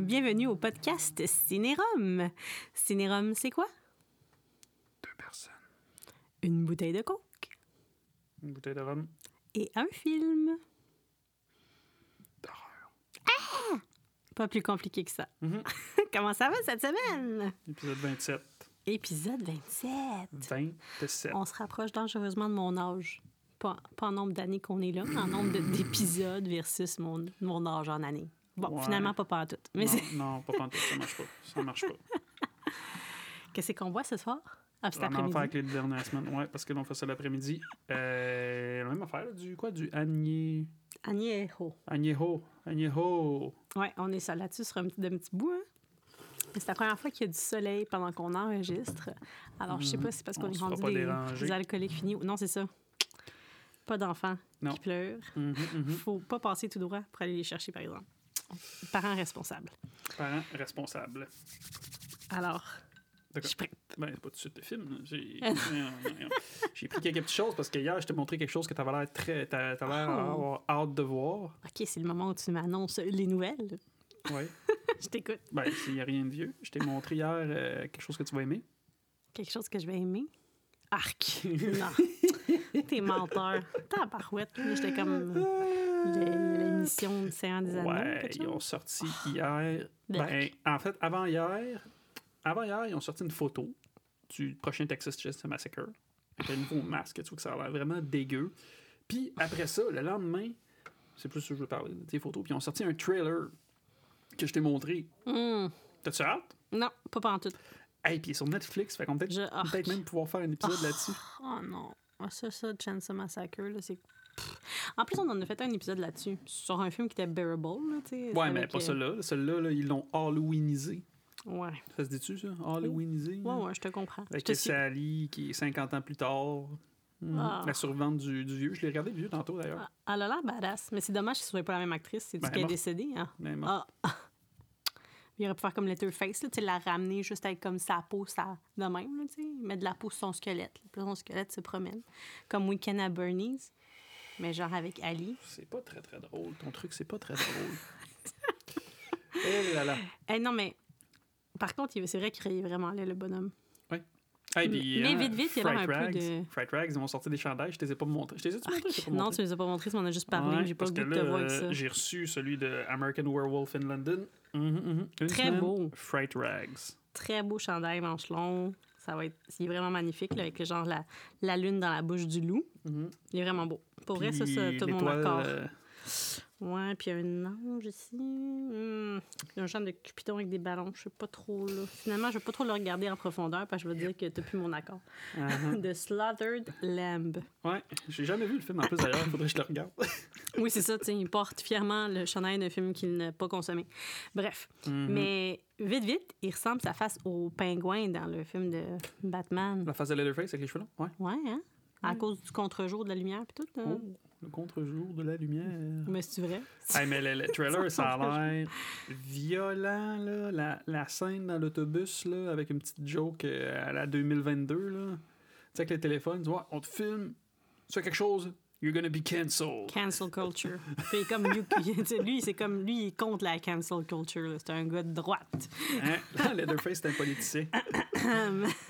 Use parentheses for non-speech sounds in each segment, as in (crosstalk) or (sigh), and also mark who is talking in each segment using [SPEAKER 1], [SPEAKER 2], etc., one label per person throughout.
[SPEAKER 1] bienvenue au podcast Cinérum. Cinérum, c'est quoi?
[SPEAKER 2] Deux personnes.
[SPEAKER 1] Une bouteille de coke
[SPEAKER 2] Une bouteille de rhum.
[SPEAKER 1] et un film.
[SPEAKER 2] D'horreur.
[SPEAKER 1] Pas plus compliqué que ça.
[SPEAKER 2] Mhm.
[SPEAKER 1] (laughs) Comment ça va cette semaine?
[SPEAKER 2] Épisode 27.
[SPEAKER 1] Épisode 27.
[SPEAKER 2] 27.
[SPEAKER 1] On se rapproche dangereusement de mon âge. Pas, pas en nombre d'années qu'on est là, mais en nombre de- d'épisodes versus mon, mon âge en année. Bon,
[SPEAKER 2] Ouais.
[SPEAKER 1] finalement, pas pas tout. Mais
[SPEAKER 2] non,
[SPEAKER 1] c'est-
[SPEAKER 2] non, pas pantoute, ça marche pas. Ça marche pas.
[SPEAKER 1] qu'est-ce qu'on boit ce soir? Ah, (laughs) cet
[SPEAKER 2] La même affaire
[SPEAKER 1] après-midi.
[SPEAKER 2] que les dernières semaines. Ouais, parce que l'on fait ça l'après-midi. Euh, la même affaire, là, du quoi? Du Agne...
[SPEAKER 1] Añejo.
[SPEAKER 2] Agnejo. Agnejo.
[SPEAKER 1] Ouais, on est ça là-dessus sur un petit, d'un petit bout. hein. Mais C'est la première fois qu'il y a du soleil pendant qu'on enregistre. Alors, je sais pas si c'est parce
[SPEAKER 2] Mhm. On
[SPEAKER 1] qu'on est
[SPEAKER 2] se fera
[SPEAKER 1] rendu
[SPEAKER 2] pas
[SPEAKER 1] des,
[SPEAKER 2] déranger.
[SPEAKER 1] des alcooliques finis. ou- Non, c'est ça. Pas d'enfants
[SPEAKER 2] Non.
[SPEAKER 1] qui pleurent.
[SPEAKER 2] Mhm, mhm.
[SPEAKER 1] faut pas passer tout droit pour aller les chercher, par exemple. Parents responsables.
[SPEAKER 2] Parents responsables.
[SPEAKER 1] Alors, je
[SPEAKER 2] D'accord.
[SPEAKER 1] suis prête.
[SPEAKER 2] Ben, pas tout de suite le film. là.
[SPEAKER 1] (laughs)
[SPEAKER 2] J'ai Non, non, non. J'ai pris quelques petites choses parce que hier, je t'ai montré quelque chose que t'avais l'air très. T'avais l'air
[SPEAKER 1] Oh.
[SPEAKER 2] d'avoir hâte de voir.
[SPEAKER 1] OK, c'est le moment où tu m'annonces les nouvelles. (laughs)
[SPEAKER 2] Ouais.
[SPEAKER 1] je t'écoute.
[SPEAKER 2] Ben, s'il n'y a rien de vieux, je t'ai montré hier euh, quelque chose que tu vas aimer.
[SPEAKER 1] Quelque chose que je vais aimer.
[SPEAKER 2] (laughs)
[SPEAKER 1] Arc. Non. T'es menteur. T'as barouette. J'étais comme euh, le- l'émission de Séance des Anneaux.
[SPEAKER 2] Ouais,
[SPEAKER 1] quelque
[SPEAKER 2] ils ont
[SPEAKER 1] chose. Ah,
[SPEAKER 2] sorti hier.
[SPEAKER 1] Berk.
[SPEAKER 2] Ben, en fait, avant hier, avant hier, ils ont sorti une photo du prochain Texas Chainsaw Massacre avec un nouveau masque. Tu vois que ça a l'air vraiment dégueu. Puis après ça, le lendemain, c'est plus ce que je veux parler, des photos. Puis ils ont sorti un trailer que je t'ai montré.
[SPEAKER 1] Hum.
[SPEAKER 2] T'as-tu hâte?
[SPEAKER 1] Non, pas pantoute.
[SPEAKER 2] Hey, puis il est sur Netflix, fait qu'on peut
[SPEAKER 1] Je Ah.
[SPEAKER 2] peut-être
[SPEAKER 1] arc.
[SPEAKER 2] peut-être même pouvoir faire un épisode là-dessus.
[SPEAKER 1] Oh non. Ah, Ça, ça, Chainsaw Massacre, là, c'est... Pff. En plus, on en a fait un épisode là-dessus, sur un film qui était bearable, là, tu sais.
[SPEAKER 2] Ouais,
[SPEAKER 1] avec,
[SPEAKER 2] mais pas
[SPEAKER 1] euh,
[SPEAKER 2] celui-là. Celui-là, là, ils l'ont Halloweenisé.
[SPEAKER 1] Ouais,
[SPEAKER 2] Ça se dit-tu, ça? Halloweenisé?
[SPEAKER 1] ouais, ouais, je te comprends. Je
[SPEAKER 2] Avec
[SPEAKER 1] te suis.
[SPEAKER 2] Sally, qui est 50 ans plus tard. Mhm.
[SPEAKER 1] Ah.
[SPEAKER 2] La survivante du, du vieux. Je l'ai regardé le vieux tantôt, d'ailleurs.
[SPEAKER 1] Ah, Elle a l'air badass, mais c'est dommage que ce soit pas la même actrice. C'est du
[SPEAKER 2] Ben,
[SPEAKER 1] qu'elle est
[SPEAKER 2] morte.
[SPEAKER 1] décédée, hein?
[SPEAKER 2] Mais bon.
[SPEAKER 1] Ah! (laughs) Il aurait pu faire comme Letterface, là, tu sais, la ramener juste avec comme sa peau, ça, de même, là, tu sais. Il met de la peau sur son squelette. là, Puis son squelette se promène. Comme Weekend à Bernie's, mais genre avec Ali.
[SPEAKER 2] C'est pas très, très drôle. Ton truc, c'est pas
[SPEAKER 1] (laughs)
[SPEAKER 2] très drôle. Eh là là.
[SPEAKER 1] Eh non, mais par contre, il- c'est vrai qu'il est vraiment là, le bonhomme.
[SPEAKER 2] Hey, puis,
[SPEAKER 1] Mais
[SPEAKER 2] hein,
[SPEAKER 1] vite, vite, il y a
[SPEAKER 2] Fright
[SPEAKER 1] l'air un peu
[SPEAKER 2] Rags.
[SPEAKER 1] de- Ah,
[SPEAKER 2] Fright Rags, ils m'ont sorti des chandails. Je te les ai pas montrés. Je te les ai-tu montrés? Je t'ai pas
[SPEAKER 1] Non,
[SPEAKER 2] montré.
[SPEAKER 1] tu nous as pas montré, tu m'en as juste parlé.
[SPEAKER 2] Ouais,
[SPEAKER 1] J'ai pas le
[SPEAKER 2] parce
[SPEAKER 1] goût
[SPEAKER 2] que
[SPEAKER 1] de te
[SPEAKER 2] là,
[SPEAKER 1] voir
[SPEAKER 2] euh,
[SPEAKER 1] avec ça.
[SPEAKER 2] J'ai reçu celui de American Werewolf in London. Mhm, mhm. Une
[SPEAKER 1] Très
[SPEAKER 2] semaine,
[SPEAKER 1] beau.
[SPEAKER 2] Fright Rags.
[SPEAKER 1] Très beau chandail, manche long. Ça va être... Il est vraiment magnifique, là, avec genre la, la lune dans la bouche du loup.
[SPEAKER 2] Mhm.
[SPEAKER 1] Il est vraiment beau. Pour vrai, ça, ça,
[SPEAKER 2] Puis
[SPEAKER 1] tout mon
[SPEAKER 2] l'étoile,
[SPEAKER 1] accord.
[SPEAKER 2] euh, (laughs)
[SPEAKER 1] Ouais, puis il y a un ange ici. Hmm. Il y a un genre de cupidon avec des ballons. Je sais pas trop, là. Finalement, je vais pas trop le regarder en profondeur parce que je vais dire que t'as plus mon accord. (laughs)
[SPEAKER 2] mhm.
[SPEAKER 1] The Slaughtered Lamb.
[SPEAKER 2] Ouais, j'ai jamais vu le film en plus d'ailleurs, faudrait que je le regarde.
[SPEAKER 1] Oui, c'est ça, tu sais, il porte fièrement le chandail d'un film qu'il n'a pas consommé. Bref. (laughs)
[SPEAKER 2] Mhm.
[SPEAKER 1] Mais vite, vite, il ressemble sa face au pingouin dans le film de Batman.
[SPEAKER 2] La face de Leatherface avec les cheveux longs, ouais.
[SPEAKER 1] Ouais, hein? À cause du contre-jour de la lumière, puis tout. hein?
[SPEAKER 2] Oh, le contre-jour de la lumière.
[SPEAKER 1] Mais c'est vrai.
[SPEAKER 2] (laughs) Hey, mais le, le trailer, ça (laughs) a l'air violent, là. La, la scène dans l'autobus, là, avec une petite joke euh, à la 2022, là. Tu sais, avec le téléphone, tu vois, on te filme, tu fais quelque chose, you're gonna be cancelled.
[SPEAKER 1] Cancel culture. Puis comme lui, (laughs) tu sais, lui, c'est comme lui, il est contre la cancel culture. là. C'est un gars de droite.
[SPEAKER 2] Hein? Là, Leatherface, c'est un politicien.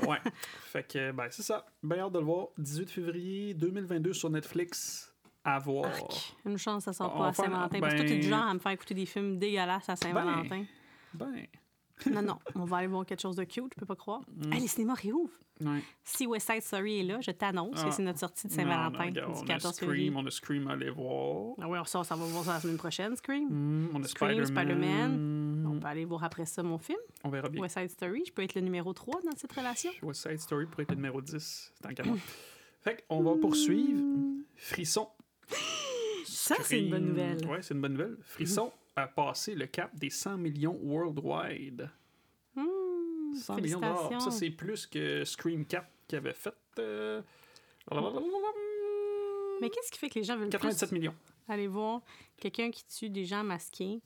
[SPEAKER 2] ouais. Fait que, ben, c'est ça. Bien hâte de le voir. 18 février 2022 sur Netflix. À voir.
[SPEAKER 1] Arc. Une chance, ça sort
[SPEAKER 2] Oh. On
[SPEAKER 1] pas
[SPEAKER 2] va
[SPEAKER 1] à
[SPEAKER 2] faire-
[SPEAKER 1] Saint-Valentin. Parce que toi,
[SPEAKER 2] ben-
[SPEAKER 1] t'es du genre à me faire écouter des films dégueulasses à Saint-Valentin.
[SPEAKER 2] Ben,
[SPEAKER 1] Non, non, on va aller voir quelque chose de cute, je peux pas croire.
[SPEAKER 2] Mm.
[SPEAKER 1] Hey, les cinémas réouvrent.
[SPEAKER 2] ouais.
[SPEAKER 1] Si West Side Story est là, je t'annonce
[SPEAKER 2] Ah.
[SPEAKER 1] que c'est notre sortie de
[SPEAKER 2] Non,
[SPEAKER 1] Saint-Valentin
[SPEAKER 2] non,
[SPEAKER 1] du
[SPEAKER 2] on a
[SPEAKER 1] 14 février.
[SPEAKER 2] Scream, on a Scream, allez voir.
[SPEAKER 1] Ah oui, on sort, ça va voir ça la semaine prochaine, Scream.
[SPEAKER 2] Hmm, on a
[SPEAKER 1] Mm. Scream,
[SPEAKER 2] Spider-Man. Mm-hmm.
[SPEAKER 1] Spider-Man. On peut aller voir après ça mon film,
[SPEAKER 2] On verra bien.
[SPEAKER 1] West Side Story. Je peux être le numéro 3 dans cette relation.
[SPEAKER 2] West Side Story pourrait être le numéro 10, tant qu'à
[SPEAKER 1] (laughs)
[SPEAKER 2] moi. Fait qu'on va poursuivre. Frisson.
[SPEAKER 1] Ça, Mm. Ah, c'est une bonne nouvelle. Mm-hmm.
[SPEAKER 2] Oui, c'est une bonne nouvelle. Frisson a passé le cap des 100 millions worldwide.
[SPEAKER 1] Hmm,
[SPEAKER 2] 100 millions de dollars. Ça,
[SPEAKER 1] félicitations.
[SPEAKER 2] c'est plus que Scream 4 qui avait fait. euh, blablabla,
[SPEAKER 1] Mais qu'est-ce qui fait que les gens veulent plus
[SPEAKER 2] 87 millions.
[SPEAKER 1] aller voir quelqu'un qui tue des gens masqués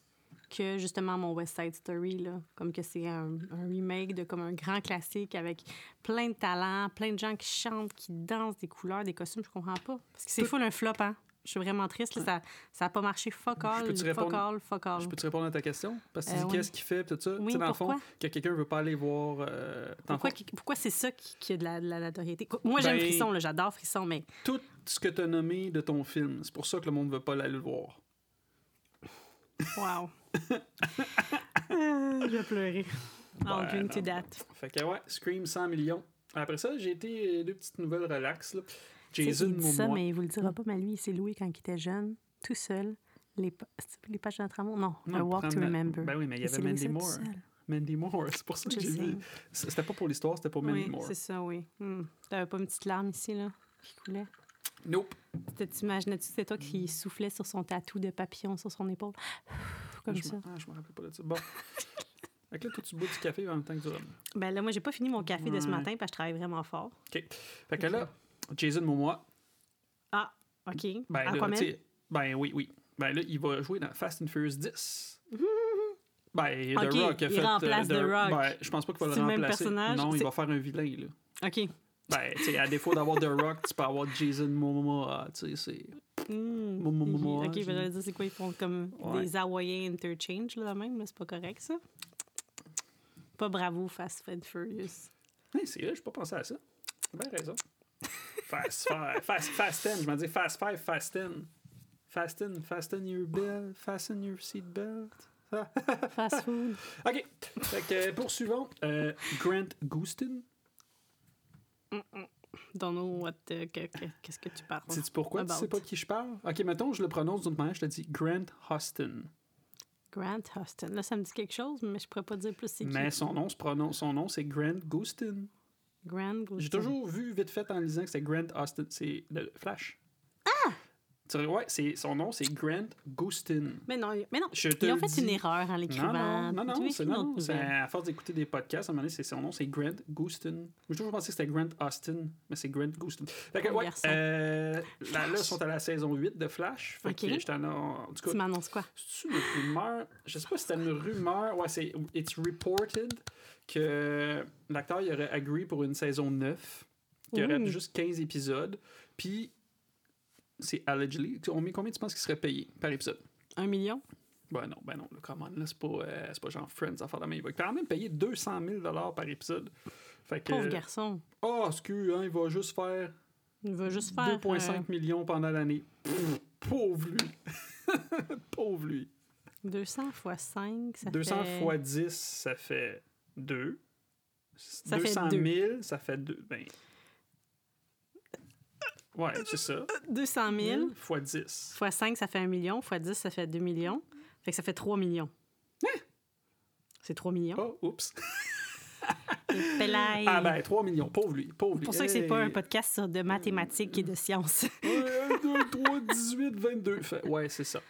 [SPEAKER 1] que justement mon West Side Story, là, comme que c'est un, un remake de comme un grand classique avec plein de talents, plein de gens qui chantent, qui dansent, des couleurs, des costumes, je comprends pas. Parce que c'est
[SPEAKER 2] Tout-
[SPEAKER 1] full un flop, hein? je suis vraiment triste. là, ça ça n'a pas marché. Fuck all,
[SPEAKER 2] Je peux-tu
[SPEAKER 1] fuck
[SPEAKER 2] répondre?
[SPEAKER 1] all, fuck all.
[SPEAKER 2] Je peux te répondre à ta question? Parce que tu
[SPEAKER 1] Euh,
[SPEAKER 2] dis
[SPEAKER 1] oui.
[SPEAKER 2] qu'est-ce qu'il fait, puis tout ça.
[SPEAKER 1] Oui,
[SPEAKER 2] tu sais, dans le fond,
[SPEAKER 1] pourquoi?
[SPEAKER 2] que quelqu'un veut pas aller voir. euh, dans le
[SPEAKER 1] Pourquoi,
[SPEAKER 2] fond,
[SPEAKER 1] qui- pourquoi c'est ça qui, qui a de la, de la notoriété? Quoi- Moi, j'aime
[SPEAKER 2] Ben-
[SPEAKER 1] Frisson, là, j'adore Frisson,
[SPEAKER 2] (laughs)
[SPEAKER 1] mais
[SPEAKER 2] Tout ce que tu as nommé de ton film, c'est pour ça que le monde veut pas aller le voir. (laughs)
[SPEAKER 1] wow. Euh, je vais pleurer. I'll
[SPEAKER 2] Ouais,
[SPEAKER 1] drink to
[SPEAKER 2] non.
[SPEAKER 1] that.
[SPEAKER 2] Fait que ouais, Scream 100 millions. Après ça, j'ai été euh, deux petites nouvelles relax. Là.
[SPEAKER 1] Tu sais,
[SPEAKER 2] Jason
[SPEAKER 1] il dit ça,
[SPEAKER 2] Momoa.
[SPEAKER 1] mais il vous le
[SPEAKER 2] Mm.
[SPEAKER 1] dira pas, mais lui, il s'est loué quand il était jeune, tout seul, les, pa- c'est les pages d'un tramon. Non,
[SPEAKER 2] Non,
[SPEAKER 1] A Walk to
[SPEAKER 2] prendre-
[SPEAKER 1] Remember.
[SPEAKER 2] Ben oui, mais il y
[SPEAKER 1] s'est
[SPEAKER 2] avait
[SPEAKER 1] loué
[SPEAKER 2] Mandy
[SPEAKER 1] ça tout
[SPEAKER 2] Moore.
[SPEAKER 1] seul.
[SPEAKER 2] Mandy Moore, (laughs) c'est pour ça que
[SPEAKER 1] Je
[SPEAKER 2] j'ai
[SPEAKER 1] sais.
[SPEAKER 2] vu. C- C'était pas pour l'histoire, c'était pour Mandy
[SPEAKER 1] Oui,
[SPEAKER 2] Moore.
[SPEAKER 1] c'est ça, oui. Hmm. T'avais pas une petite larme ici, là, qui coulait?
[SPEAKER 2] Nope.
[SPEAKER 1] C'était- T'imaginais-tu que c'était toi qui soufflais sur son tatou de papillon sur son épaule? Comme
[SPEAKER 2] je
[SPEAKER 1] ça.
[SPEAKER 2] me- ah, je me rappelle pas de
[SPEAKER 1] (laughs)
[SPEAKER 2] ça. Bon. Fait que là, toi, tu bois du café en même temps que du rhum.
[SPEAKER 1] Ben là, moi, j'ai pas fini mon café de ce
[SPEAKER 2] Ouais.
[SPEAKER 1] matin parce que je travaille vraiment fort.
[SPEAKER 2] Fait que là, Jason Momoa,
[SPEAKER 1] OK.
[SPEAKER 2] ben, là,
[SPEAKER 1] Aquaman?
[SPEAKER 2] tu sais, ben oui, oui. Ben là, il va jouer dans Fast and Furious
[SPEAKER 1] (laughs)
[SPEAKER 2] 10. Ben,
[SPEAKER 1] Ok,
[SPEAKER 2] The Rock a
[SPEAKER 1] il
[SPEAKER 2] fait. euh,
[SPEAKER 1] remplace The Rock.
[SPEAKER 2] Ben, je pense pas qu'il va
[SPEAKER 1] C'est
[SPEAKER 2] le
[SPEAKER 1] le même
[SPEAKER 2] remplacer.
[SPEAKER 1] personnage?
[SPEAKER 2] Non, il
[SPEAKER 1] C'est-
[SPEAKER 2] va faire un vilain, là.
[SPEAKER 1] OK.
[SPEAKER 2] Ben, tu sais, à défaut d'avoir The Rock, tu peux avoir Jason Momoa, tu sais, c'est...
[SPEAKER 1] Hmm.
[SPEAKER 2] Mou, mou, mou, mou,
[SPEAKER 1] OK,
[SPEAKER 2] hein,
[SPEAKER 1] je
[SPEAKER 2] j'ai-
[SPEAKER 1] vais dire, c'est quoi? Ils font comme
[SPEAKER 2] Ouais.
[SPEAKER 1] des Hawaïens interchange, là, de même. là, C'est pas correct, ça? Pas bravo, Fast and
[SPEAKER 2] (laughs)
[SPEAKER 1] Furious.
[SPEAKER 2] Hey, Hein, c'est vrai, j'ai pas pensé à ça. T'as bien raison. Fast Five, Fast, fast Ten, je m'en dis Fast Five, Fast Ten. Fast Ten, fasten your belt, fasten your seatbelt.
[SPEAKER 1] Fast food.
[SPEAKER 2] OK, fait que, euh, poursuivons. Euh, Grant Gustin,
[SPEAKER 1] Don't know what... euh, que- que- Qu'est-ce que tu parles?
[SPEAKER 2] sais-tu pourquoi? Tu sais
[SPEAKER 1] About.
[SPEAKER 2] pas de qui je parle? OK, mettons, je le prononce d'une autre manière, je te dis Grant Huston.
[SPEAKER 1] Grant Huston. Là, ça me dit quelque chose, mais je pourrais pas dire plus c'est qui.
[SPEAKER 2] Mais son nom, se prononce- son nom c'est Grant Gustin.
[SPEAKER 1] Grant
[SPEAKER 2] J'ai
[SPEAKER 1] Gustin.
[SPEAKER 2] toujours vu vite fait en lisant que c'est Grant Austin. C'est le Flash. Ah! ouais, c'est, son nom, c'est Grant Gustin.
[SPEAKER 1] Mais non, mais non.
[SPEAKER 2] Je te
[SPEAKER 1] Ils ont
[SPEAKER 2] le
[SPEAKER 1] fait
[SPEAKER 2] dis.
[SPEAKER 1] une erreur en
[SPEAKER 2] Non,
[SPEAKER 1] l'écrivant.
[SPEAKER 2] non, non,
[SPEAKER 1] Tu veux
[SPEAKER 2] non, c'est,
[SPEAKER 1] écrire
[SPEAKER 2] non,
[SPEAKER 1] notre
[SPEAKER 2] c'est-
[SPEAKER 1] nouvelle?
[SPEAKER 2] à force d'écouter des podcasts, à un moment donné, c'est, son nom, c'est Grant Gustin. J'ai toujours pensé que c'était Grant Austin, mais c'est Grant Gustin. Fait que,
[SPEAKER 1] Bon
[SPEAKER 2] ouais,
[SPEAKER 1] garçon.
[SPEAKER 2] euh, là, là,
[SPEAKER 1] Flash.
[SPEAKER 2] ils sont à la saison 8 de Flash. Fait
[SPEAKER 1] Ok.
[SPEAKER 2] que j'étais en, en tout
[SPEAKER 1] Tu
[SPEAKER 2] cas,
[SPEAKER 1] m'annonces quoi?
[SPEAKER 2] c'est une rumeur. Je sais pas si c'était une rumeur. Ouais, c'est It's reported que l'acteur il aurait agree pour une saison 9. Il y aurait
[SPEAKER 1] Ouh.
[SPEAKER 2] juste 15 épisodes. Puis, c'est allegedly. On met combien tu penses qu'il serait payé par épisode?
[SPEAKER 1] Un million?
[SPEAKER 2] Ben non, ben non, le commande, là, c'est pas, euh, c'est pas genre Friends à faire la main. Il va quand même payer 200 000 par épisode. Fait que.
[SPEAKER 1] Pauvre garçon.
[SPEAKER 2] Ah, excuse, hein, il va juste faire
[SPEAKER 1] Il va juste faire...
[SPEAKER 2] 2,5
[SPEAKER 1] euh,
[SPEAKER 2] millions pendant l'année. Pff, pauvre lui. (laughs) pauvre lui.
[SPEAKER 1] 200 fois 5, ça
[SPEAKER 2] 200
[SPEAKER 1] fait...
[SPEAKER 2] fois 10, ça fait 2.
[SPEAKER 1] Ça fait
[SPEAKER 2] 200
[SPEAKER 1] deux.
[SPEAKER 2] 000, ça fait 2. Ben. Ouais, c'est ça.
[SPEAKER 1] 200 000
[SPEAKER 2] 1000 fois 10.
[SPEAKER 1] fois 5, ça fait 1 million. Fois 10, ça fait 2 millions. Fait que ça fait 3 millions.
[SPEAKER 2] Hein?
[SPEAKER 1] C'est 3 millions.
[SPEAKER 2] Oh, oups.
[SPEAKER 1] Pelaye.
[SPEAKER 2] Oh. Ah ben, 3 millions. Pauvre lui. Pauvre
[SPEAKER 1] C'est
[SPEAKER 2] lui.
[SPEAKER 1] pour ça que c'est pas un
[SPEAKER 2] Hey.
[SPEAKER 1] podcast sur de mathématiques et de (laughs) sciences.
[SPEAKER 2] 1, 2, 3, 18, 22. Fait- ouais, c'est ça.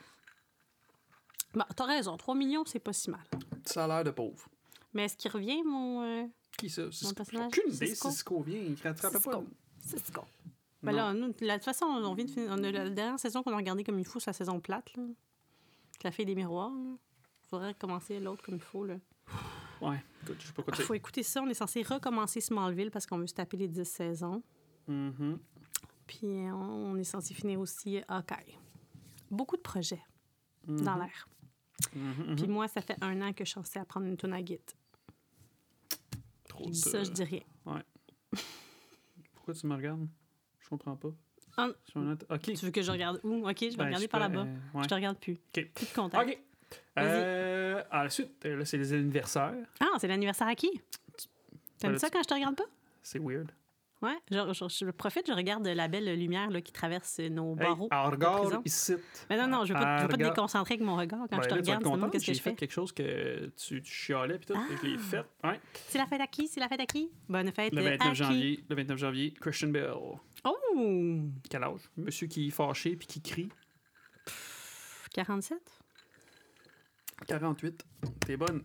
[SPEAKER 1] bon, Bah, t'as raison, 3 millions, c'est pas si mal.
[SPEAKER 2] Salaire de pauvre.
[SPEAKER 1] Mais est-ce qu'il revient, mon... euh,
[SPEAKER 2] Qui ça? Cisco?
[SPEAKER 1] personnage,
[SPEAKER 2] Aucune idée.
[SPEAKER 1] Cisco.
[SPEAKER 2] Cisco vient. Il rattrape pas.
[SPEAKER 1] Cisco. C'est ce qu'on... Ben
[SPEAKER 2] Non.
[SPEAKER 1] là, nous, la- de toute façon, on vient de finir. on a la dernière saison qu'on a regardée comme il faut, c'est la saison plate, là. Avec La fille des miroirs, là. Faudrait recommencer l'autre comme il faut, là.
[SPEAKER 2] Ouais. Écoute, je sais pas quoi
[SPEAKER 1] Il
[SPEAKER 2] dire.
[SPEAKER 1] faut écouter ça. On est censé recommencer Smallville parce qu'on veut se taper les 10 saisons.
[SPEAKER 2] Mhm.
[SPEAKER 1] Puis euh, on on est censé finir aussi Hawkeye. Beaucoup de projets dans l'air.
[SPEAKER 2] Mhm, mhm.
[SPEAKER 1] Puis moi, ça fait un an que je suis censée apprendre une tonne à guide.
[SPEAKER 2] Trop
[SPEAKER 1] Je dis
[SPEAKER 2] de-
[SPEAKER 1] ça, je dis rien.
[SPEAKER 2] Oh, Pourquoi tu me regardes? Je comprends pas.
[SPEAKER 1] Ah.
[SPEAKER 2] Je suis honnête. OK.
[SPEAKER 1] Tu veux que je regarde où? OK, je vais
[SPEAKER 2] Ben,
[SPEAKER 1] regarder
[SPEAKER 2] je
[SPEAKER 1] par
[SPEAKER 2] peux-
[SPEAKER 1] là-bas.
[SPEAKER 2] euh, ouais.
[SPEAKER 1] Je te regarde plus.
[SPEAKER 2] OK.
[SPEAKER 1] Plus de contact.
[SPEAKER 2] OK. Euh, à la suite, euh, là, c'est les anniversaires.
[SPEAKER 1] Ah, c'est l'anniversaire à qui? T'aimes
[SPEAKER 2] Ben,
[SPEAKER 1] ça
[SPEAKER 2] tu-
[SPEAKER 1] quand je te regarde pas?
[SPEAKER 2] C'est weird.
[SPEAKER 1] Ouais, genre, je, je profite, je regarde la belle lumière là, qui traverse nos
[SPEAKER 2] Hey, ah,
[SPEAKER 1] barreaux.
[SPEAKER 2] en regard
[SPEAKER 1] prison.
[SPEAKER 2] ici.
[SPEAKER 1] Mais non, non, je veux pas, te- je veux pas te
[SPEAKER 2] Arga-
[SPEAKER 1] déconcentrer avec mon regard quand
[SPEAKER 2] Ben,
[SPEAKER 1] je te
[SPEAKER 2] là, tu vas
[SPEAKER 1] regarde.
[SPEAKER 2] être
[SPEAKER 1] Sinon,
[SPEAKER 2] contente,
[SPEAKER 1] qu'est-ce que
[SPEAKER 2] j'ai
[SPEAKER 1] je
[SPEAKER 2] fait
[SPEAKER 1] fais? Ah.
[SPEAKER 2] quelque chose que tu, tu chialais, puis tout, puis je l'ai fait. Ouais.
[SPEAKER 1] C'est la fête à qui? C'est la fête à qui? Bonne fête
[SPEAKER 2] Le
[SPEAKER 1] euh,
[SPEAKER 2] 29
[SPEAKER 1] à qui?
[SPEAKER 2] janvier, le 29 janvier, Christian Bell.
[SPEAKER 1] Oh!
[SPEAKER 2] Quel âge? Monsieur qui est fâché puis qui crie.
[SPEAKER 1] 47?
[SPEAKER 2] 48. T'es bonne.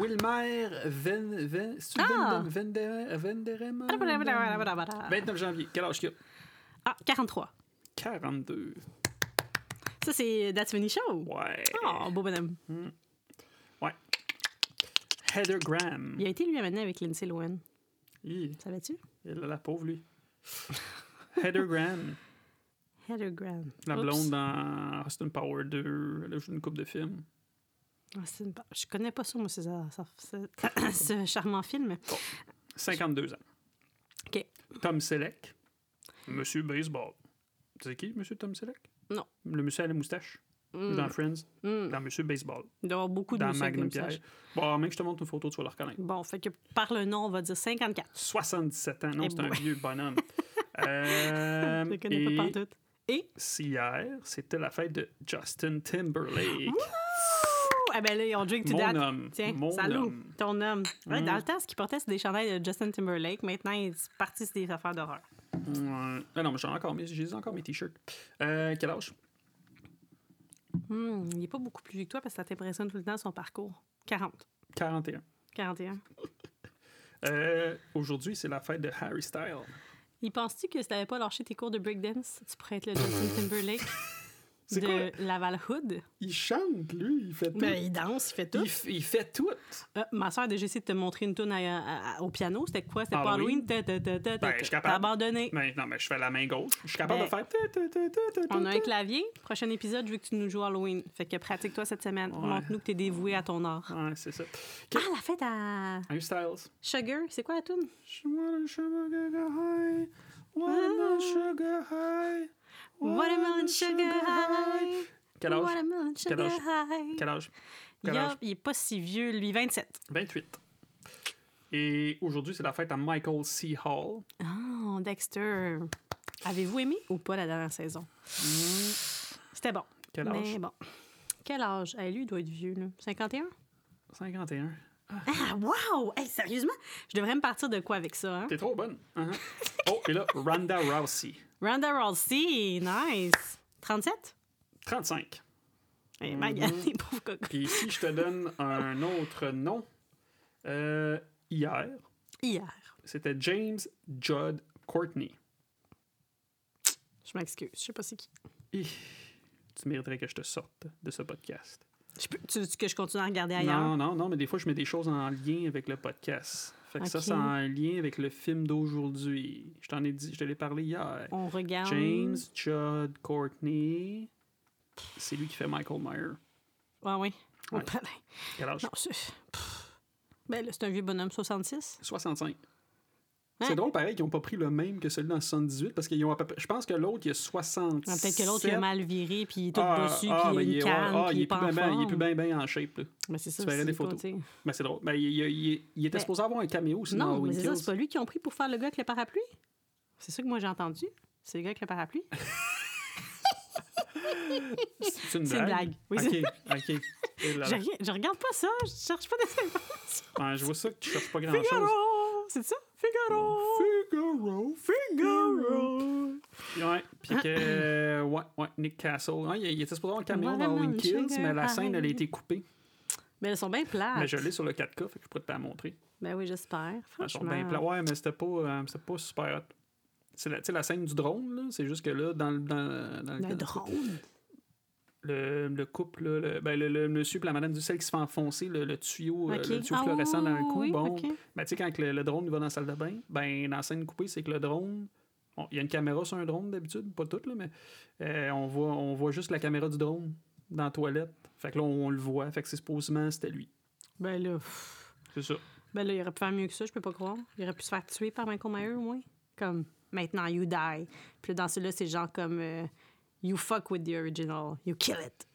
[SPEAKER 2] Wilmer Ven... Ven... c'est-tu
[SPEAKER 1] Ah!
[SPEAKER 2] Vende- Vende- Venderem?
[SPEAKER 1] Ah,
[SPEAKER 2] 29 janvier. Quel âge qu'il a?
[SPEAKER 1] 43.
[SPEAKER 2] 42.
[SPEAKER 1] Ça, c'est That's Funny Show.
[SPEAKER 2] Ouais.
[SPEAKER 1] Oh, beau bonhomme.
[SPEAKER 2] Heather Graham.
[SPEAKER 1] Il a été lui amené avec Lindsay Lohan.
[SPEAKER 2] Hi,
[SPEAKER 1] Savais-tu?
[SPEAKER 2] (laughs) Il a la pauvre, lui. Heather Graham.
[SPEAKER 1] Heather Graham.
[SPEAKER 2] La
[SPEAKER 1] Oups.
[SPEAKER 2] blonde dans Austin Power 2, elle a joué une coupe de films.
[SPEAKER 1] Ah, c'est une ba- Je connais pas ça, moi, ces- ça- ce- (coughs) ce charmant film.
[SPEAKER 2] 52 ans.
[SPEAKER 1] OK.
[SPEAKER 2] Tom Selleck. Monsieur Baseball. Tu sais qui, Monsieur Tom Selleck?
[SPEAKER 1] Non.
[SPEAKER 2] Le monsieur à la moustache,
[SPEAKER 1] Mm,
[SPEAKER 2] dans Friends,
[SPEAKER 1] mm.
[SPEAKER 2] dans Monsieur Baseball,
[SPEAKER 1] Il doit y avoir beaucoup de
[SPEAKER 2] dans
[SPEAKER 1] monsieur avec
[SPEAKER 2] Magnum
[SPEAKER 1] une moustache.
[SPEAKER 2] Pierre. Bon, même que je te montre une photo, tu vas le reconnaître.
[SPEAKER 1] Bon, fait que par le nom, on va dire 54.
[SPEAKER 2] 77 ans, non,
[SPEAKER 1] Eh
[SPEAKER 2] c'est un
[SPEAKER 1] boy.
[SPEAKER 2] vieux
[SPEAKER 1] (laughs)
[SPEAKER 2] bonhomme.
[SPEAKER 1] Je
[SPEAKER 2] euh,
[SPEAKER 1] le connais pas
[SPEAKER 2] et
[SPEAKER 1] pantoute. Et?
[SPEAKER 2] si hier, c'était la fête de Justin Timberlake.
[SPEAKER 1] Ouh! Ah ben là, on drink to
[SPEAKER 2] Mon
[SPEAKER 1] that.
[SPEAKER 2] homme.
[SPEAKER 1] Tiens,
[SPEAKER 2] mon
[SPEAKER 1] salut,
[SPEAKER 2] homme.
[SPEAKER 1] ton homme. Ouais,
[SPEAKER 2] Mm.
[SPEAKER 1] Dans le temps, ce qu'il portait, c'était des chandails de Justin Timberlake. Maintenant, il est parti sur des affaires d'horreur.
[SPEAKER 2] Ouais. Ah non, mais j'ai encore mes, j'ai encore mes t-shirts. Euh, quel âge?
[SPEAKER 1] Hmm, il n'est pas beaucoup plus vieux que toi parce que ça t'impressionne tout le temps son parcours. 40.
[SPEAKER 2] 41.
[SPEAKER 1] 41.
[SPEAKER 2] Euh, Aujourd'hui, c'est la fête de Harry Styles.
[SPEAKER 1] Il pense-tu que si t'avais pas lâché tes cours de breakdance, tu pourrais être le
[SPEAKER 2] (laughs)
[SPEAKER 1] Justin Timberlake
[SPEAKER 2] C'est
[SPEAKER 1] de Laval Hood?
[SPEAKER 2] Il chante, lui, il fait tout.
[SPEAKER 1] Ben, il danse, il fait tout.
[SPEAKER 2] il, f- il fait tout.
[SPEAKER 1] Euh, ma soeur a déjà essayé de te montrer une tune à- à- à- au piano. C'était quoi? C'était pas
[SPEAKER 2] Halloween?
[SPEAKER 1] Halloween? Ta- ta- ta- ta- ta-
[SPEAKER 2] Ah, Ben, je
[SPEAKER 1] ta-
[SPEAKER 2] suis
[SPEAKER 1] T'as
[SPEAKER 2] capable.
[SPEAKER 1] abandonné.
[SPEAKER 2] Mais non, mais je fais la main gauche. Je suis capable
[SPEAKER 1] Ben,
[SPEAKER 2] de faire. ta, ta, ta, ta, ta, ta,
[SPEAKER 1] On a un
[SPEAKER 2] ta.
[SPEAKER 1] clavier. Prochain épisode, je veux que tu nous joues Halloween. Fait que pratique-toi cette semaine.
[SPEAKER 2] Ouais.
[SPEAKER 1] Montre-nous que t'es dévoué à ton art.
[SPEAKER 2] Ouais, c'est ça.
[SPEAKER 1] Ah, la fête à
[SPEAKER 2] Harry Styles.
[SPEAKER 1] Sugar. C'est quoi la tune?
[SPEAKER 2] She wanna sugar high.
[SPEAKER 1] Ah.
[SPEAKER 2] Watermelon sugar high.
[SPEAKER 1] Watermelon Sugar High.
[SPEAKER 2] Quel âge?
[SPEAKER 1] Watermelon
[SPEAKER 2] Quel
[SPEAKER 1] Sugar
[SPEAKER 2] âge?
[SPEAKER 1] High.
[SPEAKER 2] Quel âge? Quel
[SPEAKER 1] Il, a-
[SPEAKER 2] âge?
[SPEAKER 1] il est pas si vieux, lui. 27.
[SPEAKER 2] 28. Et aujourd'hui, c'est la fête à Michael C. Hall.
[SPEAKER 1] Oh, Dexter. Avez-vous aimé ou pas la dernière saison? C'était bon.
[SPEAKER 2] Quel âge?
[SPEAKER 1] Mais bon. Quel âge? Eh, lui, il doit être vieux, là. 51?
[SPEAKER 2] 51.
[SPEAKER 1] Ah, wow! Hey, sérieusement? Je devrais me partir de quoi avec ça, hein?
[SPEAKER 2] T'es trop bonne. Hein? oh, et là, Ronda Rousey.
[SPEAKER 1] Ronda Rousey, nice! 37?
[SPEAKER 2] 35.
[SPEAKER 1] Eh,
[SPEAKER 2] Mm-hmm.
[SPEAKER 1] my God, (laughs) les pauvres cocos.
[SPEAKER 2] Puis si je te donne un autre nom, euh, hier,
[SPEAKER 1] Hier.
[SPEAKER 2] c'était James Judd Courtney.
[SPEAKER 1] Je m'excuse, je sais pas c'est qui.
[SPEAKER 2] Hi. Tu mériterais que je te sorte de ce podcast.
[SPEAKER 1] Je peux- tu veux que je continue à regarder ailleurs?
[SPEAKER 2] Non, non, non, mais des fois, je mets des choses en lien avec le podcast. Fait que ça,
[SPEAKER 1] Ok.
[SPEAKER 2] c'est en lien avec le film d'aujourd'hui. Je t'en ai dit, je te l'ai parlé hier.
[SPEAKER 1] On regarde.
[SPEAKER 2] James Judd Courtney. C'est lui qui fait Michael Meyer.
[SPEAKER 1] Ah oui.
[SPEAKER 2] Ouais.
[SPEAKER 1] Oh, ben,
[SPEAKER 2] Quel âge?
[SPEAKER 1] non, c'est. pff. Ben là, c'est un vieux bonhomme, 66.
[SPEAKER 2] 65.
[SPEAKER 1] Hein?
[SPEAKER 2] C'est drôle, pareil, qu'ils n'ont pas pris le même que celui dans le 78 parce qu'ils ont à peu près. Je pense que l'autre, il y a 67.
[SPEAKER 1] Ah, Peut-être que l'autre, il a mal viré, puis il est tout bossu,
[SPEAKER 2] ah,
[SPEAKER 1] puis
[SPEAKER 2] ben,
[SPEAKER 1] il a
[SPEAKER 2] est-
[SPEAKER 1] une canne,
[SPEAKER 2] ah,
[SPEAKER 1] puis il est pas en
[SPEAKER 2] plus ben, ben- il est plus
[SPEAKER 1] forme.
[SPEAKER 2] bien ben en shape. Là.
[SPEAKER 1] Mais c'est ça,
[SPEAKER 2] Tu verrais
[SPEAKER 1] c'est
[SPEAKER 2] des
[SPEAKER 1] pas,
[SPEAKER 2] photos.
[SPEAKER 1] tu sais.
[SPEAKER 2] Ben, c'est drôle. Ben, il, il- il- il était
[SPEAKER 1] Ben-
[SPEAKER 2] supposé avoir un caméo aussi dans
[SPEAKER 1] Non, mais
[SPEAKER 2] Halloween
[SPEAKER 1] c'est ça,
[SPEAKER 2] Kills.
[SPEAKER 1] c'est pas lui qui ont pris pour faire le gars avec le parapluie. C'est ça que moi j'ai entendu. C'est le gars avec le parapluie.
[SPEAKER 2] C'est une
[SPEAKER 1] C'est une blague. Oui, c'est-
[SPEAKER 2] ok, ok. Et
[SPEAKER 1] (laughs)
[SPEAKER 2] là,
[SPEAKER 1] Je,
[SPEAKER 2] là.
[SPEAKER 1] rien- je regarde pas ça, je cherche pas des
[SPEAKER 2] (laughs)
[SPEAKER 1] informations.
[SPEAKER 2] Ouais, je vois ça que tu cherches pas grand-chose.
[SPEAKER 1] Figaro! C'est ça? Figaro!
[SPEAKER 2] Figaro.
[SPEAKER 1] Figaro!
[SPEAKER 2] Ouais, puis
[SPEAKER 1] (clears throat)
[SPEAKER 2] que. Ouais, ouais, Nick Castle. Ouais, il, il était supposé avoir un caméo
[SPEAKER 1] Voilà,
[SPEAKER 2] dans Halloween
[SPEAKER 1] mon
[SPEAKER 2] Kills,
[SPEAKER 1] sugar
[SPEAKER 2] mais la scène, elle a
[SPEAKER 1] high. Ah.
[SPEAKER 2] été coupée.
[SPEAKER 1] Mais elles sont bien plates.
[SPEAKER 2] Mais je l'ai sur le 4K, fait que je pourrais te la montrer.
[SPEAKER 1] Ben oui, j'espère.
[SPEAKER 2] Elles sont
[SPEAKER 1] Franchement.
[SPEAKER 2] bien plates. Ouais, mais c'était pas, euh, c'était pas super hot. C'est la, tu sais, la scène du drone, là. C'est juste que là, dans, le- dans, dans
[SPEAKER 1] Le drone.
[SPEAKER 2] le, le couple, là, le, ben, le, le monsieur et la madame du sel qui se fait enfoncer le, le tuyau, euh,
[SPEAKER 1] Ok.
[SPEAKER 2] le tuyau
[SPEAKER 1] Ah
[SPEAKER 2] fluorescent dans le
[SPEAKER 1] oui,
[SPEAKER 2] cou.
[SPEAKER 1] oui,
[SPEAKER 2] bon,
[SPEAKER 1] ok.
[SPEAKER 2] ben, tu sais, quand que le, le drone il va dans la salle de bain, ben, dans la scène coupée, c'est que le drone. bon, Il y a une caméra sur un drone d'habitude, pas toute, là, mais euh, on, voit, on voit juste la caméra du drone dans la toilette. Fait que là, on, on le voit. Fait que c'est supposément, c'était lui.
[SPEAKER 1] Ben là, pff.
[SPEAKER 2] C'est ça.
[SPEAKER 1] ben là, il aurait pu faire mieux que ça, je peux pas croire. Il aurait pu se faire tuer par Michael Myers, au moins. Comme maintenant, you die. Puis là, dans celui-là, c'est genre comme euh, You fuck with the original, you kill it.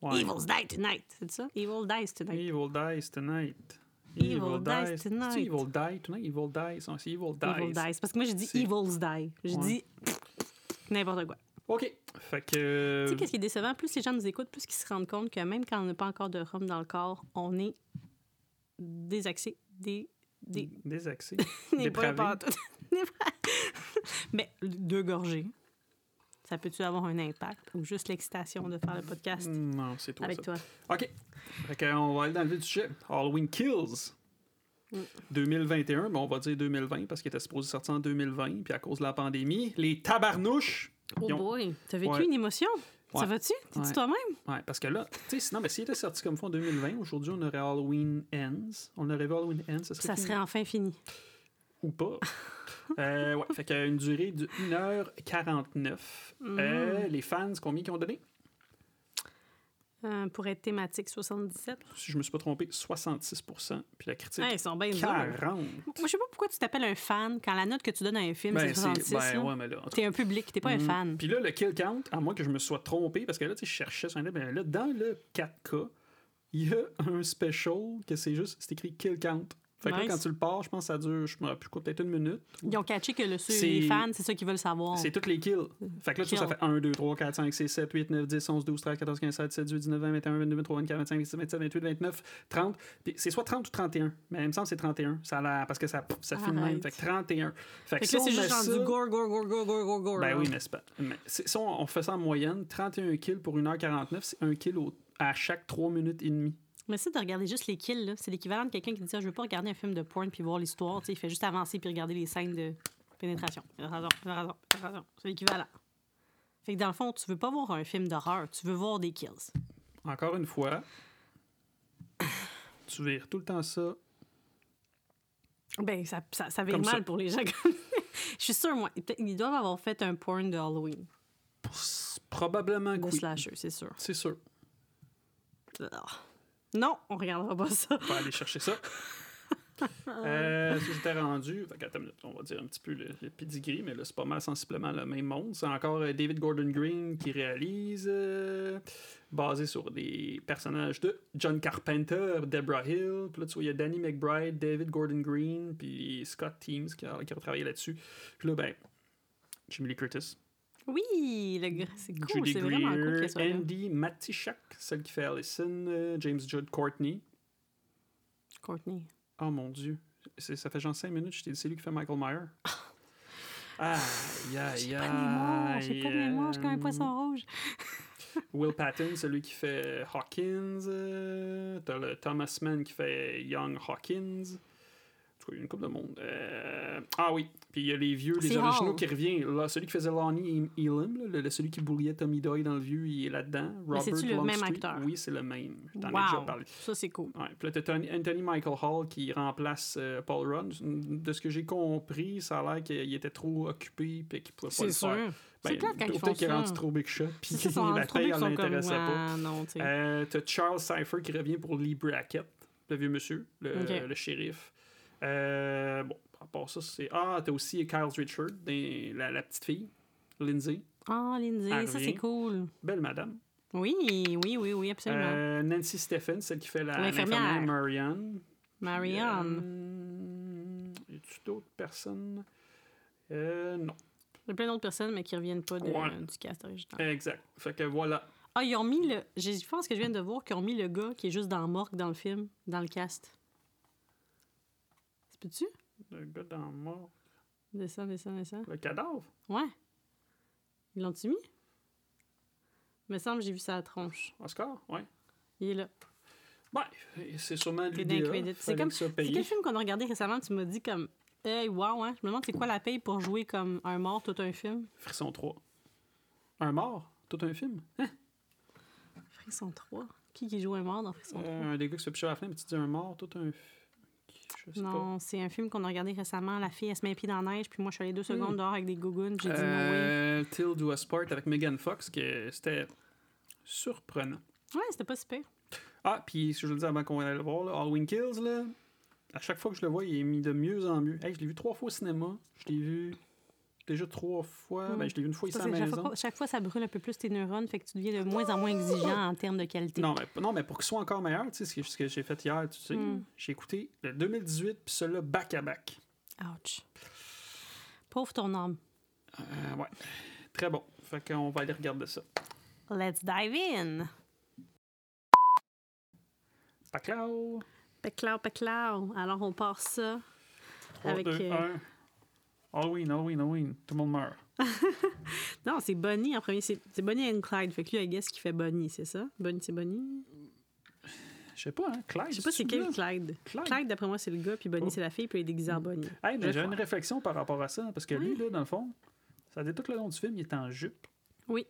[SPEAKER 2] Ouais.
[SPEAKER 1] Evils die tonight. C'est ça? Evil dies tonight.
[SPEAKER 2] Evil dies tonight.
[SPEAKER 1] Evil dies tonight.
[SPEAKER 2] C'est evil die tonight. Evil dies. Non, c'est evil dies.
[SPEAKER 1] Evil dies. Parce que moi, j'ai dit
[SPEAKER 2] C'est-
[SPEAKER 1] evils die. J'ai
[SPEAKER 2] Ouais. Euh.
[SPEAKER 1] dit n'importe quoi.
[SPEAKER 2] Ok. Fait que.
[SPEAKER 1] Tu sais, qu'est-ce qui est décevant? Plus les gens nous écoutent, plus ils se rendent compte que même quand on n'a pas encore de rhum dans le corps, on est désaxé, des. des.
[SPEAKER 2] Des accès.
[SPEAKER 1] n'est pas
[SPEAKER 2] Dépravé.
[SPEAKER 1] partout. (laughs) N'est pas- Mais deux gorgées, ça peut-tu avoir un impact ou juste l'excitation de faire le podcast
[SPEAKER 2] Non, c'est toi.
[SPEAKER 1] avec
[SPEAKER 2] ça.
[SPEAKER 1] Mm, toi?
[SPEAKER 2] OK. Fait que, euh, on va aller dans le vif du sujet. Halloween Kills.
[SPEAKER 1] Mm.
[SPEAKER 2] 2021, mais on va dire 2020 parce qu'il était supposé sortir en 2020, puis à cause de la pandémie, les tabarnouches.
[SPEAKER 1] Oh
[SPEAKER 2] ils ont-
[SPEAKER 1] boy! T'as vécu
[SPEAKER 2] Ouais.
[SPEAKER 1] une émotion? Ça
[SPEAKER 2] Ouais.
[SPEAKER 1] va-tu? T'es-tu
[SPEAKER 2] Ouais.
[SPEAKER 1] toi-même?
[SPEAKER 2] Ouais, parce que là, tu sais, sinon, mais s'il était sorti comme ça en 2020, aujourd'hui, on aurait Halloween Ends. On aurait vu Halloween Ends, ça serait
[SPEAKER 1] Ça
[SPEAKER 2] fini.
[SPEAKER 1] serait enfin fini. (laughs)
[SPEAKER 2] ou pas. Euh, ouais, fait qu'une durée de 1h49.
[SPEAKER 1] Mm.
[SPEAKER 2] Euh, les fans, combien qu'ils ont donné?
[SPEAKER 1] Euh, pour être thématique 77.
[SPEAKER 2] Si je me suis pas trompé, 66%. Puis la critique,
[SPEAKER 1] Hey, ils sont bien durs.
[SPEAKER 2] 40.
[SPEAKER 1] Moi, je sais pas pourquoi tu t'appelles un fan quand la note que tu donnes à un film,
[SPEAKER 2] Ben,
[SPEAKER 1] c'est 66.
[SPEAKER 2] c'est... Ben,
[SPEAKER 1] là.
[SPEAKER 2] ouais, mais là, en tout
[SPEAKER 1] T'es un public, t'es pas un
[SPEAKER 2] Mhm.
[SPEAKER 1] fan.
[SPEAKER 2] Puis là, le kill count, à moins que je me sois trompé, parce que là, tu sais, je cherchais sur Internet, ben là, dans le 4K, il y a un special que c'est juste, c'est écrit kill count. Fait que là,
[SPEAKER 1] Nice.
[SPEAKER 2] quand tu le pars, je pense que ça dure, je me rappelle plus quoi, peut-être une minute.
[SPEAKER 1] Ils ont catché que le, ceux-
[SPEAKER 2] C'est-
[SPEAKER 1] les fans, c'est ça qu'ils veulent savoir.
[SPEAKER 2] C'est toutes les kills. Fait que là, tu vois,
[SPEAKER 1] Oh.
[SPEAKER 2] ça
[SPEAKER 1] Kill.
[SPEAKER 2] fait 1, 2, 3, 4, 5, 6, 7, 8, 9, 10, 11, 12, 13, 14, 15, 16, 17, 18, 19, 20, 21, 22, 23, 24, 25, 26, 27, 28, 29, 30. Puis c'est soit 30 ou 31. Mais il me semble que c'est 31. Ça a l'air- parce que ça, ça finit de même.
[SPEAKER 1] Arrête.
[SPEAKER 2] Fait que 31. Fait que
[SPEAKER 1] Fait que là, c'est
[SPEAKER 2] si on
[SPEAKER 1] juste
[SPEAKER 2] met
[SPEAKER 1] genre
[SPEAKER 2] ça-
[SPEAKER 1] du gore, gore, gore, gore, gore, gore, gore. hein.
[SPEAKER 2] Ben
[SPEAKER 1] là.
[SPEAKER 2] oui, n'est-ce pas? Mais c'est- si on, on fait ça en moyenne, 31 kills pour 1h49, c'est 1 kill au- à chaque 3 minutes et demie.
[SPEAKER 1] Mais ça, de regarder juste les kills, là, c'est l'équivalent de quelqu'un qui dit Ah, Je veux pas regarder un film de porn puis voir l'histoire. Tu sais, Il fait juste avancer puis regarder les scènes de pénétration. Pénétration, pénétration, pénétration. C'est l'équivalent. Fait que dans le fond, tu veux pas voir un film d'horreur, tu veux voir des kills.
[SPEAKER 2] Encore une fois, tu vires tout le temps ça.
[SPEAKER 1] Ben, ça, ça, ça vire
[SPEAKER 2] Comme ça.
[SPEAKER 1] mal pour les gens. comme- (laughs) Je suis sûre, moi, peut-être- ils doivent avoir fait un porn de Halloween,
[SPEAKER 2] Pss, Probablement que
[SPEAKER 1] de
[SPEAKER 2] oui.
[SPEAKER 1] slasher, c'est sûr.
[SPEAKER 2] C'est sûr.
[SPEAKER 1] Ah. Non, on regardera pas ça. (laughs)
[SPEAKER 2] On va aller chercher ça. Euh, si j'étais rendu, fait que, attends une minute, on va dire un petit peu le, le pedigree, mais là c'est pas mal sensiblement le même monde. C'est encore euh, David Gordon Green qui réalise, euh, basé sur des personnages de John Carpenter, Deborah Hill, puis là tu vois il y a Danny McBride, David Gordon Green, puis Scott Teams qui a, qui a travaillé là-dessus. Puis là ben Jimmy Lee Curtis,
[SPEAKER 1] Oui, le gars, c'est cool,
[SPEAKER 2] Judy
[SPEAKER 1] c'est vraiment cool
[SPEAKER 2] Greer,
[SPEAKER 1] qu'elle soit là.
[SPEAKER 2] Andy Matichak, celle qui fait Allison, euh, James Judd Courtney,
[SPEAKER 1] Courtney.
[SPEAKER 2] Oh mon Dieu. C'est- ça fait genre 5 minutes, je t'ai dit, c'est lui qui fait Michael
[SPEAKER 1] (laughs)
[SPEAKER 2] Meyer. Aïe, aïe,
[SPEAKER 1] J'ai pas de mémoire, j'ai pas de mémoire, je suis comme un
[SPEAKER 2] aïe.
[SPEAKER 1] poisson rouge.
[SPEAKER 2] Will Patton, celui qui fait Hawkins. euh, T'as le Thomas Mann qui fait Young Hawkins. En tout cas, il y a une couple de monde. Euh, ah oui, puis il y a les vieux, les
[SPEAKER 1] C'est
[SPEAKER 2] originaux
[SPEAKER 1] Hall.
[SPEAKER 2] qui reviennent. Là, celui qui faisait Lonnie Elam, là, le, le- celui qui bouillait Tommy Doyle dans le vieux, il est là-dedans.
[SPEAKER 1] Mais
[SPEAKER 2] Robert
[SPEAKER 1] c'est-tu le même
[SPEAKER 2] Longstreet.
[SPEAKER 1] acteur?
[SPEAKER 2] Oui, c'est le même. Je T'en ai déjà
[SPEAKER 1] Wow,
[SPEAKER 2] parlé.
[SPEAKER 1] ça c'est cool.
[SPEAKER 2] Ouais, puis là, t'as Tony- Anthony Michael Hall qui remplace euh, Paul Rudd. De ce que j'ai compris, ça a l'air qu'il était trop occupé et qu'il pouvait pas
[SPEAKER 1] C'est
[SPEAKER 2] le
[SPEAKER 1] sûr.
[SPEAKER 2] faire. Ben,
[SPEAKER 1] c'est clair quand ils font
[SPEAKER 2] Peut-être qu'il est rendu
[SPEAKER 1] ça.
[SPEAKER 2] trop big shot puis
[SPEAKER 1] C'est ça, ils (laughs) sont
[SPEAKER 2] (laughs) la
[SPEAKER 1] rendus trop
[SPEAKER 2] paye,
[SPEAKER 1] vieux
[SPEAKER 2] elle
[SPEAKER 1] qu'ils sont comme,
[SPEAKER 2] l'intéressait pas.
[SPEAKER 1] Ah, non, tu sais.
[SPEAKER 2] Euh, t'as Charles Cypher qui revient pour Lee Brackett, le vieux monsieur, le,
[SPEAKER 1] Ok.
[SPEAKER 2] le shérif. Euh, bon, par rapport à ça, c'est... Ah, t'as aussi Kyle Richard, des- la, la petite fille, Lindsay.
[SPEAKER 1] Ah, Lindsay,
[SPEAKER 2] elle
[SPEAKER 1] ça c'est
[SPEAKER 2] revient.
[SPEAKER 1] cool.
[SPEAKER 2] Belle madame.
[SPEAKER 1] Oui, oui, oui, oui, absolument.
[SPEAKER 2] Euh, Nancy Stephens, celle qui fait la
[SPEAKER 1] L'infirmière.
[SPEAKER 2] l'infirmière Marianne.
[SPEAKER 1] Marianne.
[SPEAKER 2] Euh, Y a-tu d'autres personnes? Euh, non.
[SPEAKER 1] Il y a plein d'autres personnes, mais qui reviennent pas de-
[SPEAKER 2] Ouais.
[SPEAKER 1] du cast original.
[SPEAKER 2] Exact. Fait que voilà.
[SPEAKER 1] Ah, ils ont mis le. Je pense que je viens de voir qu'ils ont mis le gars qui est juste dans Morgue dans le film, dans le cast. C'est peux-tu?
[SPEAKER 2] Le gars dans mort.
[SPEAKER 1] Descends, descends, descends.
[SPEAKER 2] Le cadavre.
[SPEAKER 1] Ouais. Ils l'ont-tu mis? Me semble que j'ai vu sa tronche.
[SPEAKER 2] Oscar, ouais.
[SPEAKER 1] Il est là.
[SPEAKER 2] Ouais, c'est sûrement
[SPEAKER 1] C'est
[SPEAKER 2] l'idée.
[SPEAKER 1] d'incrédit. C'est comme-
[SPEAKER 2] ça
[SPEAKER 1] C'est quel
[SPEAKER 2] payer.
[SPEAKER 1] film qu'on a regardé récemment? Tu m'as dit comme. Hey, wow, hein? Je me demande c'est quoi la paye pour jouer comme un mort tout un film?
[SPEAKER 2] Frisson 3. Un mort, tout un film.
[SPEAKER 1] Frisson 3. Qui qui joue un mort dans Frisson 3?
[SPEAKER 2] Euh, un des gars qui se fait picher à la fin, mais tu dis un mort, tout un. f- Je sais pas.
[SPEAKER 1] Non, c'est un film qu'on a regardé récemment. La fille, elle se met les pieds dans la neige, puis moi, je suis allée deux secondes dehors avec des gougounes. J'ai dit non,
[SPEAKER 2] Euh, Till Do a Sport avec Megan Fox, que c'était surprenant.
[SPEAKER 1] oui. Ouais, c'était pas super.
[SPEAKER 2] Ah, puis si je le dis avant qu'on aille le voir, là, Halloween Kills, là, à chaque fois que je le vois, il est mis de mieux en mieux. Hey, je l'ai vu trois fois au cinéma. Je l'ai vu déjà trois fois.
[SPEAKER 1] Mm.
[SPEAKER 2] Ben, je l'ai vu une fois ici à
[SPEAKER 1] Parce
[SPEAKER 2] la
[SPEAKER 1] que chaque,
[SPEAKER 2] maison.
[SPEAKER 1] fois, chaque fois, ça brûle un peu plus tes neurones, fait que tu deviens de moins en moins exigeant en termes de qualité.
[SPEAKER 2] Non mais, non, mais pour qu'il soit encore meilleur, tu sais, ce que, ce que j'ai fait hier, tu sais,
[SPEAKER 1] Mm.
[SPEAKER 2] j'ai écouté le 2018 puis celui-là back-à-back.
[SPEAKER 1] Ouch. Pauvre ton âme.
[SPEAKER 2] Euh, ouais. Très bon. Fait qu'on va aller regarder ça.
[SPEAKER 1] Let's dive in.
[SPEAKER 2] Pacao!
[SPEAKER 1] Peclau, peclau. Alors, on part ça.
[SPEAKER 2] 3,
[SPEAKER 1] Avec,
[SPEAKER 2] 2,
[SPEAKER 1] euh,
[SPEAKER 2] 1. Halloween, Halloween, Halloween. Tout le monde meurt.
[SPEAKER 1] Non, c'est Bonnie en premier. C'est c'est Bonnie and Clyde. Fait que lui, I guess, qui fait Bonnie, c'est ça? Bonnie, c'est Bonnie?
[SPEAKER 2] Je sais pas, hein, Clyde.
[SPEAKER 1] Je sais pas c'est
[SPEAKER 2] celui-là?
[SPEAKER 1] quel Clyde.
[SPEAKER 2] Clyde.
[SPEAKER 1] Clyde, d'après moi, c'est le gars, puis Bonnie,
[SPEAKER 2] Oh.
[SPEAKER 1] c'est la fille, puis il est déguisé en Bonnie.
[SPEAKER 2] Hey, mais
[SPEAKER 1] Je
[SPEAKER 2] j'ai
[SPEAKER 1] crois.
[SPEAKER 2] une réflexion par rapport à ça, parce que lui, là, dans le fond, ça dit tout le long du film, il est en jupe.
[SPEAKER 1] Oui.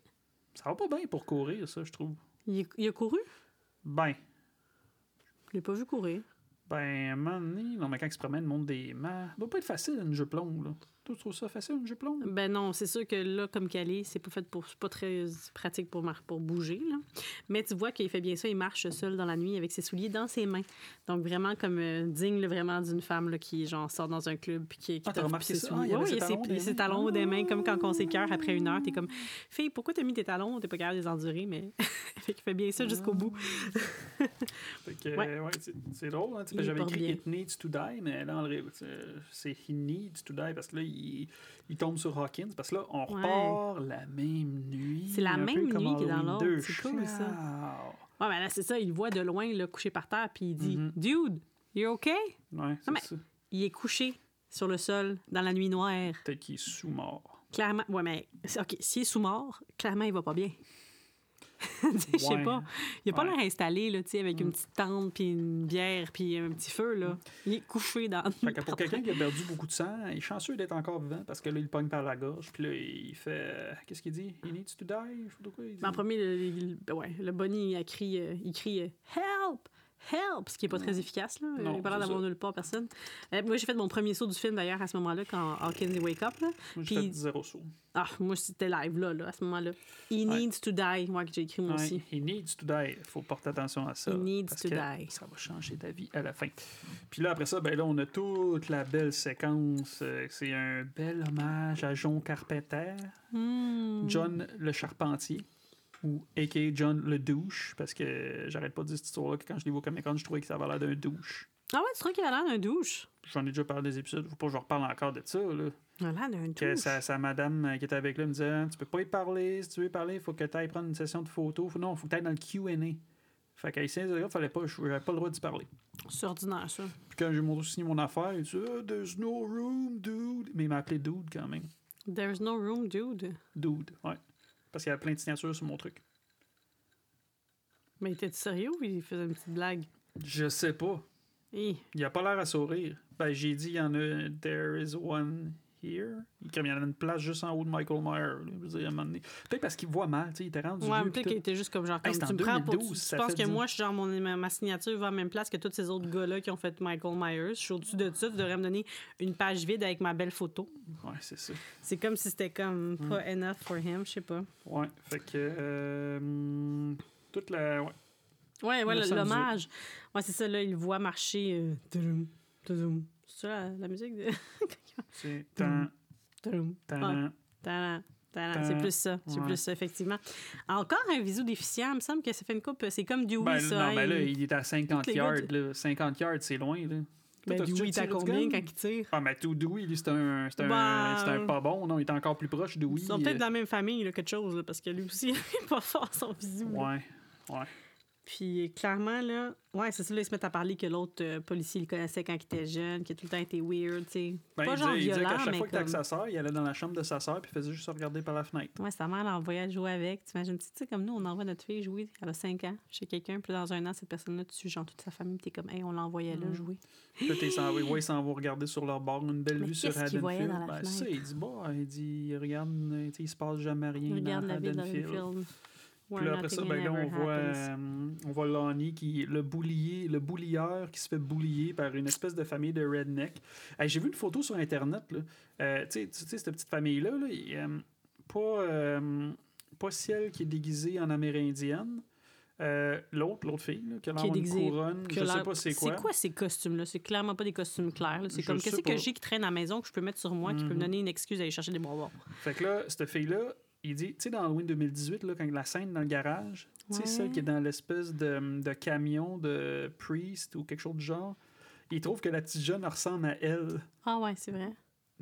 [SPEAKER 2] Ça va pas bien pour courir, ça, je trouve.
[SPEAKER 1] Il, il a couru?
[SPEAKER 2] Ben,
[SPEAKER 1] Je l'ai pas vu courir.
[SPEAKER 2] Ben, à un moment donné, non, mais quand ils se promènent, ils montrent des maps. Ça doit pas être facile, une jeu plomb, là. Toi, tu trouves ça facile, une jeu plomb?
[SPEAKER 1] Ben non, c'est sûr que là, comme Cali, c'est pas fait pour, c'est pas très pratique pour, mar- pour bouger. Là. Mais tu vois qu'il fait bien ça, il marche seul dans la nuit avec ses souliers dans ses mains. Donc vraiment comme euh, digne là, vraiment d'une femme là, qui genre sort dans un club puis qui, qui
[SPEAKER 2] Ah, t'as
[SPEAKER 1] t'offre
[SPEAKER 2] remarqué
[SPEAKER 1] ses
[SPEAKER 2] ça?
[SPEAKER 1] souliers.
[SPEAKER 2] Ah, il y avait
[SPEAKER 1] Ouais,
[SPEAKER 2] ses
[SPEAKER 1] ouais,
[SPEAKER 2] talons
[SPEAKER 1] c'est-
[SPEAKER 2] des
[SPEAKER 1] ses
[SPEAKER 2] mains.
[SPEAKER 1] talons des mains, comme quand on s'écœure après une heure, t'es comme fille, pourquoi t'as mis tes talons T'es pas capable de les endurer, mais (laughs) fait qu'il fait bien ça
[SPEAKER 2] Ah.
[SPEAKER 1] jusqu'au bout.
[SPEAKER 2] (laughs) Fait que,
[SPEAKER 1] Ouais.
[SPEAKER 2] ouais, c'est- c'est drôle, hein, tu sais,
[SPEAKER 1] Il
[SPEAKER 2] parce que j'avais
[SPEAKER 1] porte
[SPEAKER 2] écrit
[SPEAKER 1] bien.
[SPEAKER 2] It Needs to Die, mais là, en ré- tu sais, c'est He Needs to Die parce que là, il, il tombe sur Hawkins parce que là, on
[SPEAKER 1] Ouais.
[SPEAKER 2] repart la même nuit.
[SPEAKER 1] C'est la
[SPEAKER 2] un peu
[SPEAKER 1] même
[SPEAKER 2] comme
[SPEAKER 1] nuit qui est dans
[SPEAKER 2] Halloween
[SPEAKER 1] l'autre,
[SPEAKER 2] 2.
[SPEAKER 1] c'est cool, ça.
[SPEAKER 2] Ciao.
[SPEAKER 1] Ouais, ben là, c'est ça, il le voit de loin, là, couché par terre, puis il dit
[SPEAKER 2] Mhm.
[SPEAKER 1] Dude, you okay
[SPEAKER 2] Ouais, c'est
[SPEAKER 1] Ah, mais-
[SPEAKER 2] ça.
[SPEAKER 1] Il est couché sur le sol dans la nuit noire.
[SPEAKER 2] Peut-être qu'il est sous-mort.
[SPEAKER 1] Clairement, ouais, mais c'est- OK, s'il est sous-mort, clairement, il va pas bien. (laughs) Tu sais, Je sais
[SPEAKER 2] Ouais.
[SPEAKER 1] pas. Il a pas
[SPEAKER 2] Ouais.
[SPEAKER 1] l'air installé, là, tu sais, avec
[SPEAKER 2] Mm.
[SPEAKER 1] une petite tente, puis une bière, puis un petit feu, là. Il est couché dans. (laughs)
[SPEAKER 2] Fait que pour quelqu'un qui a perdu beaucoup de sang, il est chanceux d'être encore vivant parce que là, il le pogne par la gorge. Puis là, il fait. euh, Qu'est-ce qu'il dit? He needs to die? Je sais pas de quoi. Il dit.
[SPEAKER 1] Mais en premier, le, le- le- ouais, le Bonnie, il a crie, euh, il crie euh, Help! Help! Ce qui est pas très efficace, là.
[SPEAKER 2] Non,
[SPEAKER 1] il a pas l'air
[SPEAKER 2] c'est
[SPEAKER 1] d'avoir
[SPEAKER 2] ça.
[SPEAKER 1] nulle part personne. Euh, moi, j'ai fait mon premier saut du film, d'ailleurs, à ce moment-là, quand Hawkins il wake up, là.
[SPEAKER 2] Moi, j'ai
[SPEAKER 1] puis-
[SPEAKER 2] fait zéro saut.
[SPEAKER 1] Ah, moi, c'était live, là, là, à ce moment-là. He
[SPEAKER 2] Ouais.
[SPEAKER 1] needs to die, moi, que j'ai écrit, moi
[SPEAKER 2] Ouais,
[SPEAKER 1] aussi.
[SPEAKER 2] He needs to die. Faut porter attention à ça.
[SPEAKER 1] He needs
[SPEAKER 2] parce
[SPEAKER 1] to
[SPEAKER 2] que
[SPEAKER 1] die.
[SPEAKER 2] Ça va changer ta vie à la fin. Puis là, après ça, ben là, on a toute la belle séquence. euh, C'est un bel hommage à John Carpenter,
[SPEAKER 1] Hmm.
[SPEAKER 2] John le Charpentier, ou a.k.a. John le Douche, parce que j'arrête pas de dire cette histoire-là que quand je l'ai vu au Comic Con, je trouvais que ça avait l'air d'un douche.
[SPEAKER 1] Ah ouais, tu trouves qu'il a l'air d'un douche?
[SPEAKER 2] J'en ai déjà parlé des épisodes, faut pas que je reparle encore de ça, là.
[SPEAKER 1] Il a l'air d'un douche.
[SPEAKER 2] que sa, sa madame euh, qui était avec lui me disait Ah, Tu peux pas y parler, si tu veux y parler, il faut que tu ailles prendre une session de photo. Faut- non, faut que tu ailles dans le QA. Fait qu'à essayer de fallait pas, j'avais pas le droit d'y parler.
[SPEAKER 1] C'est ordinaire, ça.
[SPEAKER 2] Puis quand j'ai montré signé mon affaire, il dit Ah, There's no room, dude. Mais il m'a appelé dude quand même.
[SPEAKER 1] There's no room, dude.
[SPEAKER 2] Dude, ouais. Parce qu'il y avait plein de signatures sur mon truc.
[SPEAKER 1] Mais était tu sérieux ou il faisait une petite blague?
[SPEAKER 2] Je sais pas.
[SPEAKER 1] Hi.
[SPEAKER 2] Il a pas l'air à sourire. Ben, j'ai dit Il y en a, There is one here. Comme il y en avait une place juste en haut de Michael Myers. là. Je veux dire, à un moment donné. Peut-être parce qu'il voit mal, tu sais, il était rendu.
[SPEAKER 1] Ouais,
[SPEAKER 2] vieux,
[SPEAKER 1] peut-être
[SPEAKER 2] puis
[SPEAKER 1] qu'il
[SPEAKER 2] tout.
[SPEAKER 1] était juste comme genre,
[SPEAKER 2] Hey,
[SPEAKER 1] comme
[SPEAKER 2] c'est
[SPEAKER 1] tu
[SPEAKER 2] en
[SPEAKER 1] me prends pour. Tu,
[SPEAKER 2] 2012,
[SPEAKER 1] tu
[SPEAKER 2] ça
[SPEAKER 1] penses
[SPEAKER 2] fait
[SPEAKER 1] que
[SPEAKER 2] dix ans.
[SPEAKER 1] moi, je suis genre, mon, ma, ma signature va à la même place que tous ces autres gars-là qui ont fait Michael Myers. Je suis au-dessus de ça, tu devrais me donner une page vide avec ma belle photo.
[SPEAKER 2] Ouais, c'est ça.
[SPEAKER 1] C'est comme si c'était comme
[SPEAKER 2] Mm.
[SPEAKER 1] pas enough for him, je sais pas.
[SPEAKER 2] Ouais, fait que. euh, hum, toute la. Ouais.
[SPEAKER 1] Ouais, ouais, le-
[SPEAKER 2] 1918.
[SPEAKER 1] l'hommage. Ouais, c'est ça, là, il le voit marcher. euh, tudum, tudum. C'est ça la, la musique de. (laughs)
[SPEAKER 2] C'est.
[SPEAKER 1] Hmm.
[SPEAKER 2] tan,
[SPEAKER 1] Tudum,
[SPEAKER 2] tan,
[SPEAKER 1] Ah, Tadam, tadam.
[SPEAKER 2] Tadam.
[SPEAKER 1] C'est plus ça, c'est
[SPEAKER 2] Ouais.
[SPEAKER 1] plus ça, effectivement. Encore un visu déficient, il me semble que ça fait une coupe. C'est comme Dewey,
[SPEAKER 2] Ben,
[SPEAKER 1] ça.
[SPEAKER 2] non, mais là,
[SPEAKER 1] il-
[SPEAKER 2] il est à 50
[SPEAKER 1] Tous les gars
[SPEAKER 2] yards. Là. 50 yards, c'est loin. Là.
[SPEAKER 1] Ben,
[SPEAKER 2] Toi, t'as-tu
[SPEAKER 1] Dewey,
[SPEAKER 2] déjà
[SPEAKER 1] il est à
[SPEAKER 2] tiré du
[SPEAKER 1] combien
[SPEAKER 2] gun?
[SPEAKER 1] quand il tire?
[SPEAKER 2] Ah, mais tout Dewey, lui, c'est un, c'est un,
[SPEAKER 1] Ben,
[SPEAKER 2] c'est un pas bon. Non, il est encore plus proche euh, de Dewey.
[SPEAKER 1] Ils sont peut-être dans la même famille, là, quelque chose, là, parce que lui aussi, (laughs) il est pas fort son visu. là.
[SPEAKER 2] Ouais, ouais.
[SPEAKER 1] Puis euh, clairement, là, ouais, c'est ça, là, ils se mettent à parler que l'autre euh, policier le connaissait quand il était jeune, qu'il a tout le temps été weird, tu sais.
[SPEAKER 2] Ben,
[SPEAKER 1] pas genre
[SPEAKER 2] il disait, il disait
[SPEAKER 1] violent,
[SPEAKER 2] qu'à chaque
[SPEAKER 1] mais
[SPEAKER 2] fois que t'es avec
[SPEAKER 1] comme-
[SPEAKER 2] sa sœur, il allait dans la chambre de sa sœur puis il faisait juste regarder par la fenêtre.
[SPEAKER 1] Ouais, sa mère l'envoyait jouer avec. T'imagines-tu, tu sais, comme nous, on envoie notre fille jouer, elle a 5 ans, chez quelqu'un, puis dans un an, cette personne-là, tu genre toute sa famille, puis t'es comme, hey, on l'envoyait là
[SPEAKER 2] Mm.
[SPEAKER 1] jouer.
[SPEAKER 2] Puis là, t'es sans- ouais, ils s'en vont regarder sur leur bord, une belle
[SPEAKER 1] Mais
[SPEAKER 2] vue sur
[SPEAKER 1] qu'est-ce qu'ils voyaient
[SPEAKER 2] Haddonfield.
[SPEAKER 1] dans la
[SPEAKER 2] Ben, ça, il dit, bah, il dit, regarde, euh, tu sais, il se passe jamais rien
[SPEAKER 1] Regarde
[SPEAKER 2] dans
[SPEAKER 1] la vie de
[SPEAKER 2] Haddonfield.
[SPEAKER 1] Renfield.
[SPEAKER 2] Puis là, après ça, ben, là, on, voit, euh, on voit Lonnie, qui, le boulier, le boulieur qui se fait boulier par une espèce de famille de redneck. Hey, J'ai vu une photo sur Internet. Là. Euh, tu sais- tu sais, cette petite famille-là, là, il, euh, pas, euh, pas celle qui est déguisée en amérindienne. Euh, l'autre, l'autre fille, là, qui a l'air
[SPEAKER 1] Qui est
[SPEAKER 2] une
[SPEAKER 1] déguisée-
[SPEAKER 2] couronne, je sais pas c'est quoi.
[SPEAKER 1] C'est quoi ces costumes-là? C'est clairement pas des costumes clairs. là. C'est
[SPEAKER 2] Je
[SPEAKER 1] comme,
[SPEAKER 2] sais
[SPEAKER 1] qu'est-ce
[SPEAKER 2] pas.
[SPEAKER 1] que j'ai qui traîne à la maison que je peux mettre sur moi, qui peut
[SPEAKER 2] Mhm.
[SPEAKER 1] me donner une excuse d'aller chercher des bonbons?
[SPEAKER 2] Fait que là, cette fille-là, il dit, tu sais, dans Halloween 2018, là, quand la scène dans le garage, tu sais,
[SPEAKER 1] Ouais.
[SPEAKER 2] celle qui est dans l'espèce de, de camion de Priest ou quelque chose du genre, il trouve que la petite jeune ressemble à elle.
[SPEAKER 1] Ah ouais, c'est vrai.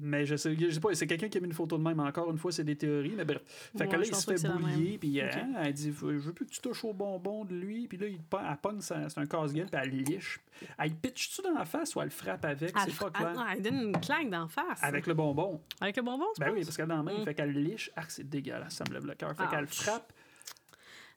[SPEAKER 2] Mais je sais, je sais pas, c'est quelqu'un qui a mis une photo de même. Encore une fois, c'est des théories, mais bref. Fait que
[SPEAKER 1] Ouais,
[SPEAKER 2] là,
[SPEAKER 1] je
[SPEAKER 2] il
[SPEAKER 1] pense
[SPEAKER 2] se
[SPEAKER 1] pas que
[SPEAKER 2] fait
[SPEAKER 1] c'est la
[SPEAKER 2] boulier, puis
[SPEAKER 1] Ok.
[SPEAKER 2] hein, elle dit Je veux plus que tu touches au bonbon de lui. Puis là, il, pe- elle pogne, sa- c'est un casse-gueule, puis elle liche. Elle pitche-tu dans la face ou elle le frappe avec
[SPEAKER 1] Elle, ah,
[SPEAKER 2] C'est
[SPEAKER 1] fra-
[SPEAKER 2] pas clair.
[SPEAKER 1] elle- non, elle donne une claque d'en face. Avec,
[SPEAKER 2] Avec le bonbon.
[SPEAKER 1] le bonbon, c'est
[SPEAKER 2] Ben
[SPEAKER 1] pas
[SPEAKER 2] oui, parce qu'elle est dans la main,
[SPEAKER 1] Mm.
[SPEAKER 2] fait qu'elle liche. Ah, c'est dégueulasse, ça me lève le cœur. Fait
[SPEAKER 1] Ah.
[SPEAKER 2] qu'elle frappe.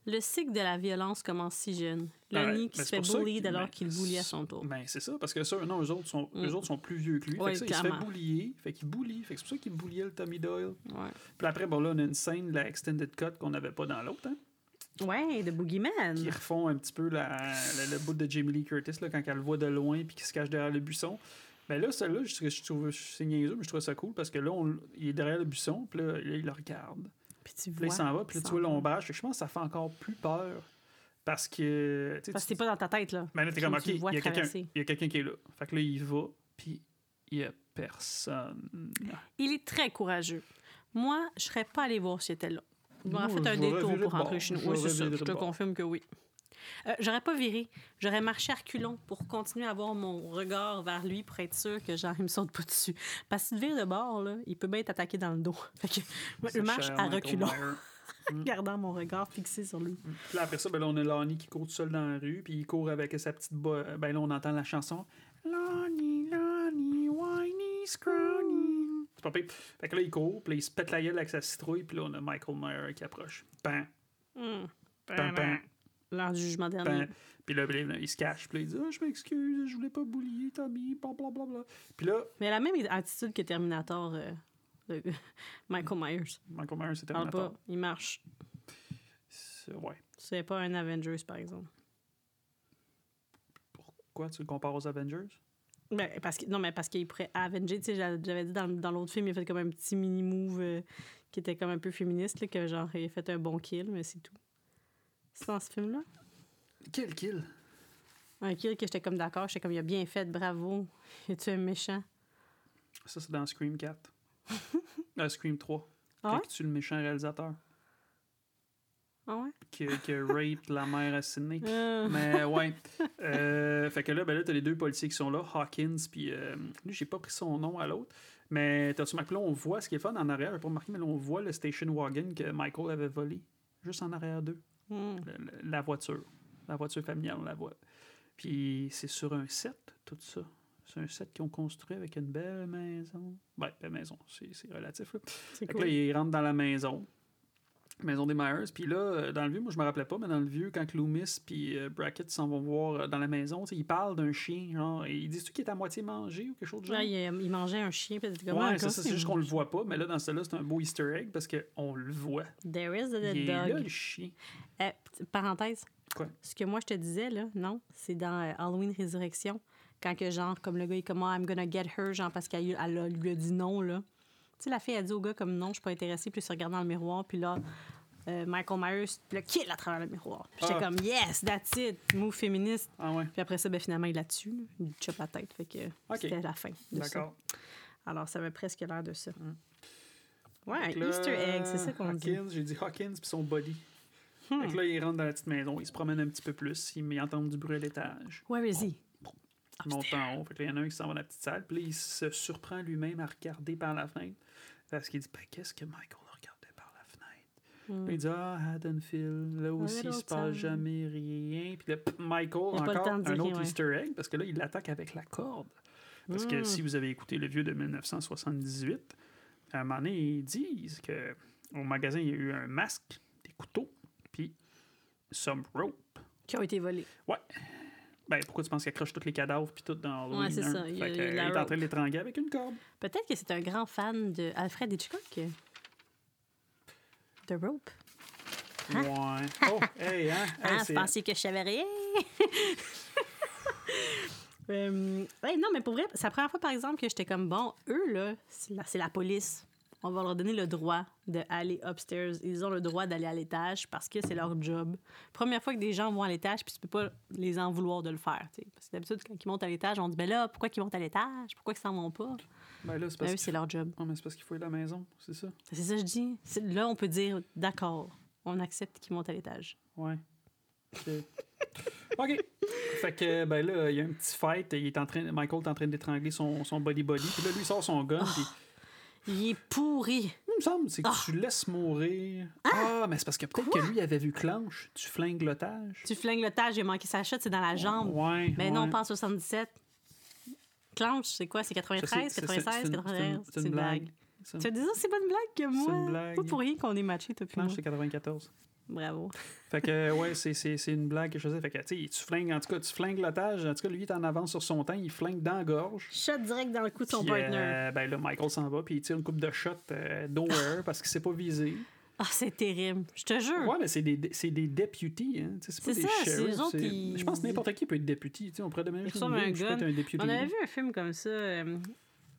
[SPEAKER 1] Le cycle de la violence commence si jeune. Le
[SPEAKER 2] Ah ouais,
[SPEAKER 1] nid qui
[SPEAKER 2] mais
[SPEAKER 1] se
[SPEAKER 2] c'est
[SPEAKER 1] fait
[SPEAKER 2] pour ça
[SPEAKER 1] bully
[SPEAKER 2] qu'il-
[SPEAKER 1] alors
[SPEAKER 2] ben,
[SPEAKER 1] qu'il bully à son tour.
[SPEAKER 2] Ben, c'est ça, parce que ça, non, eux autres sont,
[SPEAKER 1] Mm.
[SPEAKER 2] eux autres sont plus vieux que lui.
[SPEAKER 1] Ouais,
[SPEAKER 2] fait que ça, il se
[SPEAKER 1] clairement.
[SPEAKER 2] fait boulier. Fait qu'il boulie. Fait que c'est pour ça qu'il bouliait le Tommy Doyle.
[SPEAKER 1] Ouais.
[SPEAKER 2] Puis après, bon, là, on a une scène, la Extended Cut, qu'on n'avait pas dans l'autre. Hein?
[SPEAKER 1] Ouais, de Boogeyman.
[SPEAKER 2] qui refont un petit peu la, la- le bout de Jamie Lee Curtis là, quand elle le voit de loin puis qu'il se cache derrière le buisson. Ben là, celle-là, je, je trouve c'est niaiseux, mais je trouve ça cool parce que là, on- il est derrière le buisson, puis là, là, il le regarde.
[SPEAKER 1] Puis tu
[SPEAKER 2] Puis
[SPEAKER 1] vois.
[SPEAKER 2] là, il s'en va, puis là,
[SPEAKER 1] s'en
[SPEAKER 2] tu vois
[SPEAKER 1] va.
[SPEAKER 2] l'ombrage. Fait que Je pense que ça fait encore plus peur parce que. tu sais,
[SPEAKER 1] Parce que
[SPEAKER 2] tu-
[SPEAKER 1] c'est pas dans ta tête, là.
[SPEAKER 2] ben là, t'es
[SPEAKER 1] tu-
[SPEAKER 2] comme,
[SPEAKER 1] tu
[SPEAKER 2] OK,
[SPEAKER 1] le
[SPEAKER 2] il y
[SPEAKER 1] vois
[SPEAKER 2] a quelqu'un
[SPEAKER 1] traverser.
[SPEAKER 2] il y a quelqu'un qui est là. Fait que là, il va, puis il y a personne.
[SPEAKER 1] Il est très courageux. Moi, je serais pas allée voir si c'était là. Il m'aurait
[SPEAKER 2] Moi,
[SPEAKER 1] fait un
[SPEAKER 2] je
[SPEAKER 1] détour
[SPEAKER 2] revirais
[SPEAKER 1] pour
[SPEAKER 2] de
[SPEAKER 1] rentrer
[SPEAKER 2] bord.
[SPEAKER 1] chez nous.
[SPEAKER 2] Je
[SPEAKER 1] Oui, c'est ça.
[SPEAKER 2] revirais
[SPEAKER 1] Je
[SPEAKER 2] de
[SPEAKER 1] te
[SPEAKER 2] bord.
[SPEAKER 1] confirme que oui. Euh, j'aurais pas viré. J'aurais marché à reculons pour continuer à avoir mon regard vers lui pour être sûr que genre, il me saute pas dessus. Parce que si tu vires de bord, là, il peut bien t'attaquer dans le dos. (laughs) Fait que, moi, je
[SPEAKER 2] Ça
[SPEAKER 1] marche
[SPEAKER 2] cher,
[SPEAKER 1] à
[SPEAKER 2] Michael
[SPEAKER 1] reculons,
[SPEAKER 2] Myers.
[SPEAKER 1] (laughs) gardant mon regard fixé sur lui.
[SPEAKER 2] Puis là, après ça, ben là, on a Lonnie qui court tout seul dans la rue, puis il court avec sa petite... bo- Ben là, on entend la chanson. Lonnie, Lonnie, whiny, scrawny. C'est pas pire. Fait que là, il court, puis là, il se pète la gueule avec sa citrouille, puis là, on a Michael Myers qui approche. Pan,
[SPEAKER 1] Hmm.
[SPEAKER 2] pan, pan,
[SPEAKER 1] L'heure du jugement dernier.
[SPEAKER 2] pan. Puis là, ben là, il se cache, puis là, il dit Ah, Je m'excuse, je voulais pas boulier Tommy, blablabla. Puis là,
[SPEAKER 1] Mais la même attitude que Terminator euh, de (laughs) Michael Myers.
[SPEAKER 2] Michael Myers, c'était
[SPEAKER 1] Parle pas, il marche.
[SPEAKER 2] Ouais.
[SPEAKER 1] C'est pas un Avengers, par exemple.
[SPEAKER 2] Quoi, tu le compares aux Avengers
[SPEAKER 1] Ben, parce que, non, mais parce qu'il pourrait avenger. Tu sais, j'a- j'avais dit dans, dans l'autre film, il a fait comme un petit mini-move euh, qui était comme un peu féministe, là, que genre, il a fait un bon kill, mais c'est tout. C'est dans ce film-là?
[SPEAKER 2] Kill Kill.
[SPEAKER 1] Un kill que j'étais comme d'accord, j'étais comme, il a bien fait, bravo, (laughs) il a tué un méchant.
[SPEAKER 2] Ça, c'est dans Scream 4. Euh, Scream
[SPEAKER 1] Ah
[SPEAKER 2] 3. Quand
[SPEAKER 1] ouais?
[SPEAKER 2] il tue le méchant réalisateur.
[SPEAKER 1] Ah ouais?
[SPEAKER 2] qui, qui a rape la mère à Sydney.
[SPEAKER 1] Euh,
[SPEAKER 2] Mais ouais. Euh, fait que là, ben là t'as les deux policiers qui sont là, Hawkins, puis euh, lui, j'ai pas pris son nom à l'autre. Mais t'as-tu remarqué, là, on voit ce qui est fun en arrière, j'ai pas remarqué, mais là, on voit le station wagon que Michael avait volé, juste en arrière d'eux.
[SPEAKER 1] hmm.
[SPEAKER 2] Le- le- La voiture. La voiture familiale, on la voit. Puis c'est sur un set, tout ça. C'est un set qu'ils ont construit avec une belle maison. Ouais, belle maison, c'est c'est relatif. Là.
[SPEAKER 1] C'est
[SPEAKER 2] Fait que là,
[SPEAKER 1] cool.
[SPEAKER 2] il rentre dans la maison. Maison des Myers. Puis là, euh, dans le vieux, moi, je me rappelais pas, mais dans le vieux, quand que Loomis puis euh, Brackett s'en vont voir euh, dans la maison, tu sais, ils parlent d'un chien, genre, et ils disent-tu qu'il est à moitié mangé ou quelque chose de genre?
[SPEAKER 1] Ouais, il, euh, il mangeait un chien, peut-être comme ah,
[SPEAKER 2] ouais, c'est ça, c'est juste qu'on le voit pas, mais là, dans celui-là, c'est un beau easter egg parce qu'on le voit.
[SPEAKER 1] There is a
[SPEAKER 2] Il est
[SPEAKER 1] dead
[SPEAKER 2] là,
[SPEAKER 1] dog.
[SPEAKER 2] le chien.
[SPEAKER 1] Eh, petite parenthèse.
[SPEAKER 2] Quoi?
[SPEAKER 1] Ce que moi, je te disais, là, non, c'est dans euh, Halloween Résurrection, quand que, genre, comme le gars, il est comme, Ah, I'm gonna get her, genre, parce qu'elle elle a- lui a dit non, là. Tu sais, la fille a dit au gars, comme, non, je suis pas intéressée, puis il se regarde dans le miroir, puis là, euh, Michael Myers le kill à travers le miroir. Puis j'étais
[SPEAKER 2] Ah.
[SPEAKER 1] comme, yes, that's it, move féministe.
[SPEAKER 2] Ah ouais,
[SPEAKER 1] Puis après ça, ben, finalement, il la tue, là. il lui chope la tête, fait que
[SPEAKER 2] Ok.
[SPEAKER 1] c'était la fin de ça.
[SPEAKER 2] d'accord.
[SPEAKER 1] Alors, ça avait presque l'air de ça.
[SPEAKER 2] Fait
[SPEAKER 1] Ouais,
[SPEAKER 2] que
[SPEAKER 1] un
[SPEAKER 2] là,
[SPEAKER 1] Easter egg, c'est ça qu'on dit. Hmm.
[SPEAKER 2] Hawkins, J'ai dit Hawkins puis son body. Fait que là, il rentre dans la petite maison, il se promène un petit peu plus, il entend du bruit à l'étage.
[SPEAKER 1] Where is he? Ah,
[SPEAKER 2] Il monte en haut. Fait que là, il y en a un qui s'en va dans la petite salle. Puis là, il se surprend lui-même à regarder par la fenêtre. Parce qu'il dit ben, Qu'est-ce que Michael regardait par la fenêtre
[SPEAKER 1] Hmm.
[SPEAKER 2] Puis Il dit Ah, Haddonfield, là aussi, il se
[SPEAKER 1] little
[SPEAKER 2] passe
[SPEAKER 1] town.
[SPEAKER 2] jamais rien. Puis là, pff, Michael,
[SPEAKER 1] Il a pas le
[SPEAKER 2] encore
[SPEAKER 1] temps de dire
[SPEAKER 2] un autre
[SPEAKER 1] rien, ouais.
[SPEAKER 2] Easter egg. Parce que là, il l'attaque avec la corde. Parce que
[SPEAKER 1] Hmm.
[SPEAKER 2] si vous avez écouté le vieux de 1978, à un moment donné, ils disent que au magasin, il y a eu un masque, des couteaux, puis some rope.
[SPEAKER 1] Qui a été volé.
[SPEAKER 2] Ben, pourquoi tu penses qu'elle croche tous les cadavres puis tout dans
[SPEAKER 1] Ouais, c'est
[SPEAKER 2] Halloween 1?
[SPEAKER 1] ça. Il y a-
[SPEAKER 2] Fait
[SPEAKER 1] il
[SPEAKER 2] que,
[SPEAKER 1] y a
[SPEAKER 2] euh,
[SPEAKER 1] de
[SPEAKER 2] il
[SPEAKER 1] la
[SPEAKER 2] est en train
[SPEAKER 1] rope.
[SPEAKER 2] de l'étrangler avec une corde.
[SPEAKER 1] Peut-être que c'est un grand fan de Alfred Hitchcock. The Rope.
[SPEAKER 2] Ouais. Oh, hey,
[SPEAKER 1] (laughs)
[SPEAKER 2] hein? Hey,
[SPEAKER 1] Hein? Ah,
[SPEAKER 2] c'est-
[SPEAKER 1] vous pensiez que je savais
[SPEAKER 2] (laughs)
[SPEAKER 1] rien? Euh, ouais, non, mais pour vrai, c'est la première fois, par exemple, que j'étais comme, bon, eux, là, c'est la, c'est la police. On va leur donner le droit d'aller upstairs. Ils ont le droit d'aller à l'étage parce que c'est leur job. Première fois que des gens vont à l'étage, puis tu peux pas les en vouloir de le faire. tu sais. Parce que d'habitude, quand ils montent à l'étage, on dit, ben là, pourquoi ils montent à l'étage? Pourquoi ils s'en vont pas?
[SPEAKER 2] Ben là, c'est
[SPEAKER 1] Ben,
[SPEAKER 2] parce
[SPEAKER 1] eux, c'est
[SPEAKER 2] qu'il
[SPEAKER 1] leur job.
[SPEAKER 2] oh, mais c'est parce qu'il faut la maison, c'est ça?
[SPEAKER 1] C'est ça que je dis. C'est- Là, on peut dire d'accord, on accepte qu'ils montent à l'étage.
[SPEAKER 2] Ouais. OK. (laughs) OK. Fait que, ben là, il y a un petit fight. Il est en train, Michael est en train d'étrangler son, son body-body. Puis là, lui, il sort son
[SPEAKER 1] Oh.
[SPEAKER 2] gun. Puis,
[SPEAKER 1] Il est pourri.
[SPEAKER 2] il me semble, c'est que
[SPEAKER 1] Ah.
[SPEAKER 2] tu laisses mourir. Ah, mais c'est parce que peut-être que lui, il avait vu Clanche. Tu flingues l'otage.
[SPEAKER 1] Tu flingues l'otage, j'ai manqué sa chute, c'est dans la jambe.
[SPEAKER 2] Ouais.
[SPEAKER 1] Mais non,
[SPEAKER 2] ouais.
[SPEAKER 1] pas en 77. Clanche, c'est quoi? C'est
[SPEAKER 2] Je sais,
[SPEAKER 1] 93,
[SPEAKER 2] c'est- c'est-
[SPEAKER 1] 96,
[SPEAKER 2] c'est une- c'est une-
[SPEAKER 1] 91?
[SPEAKER 2] C'est une blague. C'est
[SPEAKER 1] Tu as
[SPEAKER 2] une-
[SPEAKER 1] dit ça, c'est pas une blague que moi.
[SPEAKER 2] une blague.
[SPEAKER 1] Pas pour rien qu'on est matchés, toi puis moi.
[SPEAKER 2] Clanche, c'est 94.
[SPEAKER 1] Bravo.
[SPEAKER 2] Fait
[SPEAKER 1] (laughs)
[SPEAKER 2] que, ouais, c'est, c'est, c'est une blague que je faisais. Fait que, tu sais, tu flingues, en tout cas, tu flingues l'otage. En tout cas, lui, il est en avance sur son temps, il flingue dans la gorge.
[SPEAKER 1] Shot direct dans le cou de son
[SPEAKER 2] Puis,
[SPEAKER 1] partner. (laughs)
[SPEAKER 2] euh, ben là, Michael s'en va, puis il tire une coupe de shot euh, nowhere parce qu'il s'est pas visé.
[SPEAKER 1] Ah, c'est terrible. Je te jure.
[SPEAKER 2] Ouais, mais c'est des, c'est des deputies. Hein. tu sais, C'est pas
[SPEAKER 1] C'est
[SPEAKER 2] des
[SPEAKER 1] ça, c'est
[SPEAKER 2] sheriffs.
[SPEAKER 1] eux autres,
[SPEAKER 2] c'est-
[SPEAKER 1] ils-
[SPEAKER 2] Je pense que n'importe qui peut être deputy. tu sais, on pourrait demander
[SPEAKER 1] Ils reçoivent un gun.
[SPEAKER 2] un deputy.
[SPEAKER 1] On avait vu un film comme ça, euh,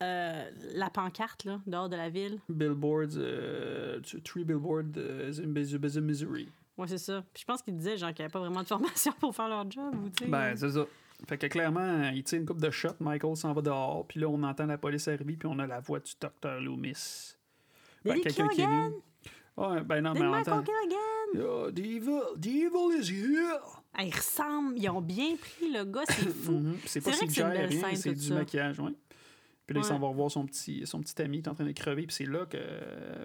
[SPEAKER 1] euh, La pancarte, là, dehors de la ville.
[SPEAKER 2] Billboards, euh, tu- Three Billboards, euh, the, the- the Missouri.
[SPEAKER 1] Ouais, c'est ça. Puis je pense qu'ils disaient, genre, qu'il n'y avait pas vraiment de formation (laughs) pour faire leur job. Ou, tu sais, euh,
[SPEAKER 2] Ben, c'est ça. Fait que clairement, il tire une coupe de shot, Michael s'en va dehors, puis là, on entend la police arriver, puis on a la voix du docteur Loomis.
[SPEAKER 1] Billy
[SPEAKER 2] ben,
[SPEAKER 1] Corgan!
[SPEAKER 2] venu. Ouais, ben non,
[SPEAKER 1] Billy
[SPEAKER 2] mais
[SPEAKER 1] Michael
[SPEAKER 2] entend.
[SPEAKER 1] Corgan!
[SPEAKER 2] Oh, the evil, the evil is here!
[SPEAKER 1] Ah, ils ressemblent, ils ont bien pris le gars,
[SPEAKER 2] (laughs)
[SPEAKER 1] c'est fou.
[SPEAKER 2] Mhm. Puis C'est pas
[SPEAKER 1] C'est vrai
[SPEAKER 2] si
[SPEAKER 1] que c'est une belle
[SPEAKER 2] rien,
[SPEAKER 1] scène,
[SPEAKER 2] c'est
[SPEAKER 1] tout
[SPEAKER 2] du
[SPEAKER 1] ça.
[SPEAKER 2] maquillage, ouais. Puis là, il
[SPEAKER 1] Ouais.
[SPEAKER 2] s'en va revoir son petit, son petit ami qui est en train de crever, puis c'est là que. euh,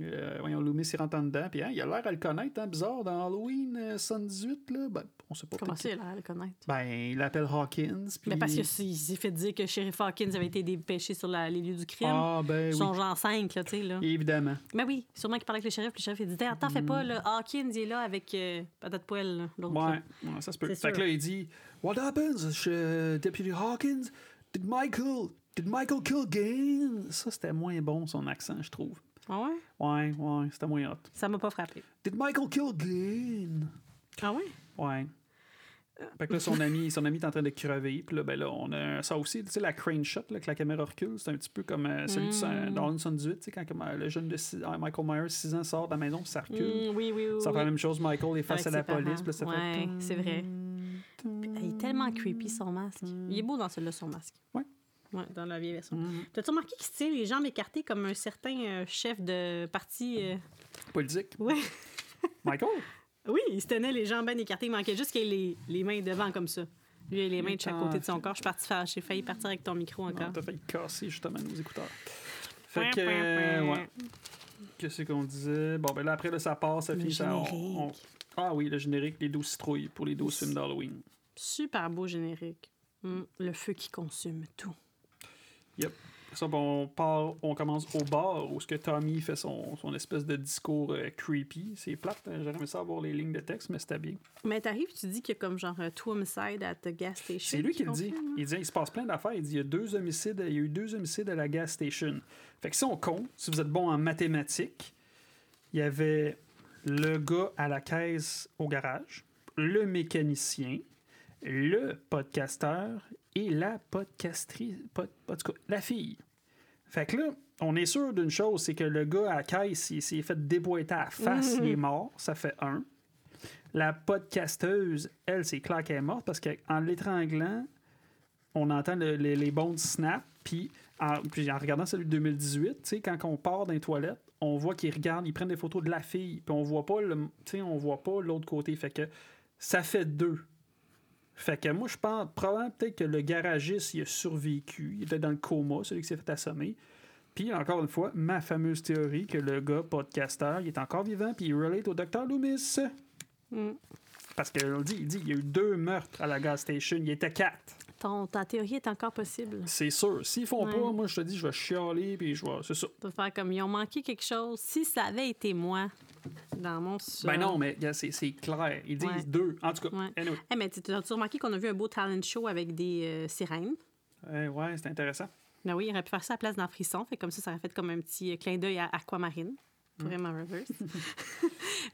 [SPEAKER 2] euh, voyons, Loomis, il rentre en dedans, puis hein, il a l'air à le connaître, hein, bizarre, dans Halloween euh, 118, là. Ben, on sait pas.
[SPEAKER 1] Comment
[SPEAKER 2] peut-être
[SPEAKER 1] ça, il a l'air de le connaître?
[SPEAKER 2] qu'il- Ben, il l'appelle Hawkins, puis.
[SPEAKER 1] Mais parce que c'est- il s'est fait dire que Sheriff Hawkins avait été dépêché sur la- les lieux du crime.
[SPEAKER 2] Ah, ben
[SPEAKER 1] Ils
[SPEAKER 2] oui.
[SPEAKER 1] sont genre cinq, là, tu sais, là.
[SPEAKER 2] Évidemment.
[SPEAKER 1] Mais oui, sûrement qu'il parlait avec le shérif, puis le shérif, il dit Attends,
[SPEAKER 2] Hmm.
[SPEAKER 1] fais pas, là, Hawkins, il est là avec euh, Patate Poêle, là, l'autre.
[SPEAKER 2] Ouais,
[SPEAKER 1] là.
[SPEAKER 2] ouais, ça se peut.
[SPEAKER 1] C'est
[SPEAKER 2] Fait que
[SPEAKER 1] sûr.
[SPEAKER 2] là, il dit What happens, euh, Deputy Hawkins? Did Michael, did Michael kill Gaines? Ça, c'était moins bon, son accent, je trouve.
[SPEAKER 1] Ah ouais?
[SPEAKER 2] Ouais, ouais, c'était moins hot.
[SPEAKER 1] Ça m'a pas frappé.
[SPEAKER 2] Did Michael kill Gaines?
[SPEAKER 1] Ah ouais?
[SPEAKER 2] Ouais. Fait que là, son ami, son ami est en train de crever. Puis là, ben là, on a ça aussi, tu sais, la crane shot, là, que la caméra recule. C'est un petit peu comme euh, celui de
[SPEAKER 1] Mm.
[SPEAKER 2] Sa- dans Halloween 18, tu sais, quand comme, euh, le jeune de six- euh, Michael Myers, 6 ans, sort de la maison, puis ça recule.
[SPEAKER 1] Mm, oui, oui, oui.
[SPEAKER 2] Ça fait la
[SPEAKER 1] oui.
[SPEAKER 2] même chose, Michael est
[SPEAKER 1] Avec
[SPEAKER 2] face à la
[SPEAKER 1] ses parents.
[SPEAKER 2] police, puis là, ça fait.
[SPEAKER 1] Ouais, c'est vrai.
[SPEAKER 2] Tum,
[SPEAKER 1] Il est tellement creepy, son masque. Il est beau dans celui-là, son masque.
[SPEAKER 2] Ouais.
[SPEAKER 1] Ouais, dans la vieille version. T'as-tu remarqué qu'il se tient les jambes écartées comme un certain euh, chef de parti? euh,
[SPEAKER 2] Politique.
[SPEAKER 1] Ouais.
[SPEAKER 2] Michael?
[SPEAKER 1] Oui, il se tenait les jambes bien écartées. Il manquait juste qu'il ait les, les mains devant comme ça. Lui, il a les mains de
[SPEAKER 2] Ah.
[SPEAKER 1] chaque côté de son corps. Je suis partie faire- j'ai failli partir avec ton micro (laughs) encore.
[SPEAKER 2] Non, Ah, T'as failli casser justement nos écouteurs. Fait que. euh, ouais. Qu'est-ce qu'on disait? Bon, ben là, après, là, ça part, ça
[SPEAKER 1] Le
[SPEAKER 2] finit. ça- on- on-
[SPEAKER 1] générique.
[SPEAKER 2] Ah oui, le générique, les 12 citrouilles pour les 12 films d'Halloween.
[SPEAKER 1] Super beau générique. Mm, Le feu qui consume tout.
[SPEAKER 2] Ça, bon, on part, on commence au bar où ce que Tommy fait son, son espèce de discours euh, creepy. C'est plate, hein, j'aurais aimé ça avoir les lignes de texte, mais c'était bien.
[SPEAKER 1] Mais t'arrives, tu dis qu'il y a comme genre un two homicide at the gas station.
[SPEAKER 2] C'est lui qui le
[SPEAKER 1] qu'on
[SPEAKER 2] dit.
[SPEAKER 1] fait, hein?
[SPEAKER 2] Il dit il se passe plein d'affaires. Il dit il y a deux homicides, il y a eu deux homicides à la gas station. Fait que si on compte, si vous êtes bon en mathématiques, il y avait le gars à la caisse au garage, le mécanicien, le podcasteur et la podcastrice, pod- en tout cas, la fille. Fait que là, on est sûr d'une chose, c'est que le gars à la caisse, il s'est fait déboîter à
[SPEAKER 1] (laughs)
[SPEAKER 2] la face, il est mort, ça fait un. La podcasteuse, elle, c'est clair qu'elle est morte parce qu'en l'étranglant, on entend le- le- les bons snap. Puis en, puis en regardant celui de 2018, tu sais, quand on part dans les toilettes, on voit qu'ils regardent, ils prennent des photos de la fille. Puis on voit pas le, tu sais, on voit pas l'autre côté. Fait que ça fait deux. Fait que moi, je pense probablement peut-être que le garagiste, il a survécu. Il était dans le coma, celui qui s'est fait assommer. Puis, encore une fois, ma fameuse théorie que le gars podcasteur, il est encore vivant, puis il relate au docteur Loomis.
[SPEAKER 1] Mm.
[SPEAKER 2] Parce qu'on le dit, il dit, il y a eu deux meurtres à la gas station, il était quatre.
[SPEAKER 1] Ton, ta théorie est encore possible.
[SPEAKER 2] C'est sûr. S'ils font
[SPEAKER 1] Ouais.
[SPEAKER 2] pas, moi, je te dis, je vais chialer, puis je vais... C'est ça.
[SPEAKER 1] Tu peux faire comme ils ont manqué quelque chose. Si ça avait été moi dans mon sol.
[SPEAKER 2] Ben non, mais gars, c'est c'est clair. Ils disent
[SPEAKER 1] Ouais.
[SPEAKER 2] deux. En tout cas,
[SPEAKER 1] Ouais.
[SPEAKER 2] anyway.
[SPEAKER 1] Eh, mais tu as remarqué qu'on a vu un beau talent show avec des euh, sirènes?
[SPEAKER 2] Eh ouais, c'est intéressant.
[SPEAKER 1] Ben oui, il aurait pu faire ça à la place d'un frisson. Fait comme ça, ça aurait fait comme un petit euh, clin d'œil à Aquamarine.
[SPEAKER 2] Hmm.
[SPEAKER 1] Pour Emma Rivers. (laughs)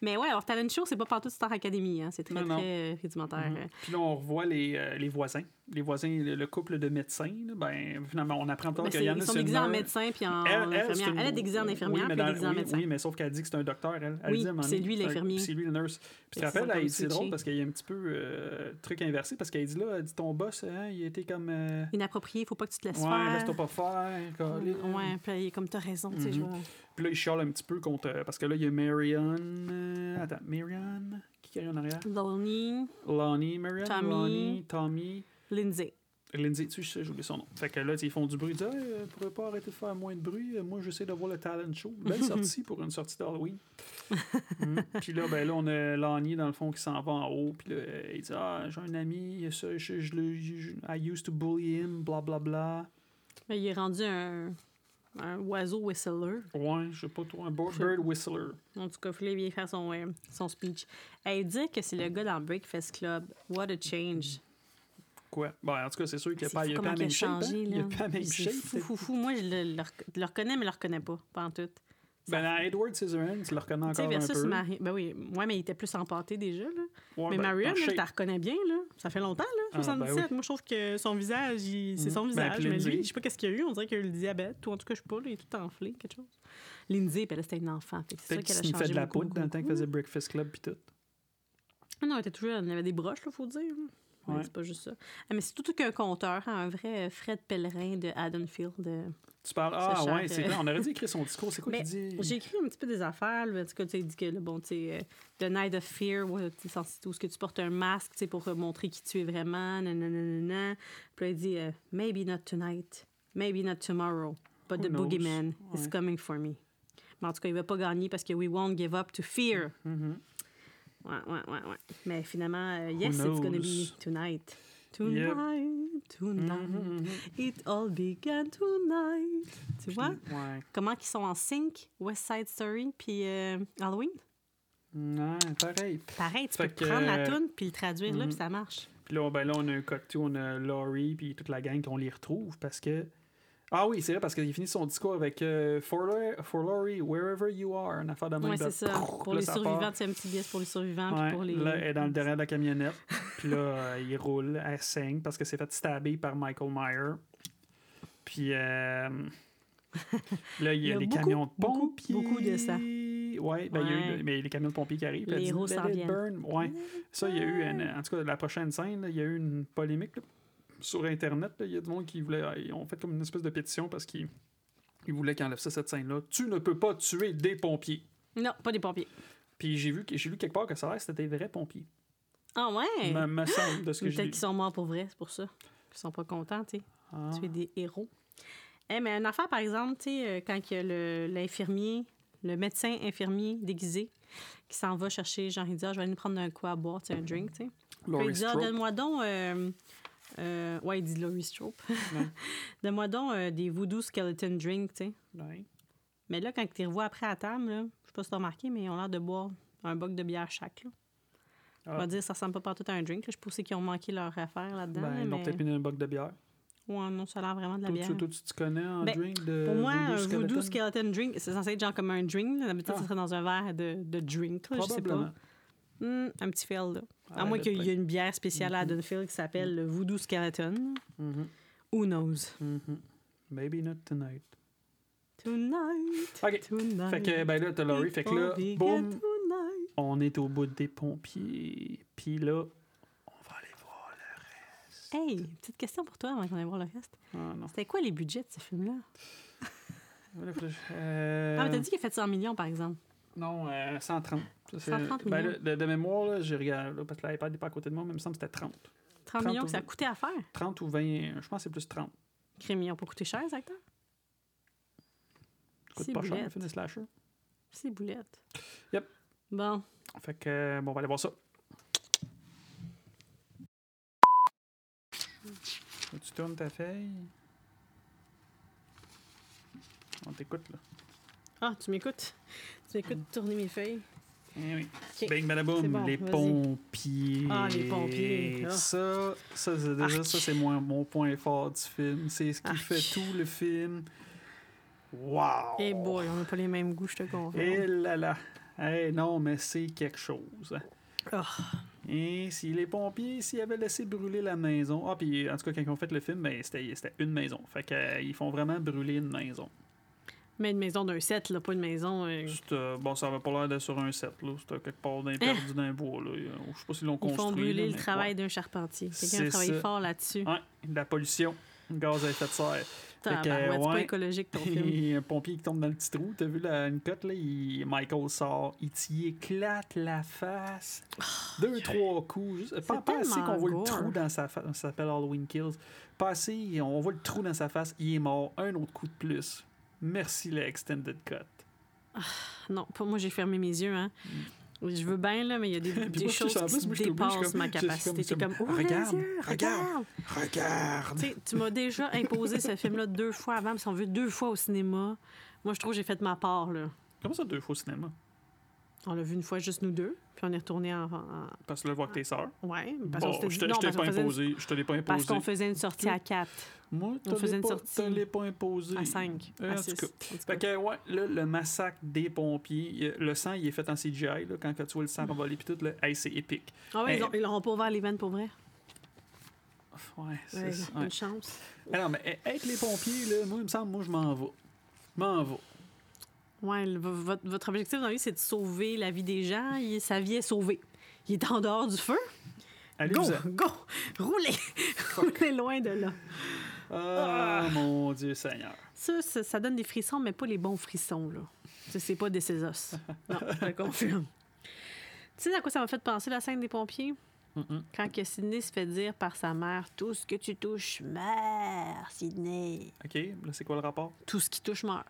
[SPEAKER 1] mais ouais, alors talent show, c'est pas partout Star Academy. Hein. C'est très,
[SPEAKER 2] Non, non.
[SPEAKER 1] très euh, rudimentaire.
[SPEAKER 2] Mhm. Puis là, on revoit les, euh, les voisins. Les voisins, le, le couple de médecins, là, ben, finalement, on apprend plus tard
[SPEAKER 1] Ben,
[SPEAKER 2] qu'il
[SPEAKER 1] c'est-
[SPEAKER 2] y en a
[SPEAKER 1] ils sont
[SPEAKER 2] c'est une
[SPEAKER 1] déguisés en
[SPEAKER 2] mère.
[SPEAKER 1] médecin puis en, en
[SPEAKER 2] c'est
[SPEAKER 1] infirmière.
[SPEAKER 2] une-
[SPEAKER 1] Elle est déguisée en infirmière
[SPEAKER 2] oui, mais
[SPEAKER 1] puis elle
[SPEAKER 2] dans-
[SPEAKER 1] est déguisée en
[SPEAKER 2] oui,
[SPEAKER 1] médecin.
[SPEAKER 2] Oui, mais sauf qu'elle dit que c'est un docteur, elle. Elle
[SPEAKER 1] Oui,
[SPEAKER 2] dit à un moment
[SPEAKER 1] c'est
[SPEAKER 2] donné,
[SPEAKER 1] lui,
[SPEAKER 2] un-
[SPEAKER 1] l'infirmier.
[SPEAKER 2] C'est lui le nurse. Puis tu te
[SPEAKER 1] Fait qu'ils
[SPEAKER 2] rappelles,
[SPEAKER 1] sont
[SPEAKER 2] elle,
[SPEAKER 1] comme
[SPEAKER 2] c'est drôle
[SPEAKER 1] switchés.
[SPEAKER 2] parce qu'il y a un petit peu euh, truc inversé parce qu'elle dit là, elle dit ton boss, hein, il était comme. euh,
[SPEAKER 1] Inapproprié, faut pas que tu te laisses
[SPEAKER 2] ouais,
[SPEAKER 1] faire.
[SPEAKER 2] laisse-toi pas Mhm. faire. câlin.
[SPEAKER 1] Ouais, puis elle est comme t'as raison, tu sais, je vois.
[SPEAKER 2] Puis là, il chiale un petit peu contre. euh, Parce que là, il y a Marion. euh, attends, Marion. Qui qu'il y a en arrière
[SPEAKER 1] Lonnie,
[SPEAKER 2] Lonnie, Marion.
[SPEAKER 1] Tommy.
[SPEAKER 2] Lonnie, Tommy.
[SPEAKER 1] Lindsay.
[SPEAKER 2] Lindsay, tu sais, j'ai oublié son nom. Fait que là, tu sais, ils font du bruit. Ils disent, Hey, euh, pourrais pas arrêter de faire moins de bruit. Euh, Moi, j'essaie de voir le talent show. Belle
[SPEAKER 1] (laughs)
[SPEAKER 2] sortie pour une sortie d'Halloween. Mm. Puis là, ben là, on a Lanier, dans le fond, qui s'en va en haut. Puis là, euh, il dit, ah, j'ai un ami, ça, je, je le- je- je- I used to bully him, bla bla bla.
[SPEAKER 1] Mais il est rendu un, un oiseau whistler.
[SPEAKER 2] Ouais, je sais pas trop, un bo-
[SPEAKER 1] Je-
[SPEAKER 2] bird whistler.
[SPEAKER 1] En tout cas, il fallait bien faire son, euh, son speech. Elle dit que c'est le gars dans Breakfast Club. What a change.
[SPEAKER 2] Quoi? Bon, en tout cas, c'est sûr qu'il n'y a
[SPEAKER 1] C'est
[SPEAKER 2] pas
[SPEAKER 1] fou
[SPEAKER 2] il y a
[SPEAKER 1] comment
[SPEAKER 2] pas la
[SPEAKER 1] il a
[SPEAKER 2] même shape. hein.
[SPEAKER 1] changé,
[SPEAKER 2] Il n'y a
[SPEAKER 1] là.
[SPEAKER 2] pas la même
[SPEAKER 1] C'est
[SPEAKER 2] shape.
[SPEAKER 1] fou, fou, fou. Moi, je le, le rec- le reconnais, mais je le reconnais pas, pas en tout.
[SPEAKER 2] Ben, à Edward Scissorhands, tu le reconnais
[SPEAKER 1] Tu sais,
[SPEAKER 2] encore un
[SPEAKER 1] versus
[SPEAKER 2] peu.
[SPEAKER 1] Mari- Ben oui, moi, mais il était plus empâté déjà, là.
[SPEAKER 2] Ouais,
[SPEAKER 1] mais
[SPEAKER 2] ben,
[SPEAKER 1] Marion,
[SPEAKER 2] dans
[SPEAKER 1] là, je
[SPEAKER 2] Shape.
[SPEAKER 1] la reconnais bien, là. Ça fait longtemps,
[SPEAKER 2] Ah,
[SPEAKER 1] là.
[SPEAKER 2] ben
[SPEAKER 1] 77.
[SPEAKER 2] oui.
[SPEAKER 1] Moi, je trouve que son visage, il- c'est son
[SPEAKER 2] Mhm. Ben,
[SPEAKER 1] visage.
[SPEAKER 2] puis
[SPEAKER 1] mais
[SPEAKER 2] Lindsay.
[SPEAKER 1] lui, je sais pas qu'est-ce qu'il y a eu. On dirait qu'il y a eu le diabète. Ou en tout cas, je sais pas, là, il est tout enflé, quelque chose. Lindsay, ben là, c'était une enfant. Fait que c'est sûr
[SPEAKER 2] Peut-être qu'il
[SPEAKER 1] qu'elle a
[SPEAKER 2] sniffait
[SPEAKER 1] changé
[SPEAKER 2] de la
[SPEAKER 1] beaucoup,
[SPEAKER 2] poudre dans le temps qu'il
[SPEAKER 1] beaucoup.
[SPEAKER 2] faisait Breakfast Club puis tout.
[SPEAKER 1] Ah Non, elle était toujours jeune. Elle avait des broches, là, faut dire. Mais
[SPEAKER 2] Ouais.
[SPEAKER 1] c'est pas juste ça. Ah, mais c'est tout qu'un conteur, hein, un vrai Fred Pellerin de Haddonfield. euh,
[SPEAKER 2] Tu parles,
[SPEAKER 1] Ça
[SPEAKER 2] ah
[SPEAKER 1] chante,
[SPEAKER 2] ouais, c'est
[SPEAKER 1] euh.
[SPEAKER 2] vrai, on aurait dû écrire son discours, c'est quoi
[SPEAKER 1] Mais
[SPEAKER 2] qu'il dit?
[SPEAKER 1] J'ai écrit un petit peu des affaires. Là. En tout cas, tu sais, il dit que le bon, tu sais, euh, The Night of Fear, ouais, tu sais, sans- où est-ce que tu portes un masque tu sais, pour euh, montrer qui tu es vraiment. nananana. Puis là, il dit euh, Maybe not tonight, maybe not tomorrow, but
[SPEAKER 2] Who
[SPEAKER 1] the
[SPEAKER 2] knows?
[SPEAKER 1] boogeyman is
[SPEAKER 2] Ouais.
[SPEAKER 1] coming for me. Mais en tout cas, il va pas gagner parce que we won't give up to fear.
[SPEAKER 2] Mhm.
[SPEAKER 1] Ouais, ouais, ouais, ouais. Mais finalement, euh, yes, it's gonna
[SPEAKER 2] knows?
[SPEAKER 1] be tonight. Tonight,
[SPEAKER 2] Yep.
[SPEAKER 1] tonight.
[SPEAKER 2] Mhm, mhm.
[SPEAKER 1] It all began tonight. Tu
[SPEAKER 2] Puis,
[SPEAKER 1] vois?
[SPEAKER 2] Ouais.
[SPEAKER 1] comment qu'ils sont en sync, West Side Story puis euh, Halloween.
[SPEAKER 2] Ouais, pareil.
[SPEAKER 1] Pareil, tu
[SPEAKER 2] Fait
[SPEAKER 1] peux
[SPEAKER 2] que- euh,
[SPEAKER 1] prendre la toune puis le traduire là
[SPEAKER 2] Mhm.
[SPEAKER 1] puis ça marche.
[SPEAKER 2] Puis là, ben là, on a un cocktail, on a Laurie, puis toute la gang qu'on les retrouve parce que. Ah oui, c'est vrai, parce qu'il finit son discours avec euh, for, Lau- for Laurie, wherever you are, une affaire de même
[SPEAKER 1] Ouais,
[SPEAKER 2] de-
[SPEAKER 1] c'est ça. Pour
[SPEAKER 2] Là,
[SPEAKER 1] les
[SPEAKER 2] ça
[SPEAKER 1] survivants,
[SPEAKER 2] part.
[SPEAKER 1] tu fais un petit biais pour les survivants puis
[SPEAKER 2] Ouais,
[SPEAKER 1] pour les.
[SPEAKER 2] Là, elle est dans le derrière de
[SPEAKER 1] (laughs)
[SPEAKER 2] la camionnette, puis là, euh, il roule, elle saigne parce qu'elle s'est fait stabber par Michael Meyer.
[SPEAKER 1] (laughs)
[SPEAKER 2] Puis euh, là, il
[SPEAKER 1] Il
[SPEAKER 2] y a,
[SPEAKER 1] y a
[SPEAKER 2] les
[SPEAKER 1] beaucoup,
[SPEAKER 2] camions de
[SPEAKER 1] beaucoup,
[SPEAKER 2] pompiers.
[SPEAKER 1] beaucoup de ça.
[SPEAKER 2] Ouais, ben, Il y a eu,
[SPEAKER 1] Ouais.
[SPEAKER 2] mais les camions de pompiers qui arrivent.
[SPEAKER 1] Les
[SPEAKER 2] elle dit,
[SPEAKER 1] héros
[SPEAKER 2] Let
[SPEAKER 1] s'en
[SPEAKER 2] it
[SPEAKER 1] viennent.
[SPEAKER 2] burn. Ouais. Ça, il y a eu, une- en tout cas, la prochaine scène, là, il y a eu une polémique là, sur Internet. là. Il y a du monde qui voulait. Ils ont fait comme une espèce de pétition parce qu'ils ils voulaient qu'ils enlèvent ça, cette scène-là. Tu ne peux pas tuer des pompiers.
[SPEAKER 1] Non, pas des pompiers.
[SPEAKER 2] Puis j'ai vu, j'ai lu quelque part que ça a l'air que c'était des vrais pompiers.
[SPEAKER 1] Ah ouais!
[SPEAKER 2] Me, me semble, de ce que j'ai
[SPEAKER 1] Peut-être
[SPEAKER 2] lu.
[SPEAKER 1] qu'ils sont morts pour vrai, c'est pour ça. Ils sont pas contents, tu sais.
[SPEAKER 2] Ah.
[SPEAKER 1] Tu es des héros. Eh, mais une affaire, par exemple, tu sais, euh, quand il y a le- l'infirmier, le, médecin infirmier déguisé qui s'en va chercher, genre, il dit Ah, je vais aller nous prendre un quoi à boire, tu sais, un drink, tu sais. Puis
[SPEAKER 2] Laurie
[SPEAKER 1] il dit, Ah,
[SPEAKER 2] Strode.
[SPEAKER 1] donne-moi donc. euh, euh, ouais, il dit Laurie Strope. (laughs) donne-moi donc euh, des voodoo skeleton drink, tu sais.
[SPEAKER 2] Ouais.
[SPEAKER 1] Mais là, quand tu les revois après à table, là, je sais pas si t'as remarqué, mais ils ont l'air de boire un boc de bière chaque. Là. On
[SPEAKER 2] Ah.
[SPEAKER 1] va dire, ça ressemble pas partout à un drink. là. Je pensais qu'ils ont manqué leur affaire là-dedans.
[SPEAKER 2] Ben,
[SPEAKER 1] là,
[SPEAKER 2] ils ont
[SPEAKER 1] mais...
[SPEAKER 2] peut-être mis un boc de bière.
[SPEAKER 1] Ouais, non, ça a l'air vraiment de la
[SPEAKER 2] Toi,
[SPEAKER 1] euh, bière.
[SPEAKER 2] tu, toi, tu te connais en
[SPEAKER 1] Ben,
[SPEAKER 2] drink de.
[SPEAKER 1] Pour moi, un
[SPEAKER 2] euh, voodoo
[SPEAKER 1] voodoo
[SPEAKER 2] skeleton?
[SPEAKER 1] skeleton drink, c'est censé être genre comme un drink. Là. D'habitude,
[SPEAKER 2] Ah.
[SPEAKER 1] ça serait dans un verre de, de drink. là, je sais
[SPEAKER 2] Probablement.
[SPEAKER 1] pas. Hmm, un petit fail, là.
[SPEAKER 2] Ah,
[SPEAKER 1] à moins
[SPEAKER 2] ben,
[SPEAKER 1] qu'il y ait
[SPEAKER 2] peut-être.
[SPEAKER 1] une bière spéciale
[SPEAKER 2] Mm-hmm.
[SPEAKER 1] à Dunfield qui s'appelle le Voodoo Skeleton.
[SPEAKER 2] Mhm,
[SPEAKER 1] Who knows?
[SPEAKER 2] mhm. Maybe not tonight.
[SPEAKER 1] Tonight.
[SPEAKER 2] OK.
[SPEAKER 1] Tonight.
[SPEAKER 2] Fait que, ben là, t'as Laurie. Fait que là,
[SPEAKER 1] Big
[SPEAKER 2] boum,
[SPEAKER 1] tonight.
[SPEAKER 2] on est au bout des pompiers. Puis là, on va aller voir le
[SPEAKER 1] Hey, petite question pour toi avant qu'on aille voir le reste.
[SPEAKER 2] Ah non.
[SPEAKER 1] C'était quoi les budgets de ce film-là?
[SPEAKER 2] Euh,
[SPEAKER 1] Ah, mais t'as dit qu'il a fait 100 millions, par exemple.
[SPEAKER 2] Non, euh, 130. Ça, c'est-
[SPEAKER 1] 130
[SPEAKER 2] ben,
[SPEAKER 1] millions.
[SPEAKER 2] là, de, de mémoire, là, j'ai regardé, là, parce que l'iPad n'est pas à côté de moi, mais il me semble que c'était 30.
[SPEAKER 1] 30,
[SPEAKER 2] 30
[SPEAKER 1] millions que ça a
[SPEAKER 2] ou-
[SPEAKER 1] coûté à faire.
[SPEAKER 2] 30 ou 20, je pense que c'est plus 30.
[SPEAKER 1] Crime, ils ont pas coûté cher, les acteurs.
[SPEAKER 2] Ça coûte
[SPEAKER 1] C'est
[SPEAKER 2] pas cher, un
[SPEAKER 1] boulette.
[SPEAKER 2] film de slasher.
[SPEAKER 1] C'est boulette.
[SPEAKER 2] Yep.
[SPEAKER 1] Bon.
[SPEAKER 2] Fait que, euh, bon, on va aller voir ça. Tu tournes ta feuille. On t'écoute, là.
[SPEAKER 1] Ah, tu m'écoutes? Tu m'écoutes tourner mes feuilles?
[SPEAKER 2] Eh oui.
[SPEAKER 1] Ok.
[SPEAKER 2] Bing, badaboum,
[SPEAKER 1] C'est bon,
[SPEAKER 2] les
[SPEAKER 1] vas-y.
[SPEAKER 2] pompiers.
[SPEAKER 1] Ah, les pompiers, ah.
[SPEAKER 2] Ça, ça c'est déjà
[SPEAKER 1] Arc.
[SPEAKER 2] ça, c'est mon, mon point fort du film. C'est ce qui
[SPEAKER 1] Arc.
[SPEAKER 2] fait tout le film. Wow!
[SPEAKER 1] Eh boy, on n'a pas les mêmes goûts, je te convainc.
[SPEAKER 2] Eh là là! Eh non, mais c'est quelque chose.
[SPEAKER 1] Ah.
[SPEAKER 2] Et si les pompiers, s'ils avaient laissé brûler la maison. Ah, puis en tout cas, quand ils ont fait le film, ben, c'était c'était une maison. Fait que, euh, ils font vraiment brûler une maison.
[SPEAKER 1] Mais une maison d'un set, là, pas une maison. euh,
[SPEAKER 2] C'est, euh, bon, ça avait pas l'air d'être sur un set, là. C'était quelque part d'un
[SPEAKER 1] Hein?
[SPEAKER 2] perdu d'un bois, là. Euh, Je sais pas s'ils l'ont
[SPEAKER 1] Ils
[SPEAKER 2] construit.
[SPEAKER 1] font brûler
[SPEAKER 2] là,
[SPEAKER 1] le
[SPEAKER 2] mais-
[SPEAKER 1] travail
[SPEAKER 2] ouais.
[SPEAKER 1] d'un charpentier. Quelqu'un
[SPEAKER 2] C'est
[SPEAKER 1] travaille
[SPEAKER 2] ça. Ah.
[SPEAKER 1] fort là-dessus.
[SPEAKER 2] Ouais, de la pollution, gaz à effet de serre.
[SPEAKER 1] Tabarouette, c'est pas
[SPEAKER 2] ouais.
[SPEAKER 1] écologique (laughs) ton
[SPEAKER 2] (laughs)
[SPEAKER 1] film.
[SPEAKER 2] Et un pompier qui tombe dans le petit trou, t'as vu la, une cote, là, il- Michael sort, il t'y éclate la face. Deux, trois coups. Juste, pas, pas assez
[SPEAKER 1] Oh, tellement
[SPEAKER 2] qu'on voit le
[SPEAKER 1] gore.
[SPEAKER 2] trou dans sa face, ça s'appelle Halloween Kills. Pas assez, on voit le trou dans sa face, il est mort. Un autre coup de plus. Merci la extended cut.
[SPEAKER 1] Non, pour moi, j'ai fermé mes yeux. Hein. Je veux bien, là, mais il y a des,
[SPEAKER 2] (laughs) Puis
[SPEAKER 1] des
[SPEAKER 2] moi, je
[SPEAKER 1] choses
[SPEAKER 2] suis en
[SPEAKER 1] qui
[SPEAKER 2] plus, moi, je suis obligé, je suis
[SPEAKER 1] dépassent
[SPEAKER 2] comme-
[SPEAKER 1] ma
[SPEAKER 2] je suis
[SPEAKER 1] capacité. T'es
[SPEAKER 2] comme-
[SPEAKER 1] comme, Ouvre les
[SPEAKER 2] Regarde,
[SPEAKER 1] yeux,
[SPEAKER 2] regarde.
[SPEAKER 1] regarde.
[SPEAKER 2] Regarde!
[SPEAKER 1] Tu sais, tu m'as
[SPEAKER 2] (laughs)
[SPEAKER 1] déjà imposé ce film-là deux fois avant, parce qu'on veut deux fois au cinéma. Moi, je trouve que j'ai fait ma part, là.
[SPEAKER 2] Comment ça, deux fois au cinéma?
[SPEAKER 1] On l'a vu une fois juste nous deux, puis on est retourné en. en-
[SPEAKER 2] Parce que là, voir que tes sœurs.
[SPEAKER 1] Ouais, parce qu'on
[SPEAKER 2] Bon,
[SPEAKER 1] s'était
[SPEAKER 2] je
[SPEAKER 1] dit-
[SPEAKER 2] te,
[SPEAKER 1] non,
[SPEAKER 2] je te l'ai
[SPEAKER 1] parce
[SPEAKER 2] pas
[SPEAKER 1] qu'on faisait une-
[SPEAKER 2] imposé. Je te l'ai pas
[SPEAKER 1] parce
[SPEAKER 2] imposé.
[SPEAKER 1] qu'on faisait une sortie à quatre,
[SPEAKER 2] Moi,
[SPEAKER 1] on
[SPEAKER 2] te l'ai
[SPEAKER 1] faisait une
[SPEAKER 2] pas-
[SPEAKER 1] sortie.
[SPEAKER 2] te l'ai pas imposé.
[SPEAKER 1] à cinq,
[SPEAKER 2] Euh, en
[SPEAKER 1] à
[SPEAKER 2] tout
[SPEAKER 1] six.
[SPEAKER 2] cas.
[SPEAKER 1] En tout cas.
[SPEAKER 2] Fait que, ouais, là, le massacre des pompiers, il y a- le sang, il est fait en CGI, là, quand que tu vois le sang envolé, puis tout, là, hey, c'est épique.
[SPEAKER 1] Ah ouais,
[SPEAKER 2] Hey.
[SPEAKER 1] ils ont- ils l'auront pas ouvert les vannes pour vrai.
[SPEAKER 2] Ouais, c'est
[SPEAKER 1] Ouais,
[SPEAKER 2] ça, ouais.
[SPEAKER 1] Une chance.
[SPEAKER 2] Ah non, mais eh, être les pompiers, là, moi, il me semble, moi, je m'en vais. Je m'en vais.
[SPEAKER 1] Ouais, le- vo- votre, votre objectif dans la vie, c'est de sauver la vie des gens. Il- sa vie est sauvée. Il est en dehors du feu.
[SPEAKER 2] Allez,
[SPEAKER 1] Go,
[SPEAKER 2] vous
[SPEAKER 1] go, roulez, (laughs) roulez loin de là.
[SPEAKER 2] Ah, mon Dieu Seigneur.
[SPEAKER 1] Ça, ça, ça donne des frissons, mais pas les bons frissons, là. Ça, C'est pas de ses
[SPEAKER 2] (laughs)
[SPEAKER 1] os. Non, je le confirme. Tu sais à quoi ça m'a fait penser, la scène des pompiers? Quand que Sidney se fait dire par sa mère « Tout ce que tu touches meurt, Sidney.
[SPEAKER 2] OK, là, c'est quoi le rapport? »
[SPEAKER 1] Tout ce qui touche meurt.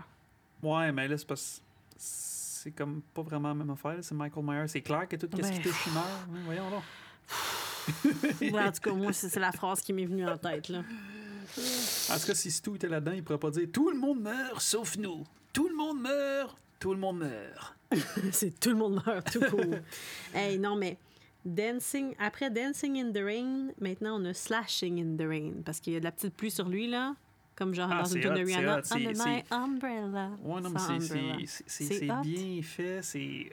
[SPEAKER 2] Ouais, mais là, c'est parce c'est comme pas vraiment la même affaire. là. C'est Michael Myers. C'est clair que tout ce
[SPEAKER 1] Ben.
[SPEAKER 2] qui touche, il meurt. Ouais, Voyons donc.
[SPEAKER 1] Ouais, en tout cas, moi, c'est c'est la phrase qui m'est venue en tête, là.
[SPEAKER 2] En tout cas, si Stu était là-dedans, il pourrait pas dire « Tout le monde meurt, sauf nous. Tout le monde meurt. Tout le monde meurt.
[SPEAKER 1] (laughs) C'est tout le monde meurt tout court. (laughs) hey, non, mais dancing, après Dancing in the Rain, maintenant on a Slashing in the Rain parce qu'il y a de la petite pluie sur lui, là. Comme genre
[SPEAKER 2] Ah,
[SPEAKER 1] dans une
[SPEAKER 2] c'est
[SPEAKER 1] tune de
[SPEAKER 2] hot, c'est
[SPEAKER 1] Rihanna.
[SPEAKER 2] hot, c'est-
[SPEAKER 1] Under
[SPEAKER 2] c'est-
[SPEAKER 1] my umbrella. »
[SPEAKER 2] Ouais, non, mais
[SPEAKER 1] Sans
[SPEAKER 2] c'est-
[SPEAKER 1] umbrella.
[SPEAKER 2] c'est- c'est- c'est
[SPEAKER 1] C'est
[SPEAKER 2] c'est
[SPEAKER 1] hot.
[SPEAKER 2] bien fait. C'est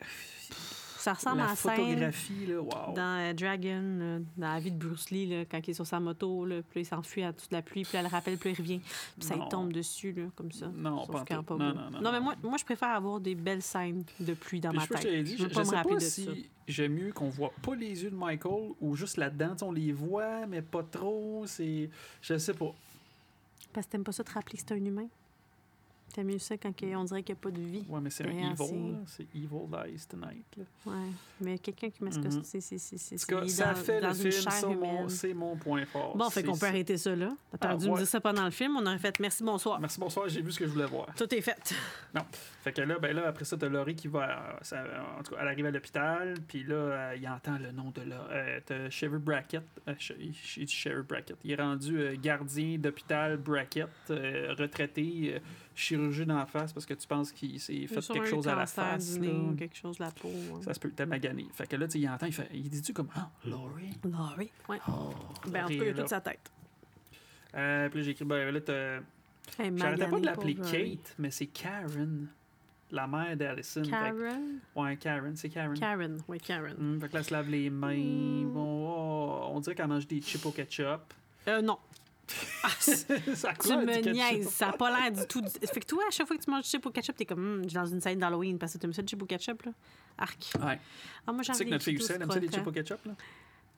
[SPEAKER 1] Ça ressemble à
[SPEAKER 2] la
[SPEAKER 1] la scène
[SPEAKER 2] photographie, là. Wow.
[SPEAKER 1] dans euh, Dragon, là, dans la vie de Bruce Lee, là, quand il est sur sa moto, là, puis là, il s'enfuit à toute la pluie, puis elle le rappelle, puis il revient. Puis ça il
[SPEAKER 2] Non.
[SPEAKER 1] tombe dessus, là, comme ça.
[SPEAKER 2] Non,
[SPEAKER 1] Sauf
[SPEAKER 2] pas, en
[SPEAKER 1] qu'en pas
[SPEAKER 2] tout. non,
[SPEAKER 1] beau.
[SPEAKER 2] non, non,
[SPEAKER 1] mais
[SPEAKER 2] non.
[SPEAKER 1] moi, moi, je préfère avoir des belles scènes de pluie dans
[SPEAKER 2] Puis
[SPEAKER 1] ma
[SPEAKER 2] je sais pas
[SPEAKER 1] tête.
[SPEAKER 2] si j'avais dit,
[SPEAKER 1] je veux
[SPEAKER 2] je-
[SPEAKER 1] pas
[SPEAKER 2] je
[SPEAKER 1] me
[SPEAKER 2] sais
[SPEAKER 1] rappeler
[SPEAKER 2] pas
[SPEAKER 1] de
[SPEAKER 2] si
[SPEAKER 1] ça.
[SPEAKER 2] j'aime mieux qu'on voit pas les yeux de Michael ou juste là-dedans, tu sais, on les voit, mais pas trop. C'est. Je sais pas.
[SPEAKER 1] Parce que t'aimes pas ça te rappeler que c'est un humain. T'aimes mieux ça quand que- on dirait qu'il n'y a pas de vie.
[SPEAKER 2] Ouais, mais c'est un
[SPEAKER 1] D'ailleurs,
[SPEAKER 2] evil, là. C'est Evil Dies Tonight, là.
[SPEAKER 1] Ouais. Mais quelqu'un qui masque
[SPEAKER 2] Mhm.
[SPEAKER 1] c'est, c'est, c'est, c'est,
[SPEAKER 2] En tout cas,
[SPEAKER 1] il est
[SPEAKER 2] ça
[SPEAKER 1] dans,
[SPEAKER 2] fait
[SPEAKER 1] dans
[SPEAKER 2] le
[SPEAKER 1] une
[SPEAKER 2] film,
[SPEAKER 1] chair
[SPEAKER 2] ça, mon-
[SPEAKER 1] humaine.
[SPEAKER 2] c'est mon point fort.
[SPEAKER 1] Bon, fait
[SPEAKER 2] C'est
[SPEAKER 1] qu'on peut
[SPEAKER 2] ça.
[SPEAKER 1] arrêter ça là. T'as
[SPEAKER 2] Ah,
[SPEAKER 1] dû me
[SPEAKER 2] ouais.
[SPEAKER 1] dire ça pendant le film, on aurait fait merci, bonsoir.
[SPEAKER 2] Merci, bonsoir, j'ai vu ce que je voulais voir.
[SPEAKER 1] Tout est fait.
[SPEAKER 2] Fait que là, ben là après ça, t'as Laurie qui va. euh, ça- euh, en tout cas, elle arrive à l'hôpital, puis là, euh, il entend le nom de Laurie. euh, t'as Chevy Brackett. euh, Che- il- il dit Chevy Brackett. Il est rendu euh, gardien d'hôpital Brackett, euh, retraité, euh, chirurgien d'en face, parce que tu penses qu'il s'est fait
[SPEAKER 1] Sur
[SPEAKER 2] quelque
[SPEAKER 1] un
[SPEAKER 2] chose à la
[SPEAKER 1] cancer
[SPEAKER 2] face.
[SPEAKER 1] du nez
[SPEAKER 2] là.
[SPEAKER 1] ou quelque chose de la peau. hein.
[SPEAKER 2] Ça se peut, t'as magané. Fait que là, tu sais, il entend, il, fait, il dit-tu comme Ah, Laurie
[SPEAKER 1] Laurie. Ouais.
[SPEAKER 2] Oh,
[SPEAKER 1] Ben, un
[SPEAKER 2] Laurie
[SPEAKER 1] peu, il
[SPEAKER 2] est
[SPEAKER 1] a toute
[SPEAKER 2] là.
[SPEAKER 1] sa tête.
[SPEAKER 2] Euh, Puis là, j'ai écrit Ben là, t'as.
[SPEAKER 1] Elle est
[SPEAKER 2] J'arrêtais pas
[SPEAKER 1] maganée,
[SPEAKER 2] de l'appeler
[SPEAKER 1] pauvre Laurie.
[SPEAKER 2] Kate, mais c'est Karen, la mère d'Allison. Fait que-
[SPEAKER 1] Karen.
[SPEAKER 2] Ouais, Karen, c'est Karen.
[SPEAKER 1] Karen. Oui, Karen.
[SPEAKER 2] Hum, fait que là, elle se lave les mains.
[SPEAKER 1] Mm.
[SPEAKER 2] Bon, oh, on dirait qu'elle mange des chips au ketchup.
[SPEAKER 1] Euh, non.
[SPEAKER 2] (laughs)
[SPEAKER 1] Ah, c'est-
[SPEAKER 2] ça
[SPEAKER 1] Tu
[SPEAKER 2] coule du
[SPEAKER 1] me
[SPEAKER 2] ketchup.
[SPEAKER 1] niaises, ça n'a pas l'air du (laughs) tout. du- Fait que toi, à chaque fois que tu manges du chip au ketchup, t'es comme, Hum, je suis dans une scène d'Halloween parce que t'aimes ça le chip au ketchup, là. Arc.
[SPEAKER 2] Ouais.
[SPEAKER 1] Ah, moi,
[SPEAKER 2] Tu
[SPEAKER 1] j'en
[SPEAKER 2] sais que
[SPEAKER 1] ai
[SPEAKER 2] notre fille
[SPEAKER 1] tout
[SPEAKER 2] Hussein elle aime ça des chips
[SPEAKER 1] croquant.
[SPEAKER 2] au ketchup, là?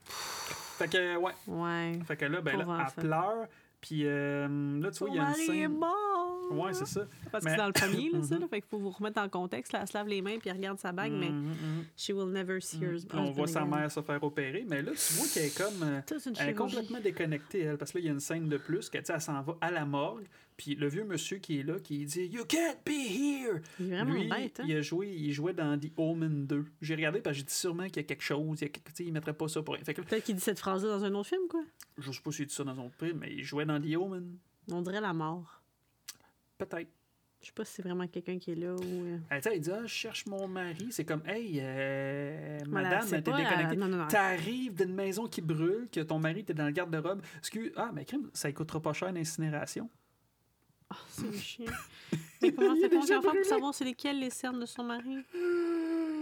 [SPEAKER 2] Fait que, ouais.
[SPEAKER 1] Ouais.
[SPEAKER 2] Fait que là, ben,
[SPEAKER 1] Pauvre
[SPEAKER 2] là,
[SPEAKER 1] enfant.
[SPEAKER 2] elle pleure. Puis euh, là, tu vois, il y a une scène.
[SPEAKER 1] mort!
[SPEAKER 2] Ouais, c'est ça.
[SPEAKER 1] Parce que
[SPEAKER 2] Mais-
[SPEAKER 1] c'est dans le premier, là,
[SPEAKER 2] (laughs)
[SPEAKER 1] ça, là. Fait qu'il faut vous remettre en contexte, là. Elle se lave les mains puis elle regarde sa bague, mais
[SPEAKER 2] Hum, hum,
[SPEAKER 1] she will never see
[SPEAKER 2] hum.
[SPEAKER 1] her.
[SPEAKER 2] Puis on voit sa mère se faire opérer. Mais là, tu vois qu'elle est comme. euh,
[SPEAKER 1] Ça, c'est une
[SPEAKER 2] Elle est
[SPEAKER 1] chirurgie.
[SPEAKER 2] complètement déconnectée, elle, parce que là, il y a une scène de plus que, tu sais, elle s'en va à la morgue, puis le vieux monsieur qui est là, qui dit « You can't be here!
[SPEAKER 1] Il » est vraiment
[SPEAKER 2] Lui,
[SPEAKER 1] bête, hein.
[SPEAKER 2] il, a joué, il jouait dans The Omen 2. J'ai regardé, parce que j'ai dit sûrement qu'il y a quelque chose, il, y a quelque- tu sais, il mettrait pas ça pour rien. Fait que là,
[SPEAKER 1] Peut-être qu'il dit cette phrase-là dans un autre film, quoi.
[SPEAKER 2] je sais pas s'il a dit ça dans son prix, mais il jouait dans The Omen.
[SPEAKER 1] On dirait la mort.
[SPEAKER 2] Peut-être.
[SPEAKER 1] Je sais pas si c'est vraiment quelqu'un qui est là ou. euh,
[SPEAKER 2] Elle, tu sais, elle dit Ah, je cherche mon mari. » C'est comme « Hey, euh,
[SPEAKER 1] voilà,
[SPEAKER 2] madame,
[SPEAKER 1] c'est
[SPEAKER 2] t'es
[SPEAKER 1] pas, euh,
[SPEAKER 2] déconnectée.
[SPEAKER 1] Non, non, non.
[SPEAKER 2] T'arrives d'une maison qui brûle, que ton mari était dans le garde-robe. Excuse, ah, mais crime, ça coûtera pas cher l'incinération.
[SPEAKER 1] Ah, c'est
[SPEAKER 2] (laughs)
[SPEAKER 1] chiant. Mais comment
[SPEAKER 2] Il
[SPEAKER 1] c'est
[SPEAKER 2] est
[SPEAKER 1] qu'on
[SPEAKER 2] déjà
[SPEAKER 1] va faire pour
[SPEAKER 2] brûlé.
[SPEAKER 1] savoir c'est lesquelles les cernes de son mari?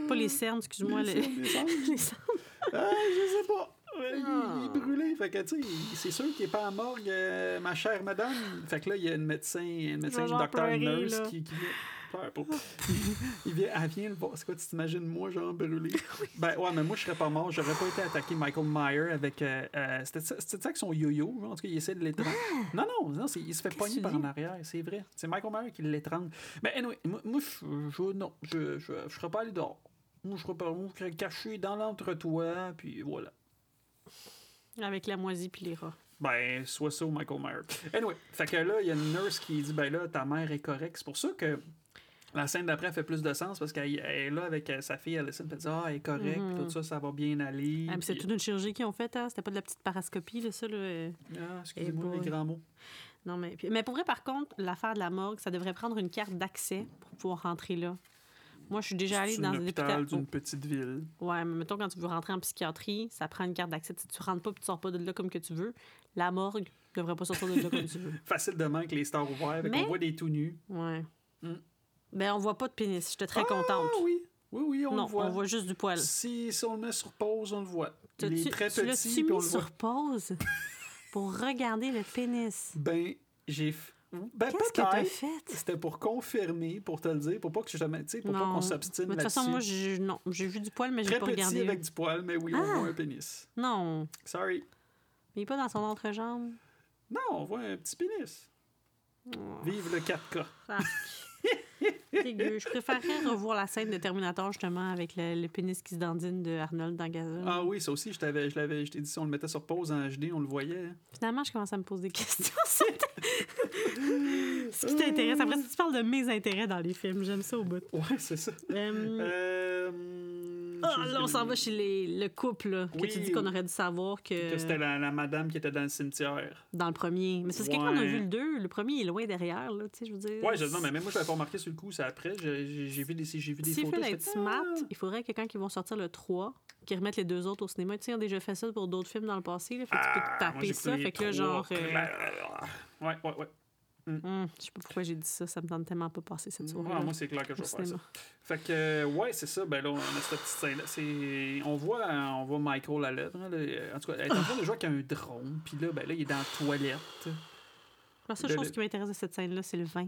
[SPEAKER 1] Pas les cernes, excuse-moi.
[SPEAKER 2] Mm. Les
[SPEAKER 1] les-
[SPEAKER 2] cernes, les
[SPEAKER 1] (laughs)
[SPEAKER 2] cernes.
[SPEAKER 1] les cernes.
[SPEAKER 2] (laughs) Ah, je sais pas. Euh, Il, il est
[SPEAKER 1] Ah.
[SPEAKER 2] brûlé. Fait que, tu sais, il- c'est sûr qu'il est pas en morgue, euh, ma chère madame. Fait que là, il y a une médecin, une médecin,
[SPEAKER 1] genre
[SPEAKER 2] docteur,
[SPEAKER 1] pleurer,
[SPEAKER 2] nurse
[SPEAKER 1] là.
[SPEAKER 2] qui, qui vient. Pleure pas. (laughs) il vient, elle vient le voir. C'est quoi, tu t'imagines, moi, genre brûlé? ben, ouais, mais moi, je serais pas mort. J'aurais pas été attaqué Michael Myers avec. euh, euh, C'était ça c'était ça avec son yo-yo. genre, En tout cas, il essaie de l'étrangler. non, non, non, c'est- il se fait
[SPEAKER 1] Ah! Qu'est-ce que
[SPEAKER 2] pogner
[SPEAKER 1] tu
[SPEAKER 2] par
[SPEAKER 1] dis?
[SPEAKER 2] en arrière. C'est vrai. C'est Michael Myers qui l'étrangle. Mais, anyway, moi, moi, je, je- Non, je, je, je serais pas allé dehors. Moi, je serais pas moi, je serais caché dans l'entretoit, puis voilà.
[SPEAKER 1] Avec la moisie puis les rats.
[SPEAKER 2] Ben, soit ça ou Michael Myers. Anyway, fait que là, il y a une nurse qui dit, ben là, ta mère est correcte. C'est pour ça que la scène d'après fait plus de sens parce qu'elle elle est là avec euh, sa fille Alison, puis elle dit, ah, elle est correcte,
[SPEAKER 1] Mhm.
[SPEAKER 2] puis tout ça, ça va bien aller.
[SPEAKER 1] Ah, mais c'est
[SPEAKER 2] puis-
[SPEAKER 1] toute une chirurgie qu'ils ont faite, hein? C'était pas de la petite parascopie, là, ça, là. euh.
[SPEAKER 2] Ah, excusez-moi
[SPEAKER 1] Eh
[SPEAKER 2] les
[SPEAKER 1] boy.
[SPEAKER 2] grands mots.
[SPEAKER 1] Non, mais, puis- mais pour vrai, par contre, l'affaire de la morgue, ça devrait prendre une carte d'accès pour pouvoir rentrer là. Moi, je suis déjà allée
[SPEAKER 2] C'est
[SPEAKER 1] dans
[SPEAKER 2] un
[SPEAKER 1] un
[SPEAKER 2] hôpital
[SPEAKER 1] hôpital.
[SPEAKER 2] d'une petite ville.
[SPEAKER 1] Ouais, mais mettons, quand tu veux rentrer en psychiatrie, ça prend une carte d'accès. Si tu rentres pas et tu sors pas de là comme que tu veux, la morgue devrait pas sortir de là comme tu
[SPEAKER 2] (laughs)
[SPEAKER 1] veux.
[SPEAKER 2] Facile demain avec les stars ouverts,
[SPEAKER 1] Mais-
[SPEAKER 2] on voit des tout nus.
[SPEAKER 1] Ouais.
[SPEAKER 2] Mm.
[SPEAKER 1] Ben, on voit pas de pénis. J'étais très
[SPEAKER 2] Ah,
[SPEAKER 1] contente.
[SPEAKER 2] Ah oui, oui, oui, on
[SPEAKER 1] non,
[SPEAKER 2] le voit.
[SPEAKER 1] on voit juste du poil.
[SPEAKER 2] Si, si on le met sur pause, on le voit. Il
[SPEAKER 1] T'as-tu-
[SPEAKER 2] est très
[SPEAKER 1] tu
[SPEAKER 2] petit,
[SPEAKER 1] l'as-tu
[SPEAKER 2] puis on le
[SPEAKER 1] mis
[SPEAKER 2] voit.
[SPEAKER 1] sur pause pour regarder le pénis?
[SPEAKER 2] Ben, j'ai... f- Ben,
[SPEAKER 1] Qu'est-ce que t'as
[SPEAKER 2] peut-être.
[SPEAKER 1] fait?
[SPEAKER 2] C'était pour confirmer, pour te le dire, pour pas que jamais, tu sais, pour pas
[SPEAKER 1] Non.
[SPEAKER 2] qu'on
[SPEAKER 1] Mais
[SPEAKER 2] s'obstine
[SPEAKER 1] De toute
[SPEAKER 2] là-dessus.
[SPEAKER 1] façon, moi, j'ai non, j'ai vu du poil, mais j'ai
[SPEAKER 2] Très
[SPEAKER 1] pas
[SPEAKER 2] petit
[SPEAKER 1] regardé.
[SPEAKER 2] avec du poil, mais oui, on
[SPEAKER 1] Ah.
[SPEAKER 2] voit un pénis.
[SPEAKER 1] Non,
[SPEAKER 2] Sorry.
[SPEAKER 1] mais il est pas dans son
[SPEAKER 2] (laughs)
[SPEAKER 1] entrejambe.
[SPEAKER 2] Non, on voit un petit pénis.
[SPEAKER 1] Oh,
[SPEAKER 2] Vive le 4K.
[SPEAKER 1] fuck. Dégueu. Je préférerais revoir la scène de Terminator, justement, avec le, le pénis qui se dandine de Arnold dans Gaza.
[SPEAKER 2] Ah oui, ça aussi, je t'avais, je l'avais, je t'ai dit, si on le mettait sur pause en HD, on le voyait. hein.
[SPEAKER 1] Finalement, je commence à me poser des questions. sur ta- Ce qui t'intéresse. Après, si tu parles de mes intérêts dans les films, j'aime ça au bout.
[SPEAKER 2] Ouais, c'est ça.
[SPEAKER 1] Euh,
[SPEAKER 2] Euh,
[SPEAKER 1] ah,
[SPEAKER 2] je-
[SPEAKER 1] là, on s'en va chez les, le couple, là, que
[SPEAKER 2] Oui,
[SPEAKER 1] tu dis qu'on aurait dû savoir
[SPEAKER 2] Que c'était
[SPEAKER 1] que
[SPEAKER 2] la, la madame qui était dans le cimetière.
[SPEAKER 1] dans le premier. Mais c'est parce que quand on a
[SPEAKER 2] Ouais.
[SPEAKER 1] vu le deux, le premier est loin derrière, là, tu sais, je veux dire.
[SPEAKER 2] Ouais, je, non, mais même moi, je l'avais pas remarqué sur le coup, c'est après. J'ai, j'ai- j'ai vu des, j'ai vu des
[SPEAKER 1] S'il
[SPEAKER 2] photos.
[SPEAKER 1] fallait
[SPEAKER 2] j'ai
[SPEAKER 1] être
[SPEAKER 2] fait,
[SPEAKER 1] smart,
[SPEAKER 2] Ah!
[SPEAKER 1] il faudrait que quand ils vont sortir le 3, qu'ils remettent les deux autres au cinéma. Tu sais, ils ont déjà fait ça pour d'autres films dans le passé. Là, fait que tu peux
[SPEAKER 2] Ah, moi,
[SPEAKER 1] taper
[SPEAKER 2] j'ai
[SPEAKER 1] ça.
[SPEAKER 2] pris
[SPEAKER 1] Fait que là,
[SPEAKER 2] trois.
[SPEAKER 1] genre. euh,
[SPEAKER 2] Ouais, ouais, ouais.
[SPEAKER 1] hum, je sais pas pourquoi j'ai dit ça. Ça me tente tellement pas passer cette soirée.
[SPEAKER 2] Ah, moi, c'est clair que je vais faire ça.
[SPEAKER 1] cinéma.
[SPEAKER 2] Fait que, euh, ouais, c'est ça. Ben là, on a cette petite scène-là. C'est- On voit, euh, on voit Michael à l'œuvre. hein, là. En tout cas, elle est en train
[SPEAKER 1] Ah.
[SPEAKER 2] de jouer avec un drone. Puis là, ben là, il est dans la toilette.
[SPEAKER 1] La seule
[SPEAKER 2] Le-
[SPEAKER 1] chose
[SPEAKER 2] le-
[SPEAKER 1] qui m'intéresse de cette scène-là, c'est le vin.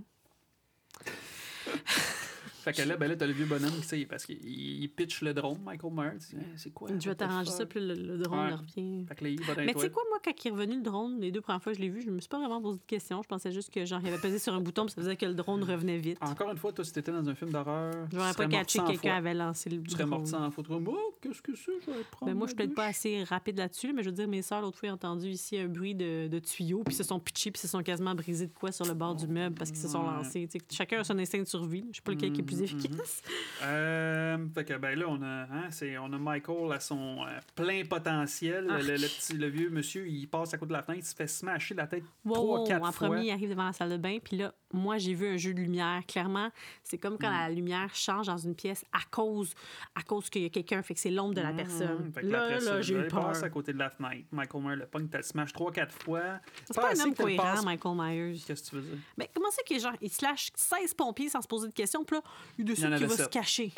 [SPEAKER 2] Fait que là, ben là, t'as le vieux bonhomme qui, tu sais, parce qu'il il pitch le drone, Michael Myers. Il dit, Hey, C'est quoi?
[SPEAKER 1] Je vais
[SPEAKER 2] what the
[SPEAKER 1] t'arranger ça,
[SPEAKER 2] fuck?
[SPEAKER 1] puis le, le drone
[SPEAKER 2] Ouais.
[SPEAKER 1] revient.
[SPEAKER 2] Fait que là, il va dans
[SPEAKER 1] Mais
[SPEAKER 2] les
[SPEAKER 1] tu sais
[SPEAKER 2] toilettes.
[SPEAKER 1] quoi, moi, quand il est revenu le drone, les deux premières fois que je l'ai vu, je me suis pas vraiment posé de questions. Je pensais juste que, genre, il avait pesé sur un bouton, puis ça faisait que le drone revenait vite.
[SPEAKER 2] Encore une fois, toi, si t'étais dans un film d'horreur, Hmm. tu
[SPEAKER 1] J'aurais pas
[SPEAKER 2] serais morte
[SPEAKER 1] catché que
[SPEAKER 2] 100
[SPEAKER 1] quelqu'un
[SPEAKER 2] fois.
[SPEAKER 1] avait lancé le
[SPEAKER 2] Tu serais
[SPEAKER 1] drone.
[SPEAKER 2] morte sans faute. Oh, qu'est-ce que c'est? Je vais prendre.
[SPEAKER 1] Ben moi, je suis
[SPEAKER 2] ma
[SPEAKER 1] peut-être pas
[SPEAKER 2] douche.
[SPEAKER 1] assez rapide là-dessus, mais je veux dire, mes sœurs, l'autre fois, ont entendu ici un bruit de, de tuyaux, puis se sont pitchés, puis se sont quasiment brisés de quoi sur le bord du meuble parce qu'ils se sont
[SPEAKER 2] Ouais.
[SPEAKER 1] lancés. Tu sais, chacun a son instinct de survie. là. Je sais pas lequel qui est plus
[SPEAKER 2] Mhm, mhm.
[SPEAKER 1] efficace.
[SPEAKER 2] Euh, fait que ben là, on a, hein, c'est, on a Michael à son euh, plein potentiel.
[SPEAKER 1] Arc.
[SPEAKER 2] Le, le petit, le vieux monsieur, il passe à côté de la fenêtre, il se fait smasher la tête
[SPEAKER 1] Wow,
[SPEAKER 2] trois,
[SPEAKER 1] wow,
[SPEAKER 2] quatre
[SPEAKER 1] en
[SPEAKER 2] fois.
[SPEAKER 1] premier, il arrive devant la salle de bain, puis là, moi, j'ai vu un jeu de lumière. Clairement, c'est comme
[SPEAKER 2] Hmm.
[SPEAKER 1] quand la lumière change dans une pièce à cause, à cause qu'il y a quelqu'un, fait que c'est l'ombre de la
[SPEAKER 2] Mhm.
[SPEAKER 1] personne.
[SPEAKER 2] Fait que
[SPEAKER 1] Là,
[SPEAKER 2] après
[SPEAKER 1] là,
[SPEAKER 2] ça,
[SPEAKER 1] j'ai
[SPEAKER 2] là,
[SPEAKER 1] eu
[SPEAKER 2] il
[SPEAKER 1] peur.
[SPEAKER 2] passe à côté de la fenêtre. Michael Myers le pogne, t'as le smash trois, quatre fois.
[SPEAKER 1] C'est pas un
[SPEAKER 2] assez
[SPEAKER 1] homme
[SPEAKER 2] que t'as le
[SPEAKER 1] cohérent,
[SPEAKER 2] passe-
[SPEAKER 1] Michael Myers.
[SPEAKER 2] Qu'est-ce que tu veux dire?
[SPEAKER 1] Mais comment ça que genre, il se lâche 16 pompiers sans se poser de questions, puis là, il décide
[SPEAKER 2] en
[SPEAKER 1] qu'il
[SPEAKER 2] avait
[SPEAKER 1] va se
[SPEAKER 2] sept.
[SPEAKER 1] cacher.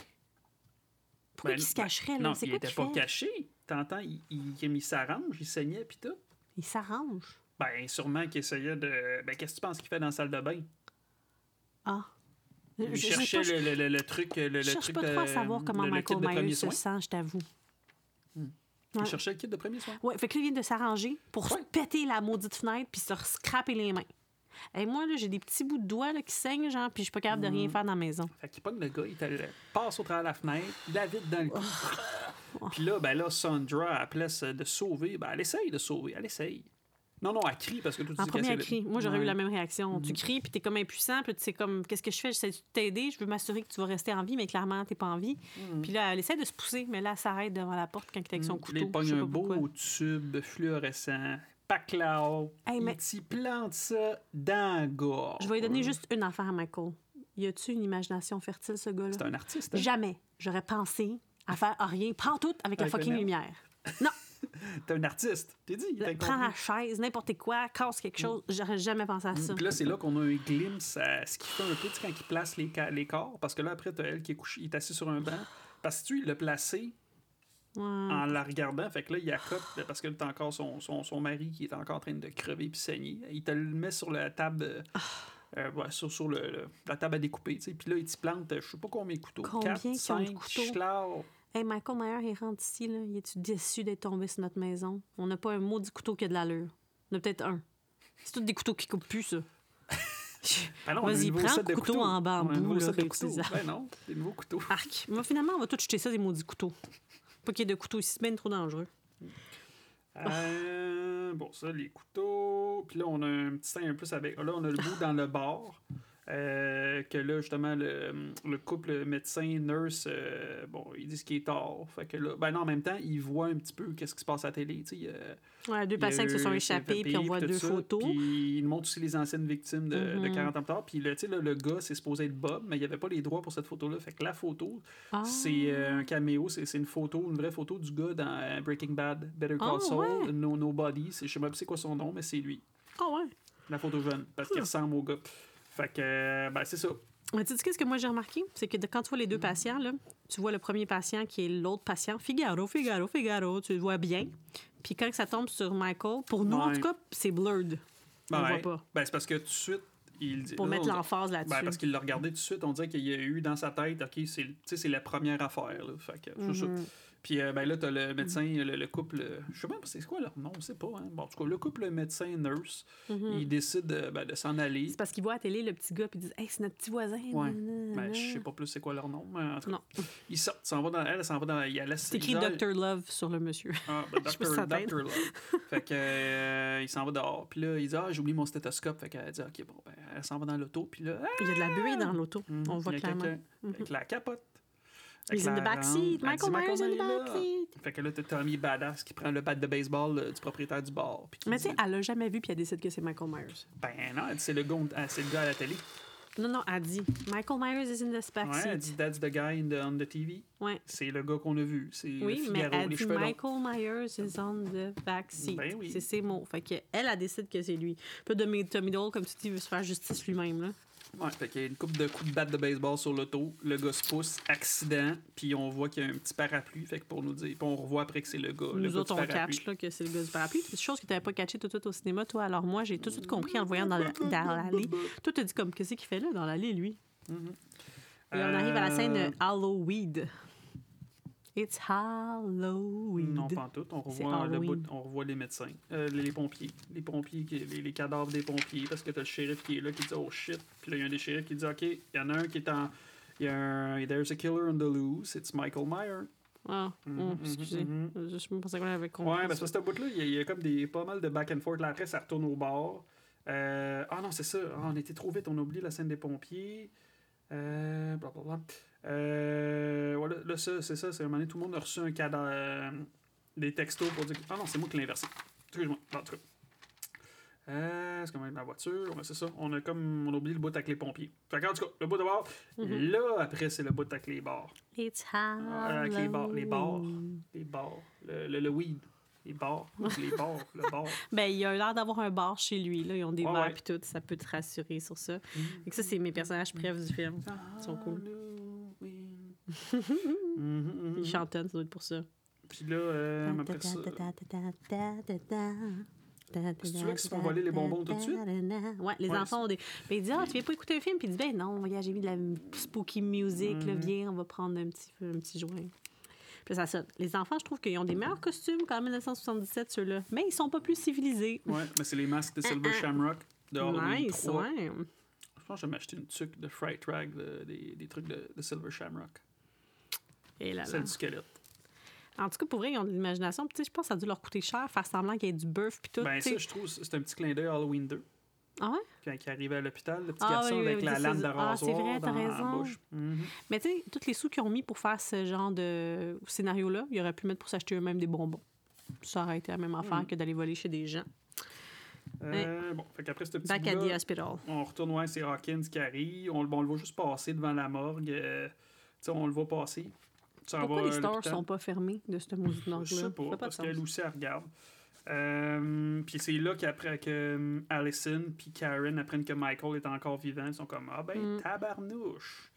[SPEAKER 1] Pourquoi
[SPEAKER 2] Ben,
[SPEAKER 1] il se
[SPEAKER 2] ben,
[SPEAKER 1] cacherait, là?
[SPEAKER 2] Non,
[SPEAKER 1] C'est
[SPEAKER 2] il
[SPEAKER 1] quoi
[SPEAKER 2] était
[SPEAKER 1] qu'il
[SPEAKER 2] pas
[SPEAKER 1] fait?
[SPEAKER 2] caché. T'entends, il, il, il s'arrange, il saignait, pis tout.
[SPEAKER 1] Il s'arrange.
[SPEAKER 2] Ben, sûrement qu'il essayait de. Ben, qu'est-ce que tu penses qu'il fait dans la salle de bain?
[SPEAKER 1] Ah.
[SPEAKER 2] Il
[SPEAKER 1] Je- je-
[SPEAKER 2] cherchait
[SPEAKER 1] je-
[SPEAKER 2] le, le- le- le truc. euh, Le, le
[SPEAKER 1] je cherche
[SPEAKER 2] truc
[SPEAKER 1] pas trop à
[SPEAKER 2] de-
[SPEAKER 1] savoir comment
[SPEAKER 2] le- le kit
[SPEAKER 1] Michael
[SPEAKER 2] de premier
[SPEAKER 1] Myers se
[SPEAKER 2] soin.
[SPEAKER 1] sent, je t'avoue. ouais.
[SPEAKER 2] Il cherchait le kit de premier soin.
[SPEAKER 1] Ouais, fait que là, il vient de s'arranger pour se
[SPEAKER 2] Ouais.
[SPEAKER 1] péter la maudite fenêtre puis se scraper les mains. Et moi, là, j'ai des petits bouts de doigts là, qui saignent, genre, puis je suis pas capable de
[SPEAKER 2] Mhm.
[SPEAKER 1] rien faire dans la maison.
[SPEAKER 2] Fait qu'il pogne le gars, il te le passe au travers de la fenêtre, il la vide dans le cou.
[SPEAKER 1] Oh.
[SPEAKER 2] Puis là, ben là, Sandra, à place de sauver, ben elle essaye de sauver, elle essaye. Non, non, elle crie parce que tout
[SPEAKER 1] En
[SPEAKER 2] dit
[SPEAKER 1] premier, elle
[SPEAKER 2] qu'elle essaie
[SPEAKER 1] crie.
[SPEAKER 2] de-
[SPEAKER 1] Moi, j'aurais
[SPEAKER 2] Ouais. Mhm.
[SPEAKER 1] eu la même réaction. Tu cries, puis t'es comme impuissant, puis c'est comme, qu'est-ce que je fais? J'essaie de t'aider, je veux m'assurer que tu vas rester en vie, mais clairement, t'es pas en vie.
[SPEAKER 2] Mhm.
[SPEAKER 1] Puis là, elle essaie de se pousser, mais là, elle s'arrête devant la porte quand t'es avec son
[SPEAKER 2] Puis là,
[SPEAKER 1] couteau.
[SPEAKER 2] il
[SPEAKER 1] Je
[SPEAKER 2] pogne
[SPEAKER 1] sais
[SPEAKER 2] Mhm. un
[SPEAKER 1] pas
[SPEAKER 2] beau
[SPEAKER 1] pourquoi.
[SPEAKER 2] tube fluorescent, paclao,
[SPEAKER 1] Hey, mais-
[SPEAKER 2] il t'y plante ça dans la gorge.
[SPEAKER 1] Je vais lui donner juste une affaire à Michael. Y a-tu une imagination fertile, ce gars-là?
[SPEAKER 2] C'est un artiste. hein?
[SPEAKER 1] Jamais j'aurais pensé à faire à rien. Prends tout avec la
[SPEAKER 2] Avec le
[SPEAKER 1] fucking
[SPEAKER 2] mien.
[SPEAKER 1] lumière.
[SPEAKER 2] T'es un artiste. T'es dit, il est
[SPEAKER 1] Prends
[SPEAKER 2] incompris.
[SPEAKER 1] la chaise, n'importe quoi, casse quelque chose. J'aurais jamais pensé à ça.
[SPEAKER 2] Puis là, c'est là qu'on a un glimpse à ce qu'il fait un peu, tu sais, quand il place les, ca- les corps. Parce que là, après, t'as elle qui est couchée, il est assis sur un banc. Parce que tu il l'a placé
[SPEAKER 1] Ouais.
[SPEAKER 2] en la regardant. Fait que là, il accote, là, parce que t'as encore son, son, son mari qui est encore en train de crever puis saigner. Il te le met sur la table. euh,
[SPEAKER 1] Ah.
[SPEAKER 2] euh, ouais, sur, sur le, le- la table à découper, tu sais. Puis là, il t'y plante, euh, je sais pas combien de couteaux.
[SPEAKER 1] Combien
[SPEAKER 2] Quatre,
[SPEAKER 1] qu'ils ont de
[SPEAKER 2] cinq,
[SPEAKER 1] couteaux?
[SPEAKER 2] ch'tlards.
[SPEAKER 1] Hey, Michael Mayer, il rentre ici, là. Il est-tu déçu d'être tombé sur notre maison? On n'a pas un maudit couteau qui a de l'allure. On a peut-être un. C'est tous des couteaux qui coupent plus, ça.
[SPEAKER 2] Ah non, on a un
[SPEAKER 1] Vas-y,
[SPEAKER 2] nouveau
[SPEAKER 1] prends
[SPEAKER 2] set
[SPEAKER 1] le
[SPEAKER 2] de
[SPEAKER 1] couteau
[SPEAKER 2] couteaux.
[SPEAKER 1] en
[SPEAKER 2] On a un
[SPEAKER 1] bambou,
[SPEAKER 2] nouveau
[SPEAKER 1] là,
[SPEAKER 2] set de couteaux.
[SPEAKER 1] réutilisable.
[SPEAKER 2] Ben non, des nouveaux couteaux.
[SPEAKER 1] Arc. Moi, finalement, on va tout jeter ça, des maudits couteaux. Pas qu'il y ait de couteaux ici, c'est bien trop dangereux.
[SPEAKER 2] Euh, bon, ça, les couteaux. Puis là, on a un petit teint un plus avec. Là, on a le bout dans le bord. Euh, que là, justement, le, le couple médecin-nurse, euh, bon, ils disent qu'il est tard. Fait que là, ben non, en même temps, ils voient un petit peu qu'est-ce qui se passe à la télé. tu sais, euh,
[SPEAKER 1] Ouais, deux
[SPEAKER 2] il y a
[SPEAKER 1] patients qui se
[SPEAKER 2] eu
[SPEAKER 1] sont
[SPEAKER 2] un
[SPEAKER 1] échappés, puis on
[SPEAKER 2] papier,
[SPEAKER 1] voit
[SPEAKER 2] tout
[SPEAKER 1] deux
[SPEAKER 2] ça,
[SPEAKER 1] photos.
[SPEAKER 2] Puis il montre aussi les anciennes victimes de, de
[SPEAKER 1] Mhm.
[SPEAKER 2] 40 ans plus tard. Puis le, tu sais, là, le gars, c'est supposé être Bob, mais il n'y avait pas les droits pour cette photo-là. Fait que la photo,
[SPEAKER 1] Ah.
[SPEAKER 2] c'est euh, un caméo, c'est c'est une photo, une vraie photo du gars dans euh, Breaking Bad, Better Call
[SPEAKER 1] Ah,
[SPEAKER 2] Saul,
[SPEAKER 1] ouais.
[SPEAKER 2] No Nobody. c'est- Je sais même pas c'est quoi son nom, mais c'est lui.
[SPEAKER 1] Ah ouais.
[SPEAKER 2] La photo jeune, parce qu'il ressemble au gars. Fait que, euh, ben c'est ça.
[SPEAKER 1] Mais tu sais, qu'est-ce que moi j'ai remarqué? C'est que de- quand tu vois les
[SPEAKER 2] Mm.
[SPEAKER 1] deux patients, là, tu vois le premier patient qui est l'autre patient, Figaro, Figaro, Figaro, tu le vois bien. Puis quand ça tombe sur Michael, pour nous en
[SPEAKER 2] Ouais.
[SPEAKER 1] tout cas, c'est blurred. On le
[SPEAKER 2] Ouais.
[SPEAKER 1] voit pas.
[SPEAKER 2] Ben, c'est parce que tout de suite, il dit.
[SPEAKER 1] Pour
[SPEAKER 2] là,
[SPEAKER 1] mettre
[SPEAKER 2] on-
[SPEAKER 1] l'emphase
[SPEAKER 2] Ben,
[SPEAKER 1] là-dessus.
[SPEAKER 2] parce qu'il l'a regardé tout de suite, on dirait qu'il y a eu dans sa tête, OK, c'est le- tu sais, c'est la première affaire. Là, fait que, c'est ça.
[SPEAKER 1] Mhm.
[SPEAKER 2] Puis euh, ben, là, t'as
[SPEAKER 1] Mm-hmm.
[SPEAKER 2] le médecin, le, le couple, euh, je sais pas, c'est quoi leur nom, on sait pas. Hein. Bon, en tout cas, le couple médecin-nurse,
[SPEAKER 1] Mhm.
[SPEAKER 2] ils décident euh, ben, de s'en aller.
[SPEAKER 1] C'est parce qu'ils voient à la télé le petit gars, puis ils disent Hey, c'est notre petit voisin.
[SPEAKER 2] Ouais.
[SPEAKER 1] nanana.
[SPEAKER 2] Ben, je sais pas plus c'est quoi leur nom. mais en tout cas,
[SPEAKER 1] Euh, Non.
[SPEAKER 2] (laughs) ils sortent, ils s'en vont dans elle, elle s'en va dans la. Il laisse
[SPEAKER 1] C'est écrit Dr. Love sur le monsieur.
[SPEAKER 2] Ah, ben,
[SPEAKER 1] (laughs) Je sais pas
[SPEAKER 2] Dr.
[SPEAKER 1] si ça t'aide.
[SPEAKER 2] Dr. Love. Fait que, euh, il s'en va dehors. Puis là, il dit Ah, j'ai oublié mon stéthoscope. Fait qu'elle dit Ok, bon, ben, elle s'en va dans l'auto. Puis là,
[SPEAKER 1] Il y a de la buée dans l'auto.
[SPEAKER 2] Mhm.
[SPEAKER 1] On voit
[SPEAKER 2] Il y a
[SPEAKER 1] clairement.
[SPEAKER 2] quelqu'un Avec la capote. Avec
[SPEAKER 1] He's in
[SPEAKER 2] la
[SPEAKER 1] the backseat.
[SPEAKER 2] rampe. Elle dit,
[SPEAKER 1] Michael Myers in the
[SPEAKER 2] Myers est là.
[SPEAKER 1] backseat.
[SPEAKER 2] Fait que là, t'as Tommy Badass qui prend le bat de baseball euh, du propriétaire du bar. puis qui
[SPEAKER 1] Mais tu sais,
[SPEAKER 2] dit,
[SPEAKER 1] elle l'a jamais vu, puis elle décide que c'est Michael Myers.
[SPEAKER 2] Ben non, elle dit, c'est le, gond- ah, c'est le gars à la télé.
[SPEAKER 1] Non, non, elle dit Michael Myers is in the
[SPEAKER 2] Ouais, elle dit
[SPEAKER 1] backseat.
[SPEAKER 2] That's the guy in the- on the TV.
[SPEAKER 1] Ouais.
[SPEAKER 2] C'est le gars qu'on a vu. C'est le
[SPEAKER 1] Oui, mais
[SPEAKER 2] Figaro,
[SPEAKER 1] elle
[SPEAKER 2] les
[SPEAKER 1] dit
[SPEAKER 2] cheveux longs.
[SPEAKER 1] Michael Myers is on the backseat.
[SPEAKER 2] Ben oui.
[SPEAKER 1] C'est ses mots. Fait que elle, elle décide que c'est lui. Puis Tommy Tommy Doyle, comme tu dis, veut se faire justice lui-même. là.
[SPEAKER 2] Ouais, fait qu'il y a une coupe de coups de batte de baseball sur l'auto. Le gars se pousse, accident, puis on voit qu'il y a un petit parapluie. Fait que pour nous dire, puis on revoit après que c'est le gars. le
[SPEAKER 1] Nous
[SPEAKER 2] gars
[SPEAKER 1] autres,
[SPEAKER 2] du
[SPEAKER 1] on
[SPEAKER 2] parapluie.
[SPEAKER 1] catch là, que c'est le gars du parapluie. C'est une chose que tu n'avais pas catché tout de suite au cinéma, toi. Alors moi, j'ai tout de suite compris en voyant dans la- dans l'allée. Toi, tu dit comme, qu'est-ce qu'il fait là dans l'allée, lui? Et on arrive à la scène
[SPEAKER 2] Euh,
[SPEAKER 1] euh, Halloween. It's Halloween.
[SPEAKER 2] Non, pas en tout. On
[SPEAKER 1] C'est
[SPEAKER 2] revoit, le
[SPEAKER 1] Halloween.
[SPEAKER 2] bout- on revoit les médecins, euh, les, les pompiers. Les pompiers, qui- les, les cadavres des pompiers, parce que t'as le shérif qui est là, qui dit oh shit. Puis là, il y a un des shérifs qui dit ok, il y en a un qui est en. Il y a un. There's a killer on the loose, it's Michael Meyer.
[SPEAKER 1] Ah,
[SPEAKER 2] Mhm,
[SPEAKER 1] oh,
[SPEAKER 2] mhm,
[SPEAKER 1] excusez.
[SPEAKER 2] mhm.
[SPEAKER 1] Je- Je pensais qu'on avait compris.
[SPEAKER 2] Ouais, ben parce que ce bout-là, il y, a- il y a comme des, pas mal de back and forth. Là, après, ça retourne au bord. Euh, ah non, c'est ça. Ah, on était trop vite. On a oublié la scène des pompiers. Euh, blablabla. Euh, voilà, là, ça, c'est ça. C'est un moment donné, tout le monde a reçu un cadavre. euh, des textos pour dire. que- Ah non, c'est moi qui l'ai inversé. Excuse-moi. En tout cas. Euh, c'est comme la voiture. Ouais, c'est ça. On a comme. On a oublié le bout avec les pompiers. Fait que, en tout cas, le bout de bord.
[SPEAKER 1] Mhm.
[SPEAKER 2] Là, après, c'est le bout avec les bars.
[SPEAKER 1] It's
[SPEAKER 2] Ah, avec
[SPEAKER 1] Halloween.
[SPEAKER 2] les bars- les bars. Les bars. Le, le, le weed. Les bars. Les bars. Le bar.
[SPEAKER 1] Ben, il a l'air d'avoir un bar chez lui. Là. Ils ont des
[SPEAKER 2] Ouais,
[SPEAKER 1] bars
[SPEAKER 2] ouais. Mm.
[SPEAKER 1] puis tout. Ça peut te rassurer sur ça. Et que ça, c'est mes personnages préfs du film. Ils sont cool.
[SPEAKER 2] Ah, Halloween. Mhm, mhm.
[SPEAKER 1] Ils chantonnent, ça doit être pour ça.
[SPEAKER 2] Puis là, euh, après ça.
[SPEAKER 1] C'est
[SPEAKER 2] ceux-là qui se font voler les bonbons tout de suite?
[SPEAKER 1] Ouais, les
[SPEAKER 2] Ouais, Mm.
[SPEAKER 1] enfants ont des. Ben, ils disent, ah, tu viens pas écouter un film? Puis ils disent, ben non, regarde, j'ai mis de la spooky music, là,
[SPEAKER 2] Mhm.
[SPEAKER 1] viens, on va prendre un petit, un petit joint. Puis ça sonne. Les enfants, je trouve qu'ils ont des meilleurs costumes qu'en 1977, ceux-là. Mais ils sont pas plus civilisés.
[SPEAKER 2] Ouais, mais c'est les masques de Silver Shamrock. De Halloween
[SPEAKER 1] Ah, nice,
[SPEAKER 2] 3.
[SPEAKER 1] ouais.
[SPEAKER 2] Je pense que je vais m'acheter une tuque de Fright Rag, de- des, des trucs de, de Silver Shamrock.
[SPEAKER 1] Et là, là.
[SPEAKER 2] Celle du squelette.
[SPEAKER 1] En tout cas, pour vrai, ils ont de l'imagination. Puis, Tu sais, je pense que ça a dû leur coûter cher, faire semblant qu'il y ait du bœuf, puis tout.
[SPEAKER 2] Ben,
[SPEAKER 1] tu
[SPEAKER 2] ça,
[SPEAKER 1] sais.
[SPEAKER 2] je trouve, c'est un petit clin d'œil à Halloween 2.
[SPEAKER 1] Ah ouais?
[SPEAKER 2] Quand il arrivait à l'hôpital, le petit
[SPEAKER 1] Ah,
[SPEAKER 2] garçon
[SPEAKER 1] oui, oui,
[SPEAKER 2] avec
[SPEAKER 1] oui,
[SPEAKER 2] la
[SPEAKER 1] c'est-
[SPEAKER 2] lame de
[SPEAKER 1] ah, c'est
[SPEAKER 2] rasoir
[SPEAKER 1] vrai, t'as
[SPEAKER 2] dans la
[SPEAKER 1] raison.
[SPEAKER 2] bouche. Mhm.
[SPEAKER 1] Mais tu sais, tous les sous qu'ils ont mis pour faire ce genre de scénario-là, ils auraient pu mettre pour s'acheter eux-mêmes des bonbons. Ça aurait été la même affaire
[SPEAKER 2] Mm.
[SPEAKER 1] que d'aller voler chez des gens.
[SPEAKER 2] Euh, Bon, fait qu'après ce petit
[SPEAKER 1] Back at
[SPEAKER 2] bout-là,
[SPEAKER 1] the hospital.
[SPEAKER 2] On retourne, ouais, c'est Hawkins qui arrive. On, le- bon, on le voit juste passer devant la morgue. euh, tu sais, on le voit passer. Ça
[SPEAKER 1] Pourquoi
[SPEAKER 2] va
[SPEAKER 1] les
[SPEAKER 2] à
[SPEAKER 1] stores
[SPEAKER 2] l'hôpital.
[SPEAKER 1] sont pas fermées de cette maudite
[SPEAKER 2] Je sais
[SPEAKER 1] morgue-là?
[SPEAKER 2] pas,
[SPEAKER 1] Ça fait
[SPEAKER 2] parce
[SPEAKER 1] de
[SPEAKER 2] qu'elle
[SPEAKER 1] sens.
[SPEAKER 2] aussi, elle regarde. Euh, puis c'est là qu'après que euh, Allison puis Karen apprennent que Michael est encore vivant, ils sont comme Ah ben
[SPEAKER 1] Mm.
[SPEAKER 2] tabarnouche!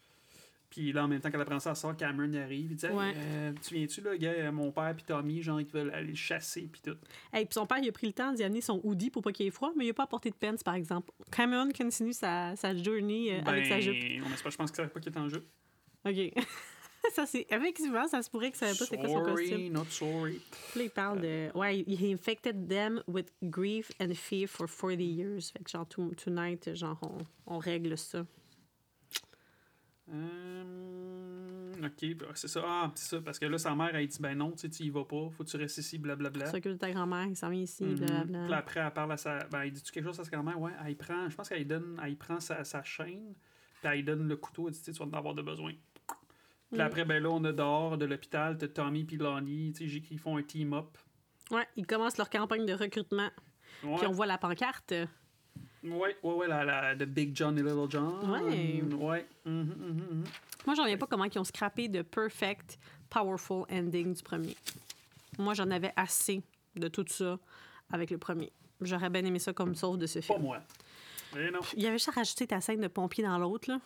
[SPEAKER 2] Puis là, en même temps qu'elle apprend ça, elle sort Cameron il arrive, il dit Hey,
[SPEAKER 1] Ouais.
[SPEAKER 2] euh, Tu viens-tu, là, gars, mon père puis Tommy, genre, ils veulent aller le chasser, puis tout.
[SPEAKER 1] Hey, puis son père, il a pris le temps d'y amener son hoodie pour pas qu'il ait froid, mais il a pas apporté de pence, par exemple. Cameron continue sa, sa journey euh,
[SPEAKER 2] Ben,
[SPEAKER 1] avec sa jupe.
[SPEAKER 2] on espère, je pense qu'il ne pas qu'il est en jeu.
[SPEAKER 1] OK. (laughs) ça, c'est... Effectivement, ça se pourrait que ça savait pas c'est quoi son costume.
[SPEAKER 2] sorry, not sorry.
[SPEAKER 1] Puis là, il parle de. Ouais, he infected them with grief and fear for 40 years. Fait que, genre, to-
[SPEAKER 2] Hein?
[SPEAKER 1] tonight, genre, on, on règle ça.
[SPEAKER 2] Euh, OK, puis, ah, c'est ça. Ah, c'est ça. Parce que là, sa mère, elle dit Ben non, tu sais, tu y vas pas. Faut que tu restes ici, blablabla.
[SPEAKER 1] S'occupe de ta grand-mère, il s'en vient ici,
[SPEAKER 2] Mhm.
[SPEAKER 1] blablabla.
[SPEAKER 2] Puis après, elle parle à sa. Ben, elle dit-tu quelque chose à sa grand-mère Ouais, elle y prend. Je pense qu'elle y donne, elle y prend sa, sa chaîne, puis elle lui donne le couteau. Elle dit Tu sais, tu vas en avoir de besoin. Puis
[SPEAKER 1] Mm.
[SPEAKER 2] après, ben là, on a dehors de l'hôpital, t'as Tommy puis Lonnie, tu sais, j'ai- ils font un team-up.
[SPEAKER 1] Ouais, ils commencent leur campagne de recrutement.
[SPEAKER 2] Ouais.
[SPEAKER 1] Puis on voit la pancarte.
[SPEAKER 2] ouais, ouais, ouais, la, la- de Big John et Little John.
[SPEAKER 1] Ouais.
[SPEAKER 2] Ouais. Mhm, mhm, mhm.
[SPEAKER 1] Moi, j'en reviens pas comment ils ont scrappé de perfect, powerful ending du premier. Moi, j'en avais assez de tout ça avec le premier. J'aurais bien aimé ça comme sauve de ce
[SPEAKER 2] Pas
[SPEAKER 1] film.
[SPEAKER 2] moi. Mais non.
[SPEAKER 1] Il y avait juste à rajouter ta scène de pompier dans l'autre,
[SPEAKER 2] (laughs)
[SPEAKER 1] là.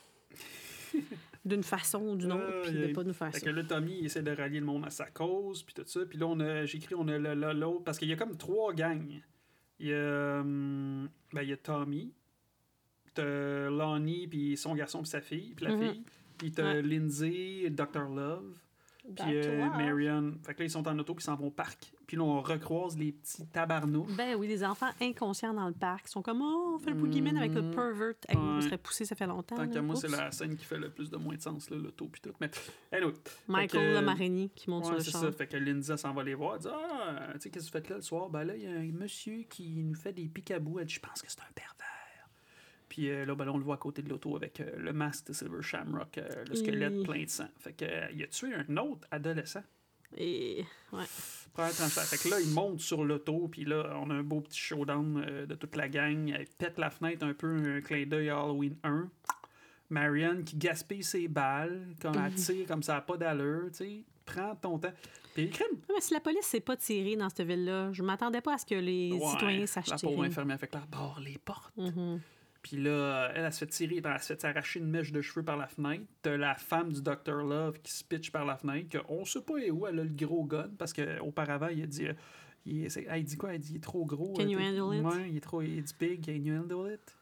[SPEAKER 1] D'une façon ou d'une autre,
[SPEAKER 2] Aïe,
[SPEAKER 1] puis de
[SPEAKER 2] aïe.
[SPEAKER 1] pas nous faire
[SPEAKER 2] Fait
[SPEAKER 1] ça.
[SPEAKER 2] que là, Tommy, il essaie de rallier le monde à sa cause, puis tout ça. Puis là, on a, j'écris, on a le- le- l'autre, parce qu'il y a comme trois gangs. Il y a, hum, ben, il y a Tommy, t'as Lonnie, puis son garçon, puis sa fille, puis la
[SPEAKER 1] Mhm.
[SPEAKER 2] fille. Puis t'as
[SPEAKER 1] Ouais.
[SPEAKER 2] Lindsay, Dr. Love, puis euh, Marion. Fait que là, ils sont en auto, puis ils s'en vont au parc. Puis là, on recroise les petits tabarnous.
[SPEAKER 1] Ben oui, les enfants inconscients dans le parc sont comme Oh, on fait le boogeyman avec notre
[SPEAKER 2] Mhm.
[SPEAKER 1] pervert. Hey, On
[SPEAKER 2] Ouais.
[SPEAKER 1] serait poussé, ça fait longtemps.
[SPEAKER 2] Tant
[SPEAKER 1] là.
[SPEAKER 2] qu'à moi, c'est
[SPEAKER 1] Oups.
[SPEAKER 2] la scène qui fait le plus de moins de sens, là, l'auto, puis tout. Mais, anyway.
[SPEAKER 1] Michael,
[SPEAKER 2] Fait que-
[SPEAKER 1] l'homme araignée, qui monte
[SPEAKER 2] Ouais, c'est
[SPEAKER 1] sur le
[SPEAKER 2] ça.
[SPEAKER 1] champ.
[SPEAKER 2] Fait que Lindsay elle s'en va les voir. Elle dit Ah, tu sais, qu'est-ce que vous faites là le soir Ben là, il y a un monsieur qui nous fait des picabous. Elle dit Je pense que c'est un pervers. Puis euh, là, ben, là, on le voit à côté de l'auto avec euh, le masque de Silver Shamrock, euh, le squelette
[SPEAKER 1] Hi.
[SPEAKER 2] plein de sang. Fait que, euh, il a tué un autre adolescent.
[SPEAKER 1] Et ouais.
[SPEAKER 2] Première transfert. Fait que là, il monte sur l'auto, puis là, on a un beau petit showdown euh, de toute la gang. Elle pète la fenêtre un peu, un clin d'œil à Halloween 1. Marianne qui gaspille ses balles, comme elle tire comme ça, a pas d'allure, tu sais. Prends ton temps. Puis crime,
[SPEAKER 1] Ouais, mais si la police s'est pas tirée dans cette ville-là, je m'attendais pas à ce que les
[SPEAKER 2] Ouais,
[SPEAKER 1] citoyens sachent
[SPEAKER 2] La pauvre
[SPEAKER 1] tirer.
[SPEAKER 2] infirmière fait que là, elle barre les portes.
[SPEAKER 1] Mhm.
[SPEAKER 2] Puis là, elle, elle se fait tirer, elle se fait arracher une mèche de cheveux par la fenêtre. T'as la femme du Dr. Love qui se pitch par la fenêtre, que on sait pas où elle a le gros gun, parce qu'auparavant, il a dit. euh, il, est- c'est- elle dit quoi Elle dit il est trop gros.
[SPEAKER 1] Can
[SPEAKER 2] euh,
[SPEAKER 1] you
[SPEAKER 2] t'es-
[SPEAKER 1] handle it?
[SPEAKER 2] Ouais, il est trop. Il dit big, can you handle it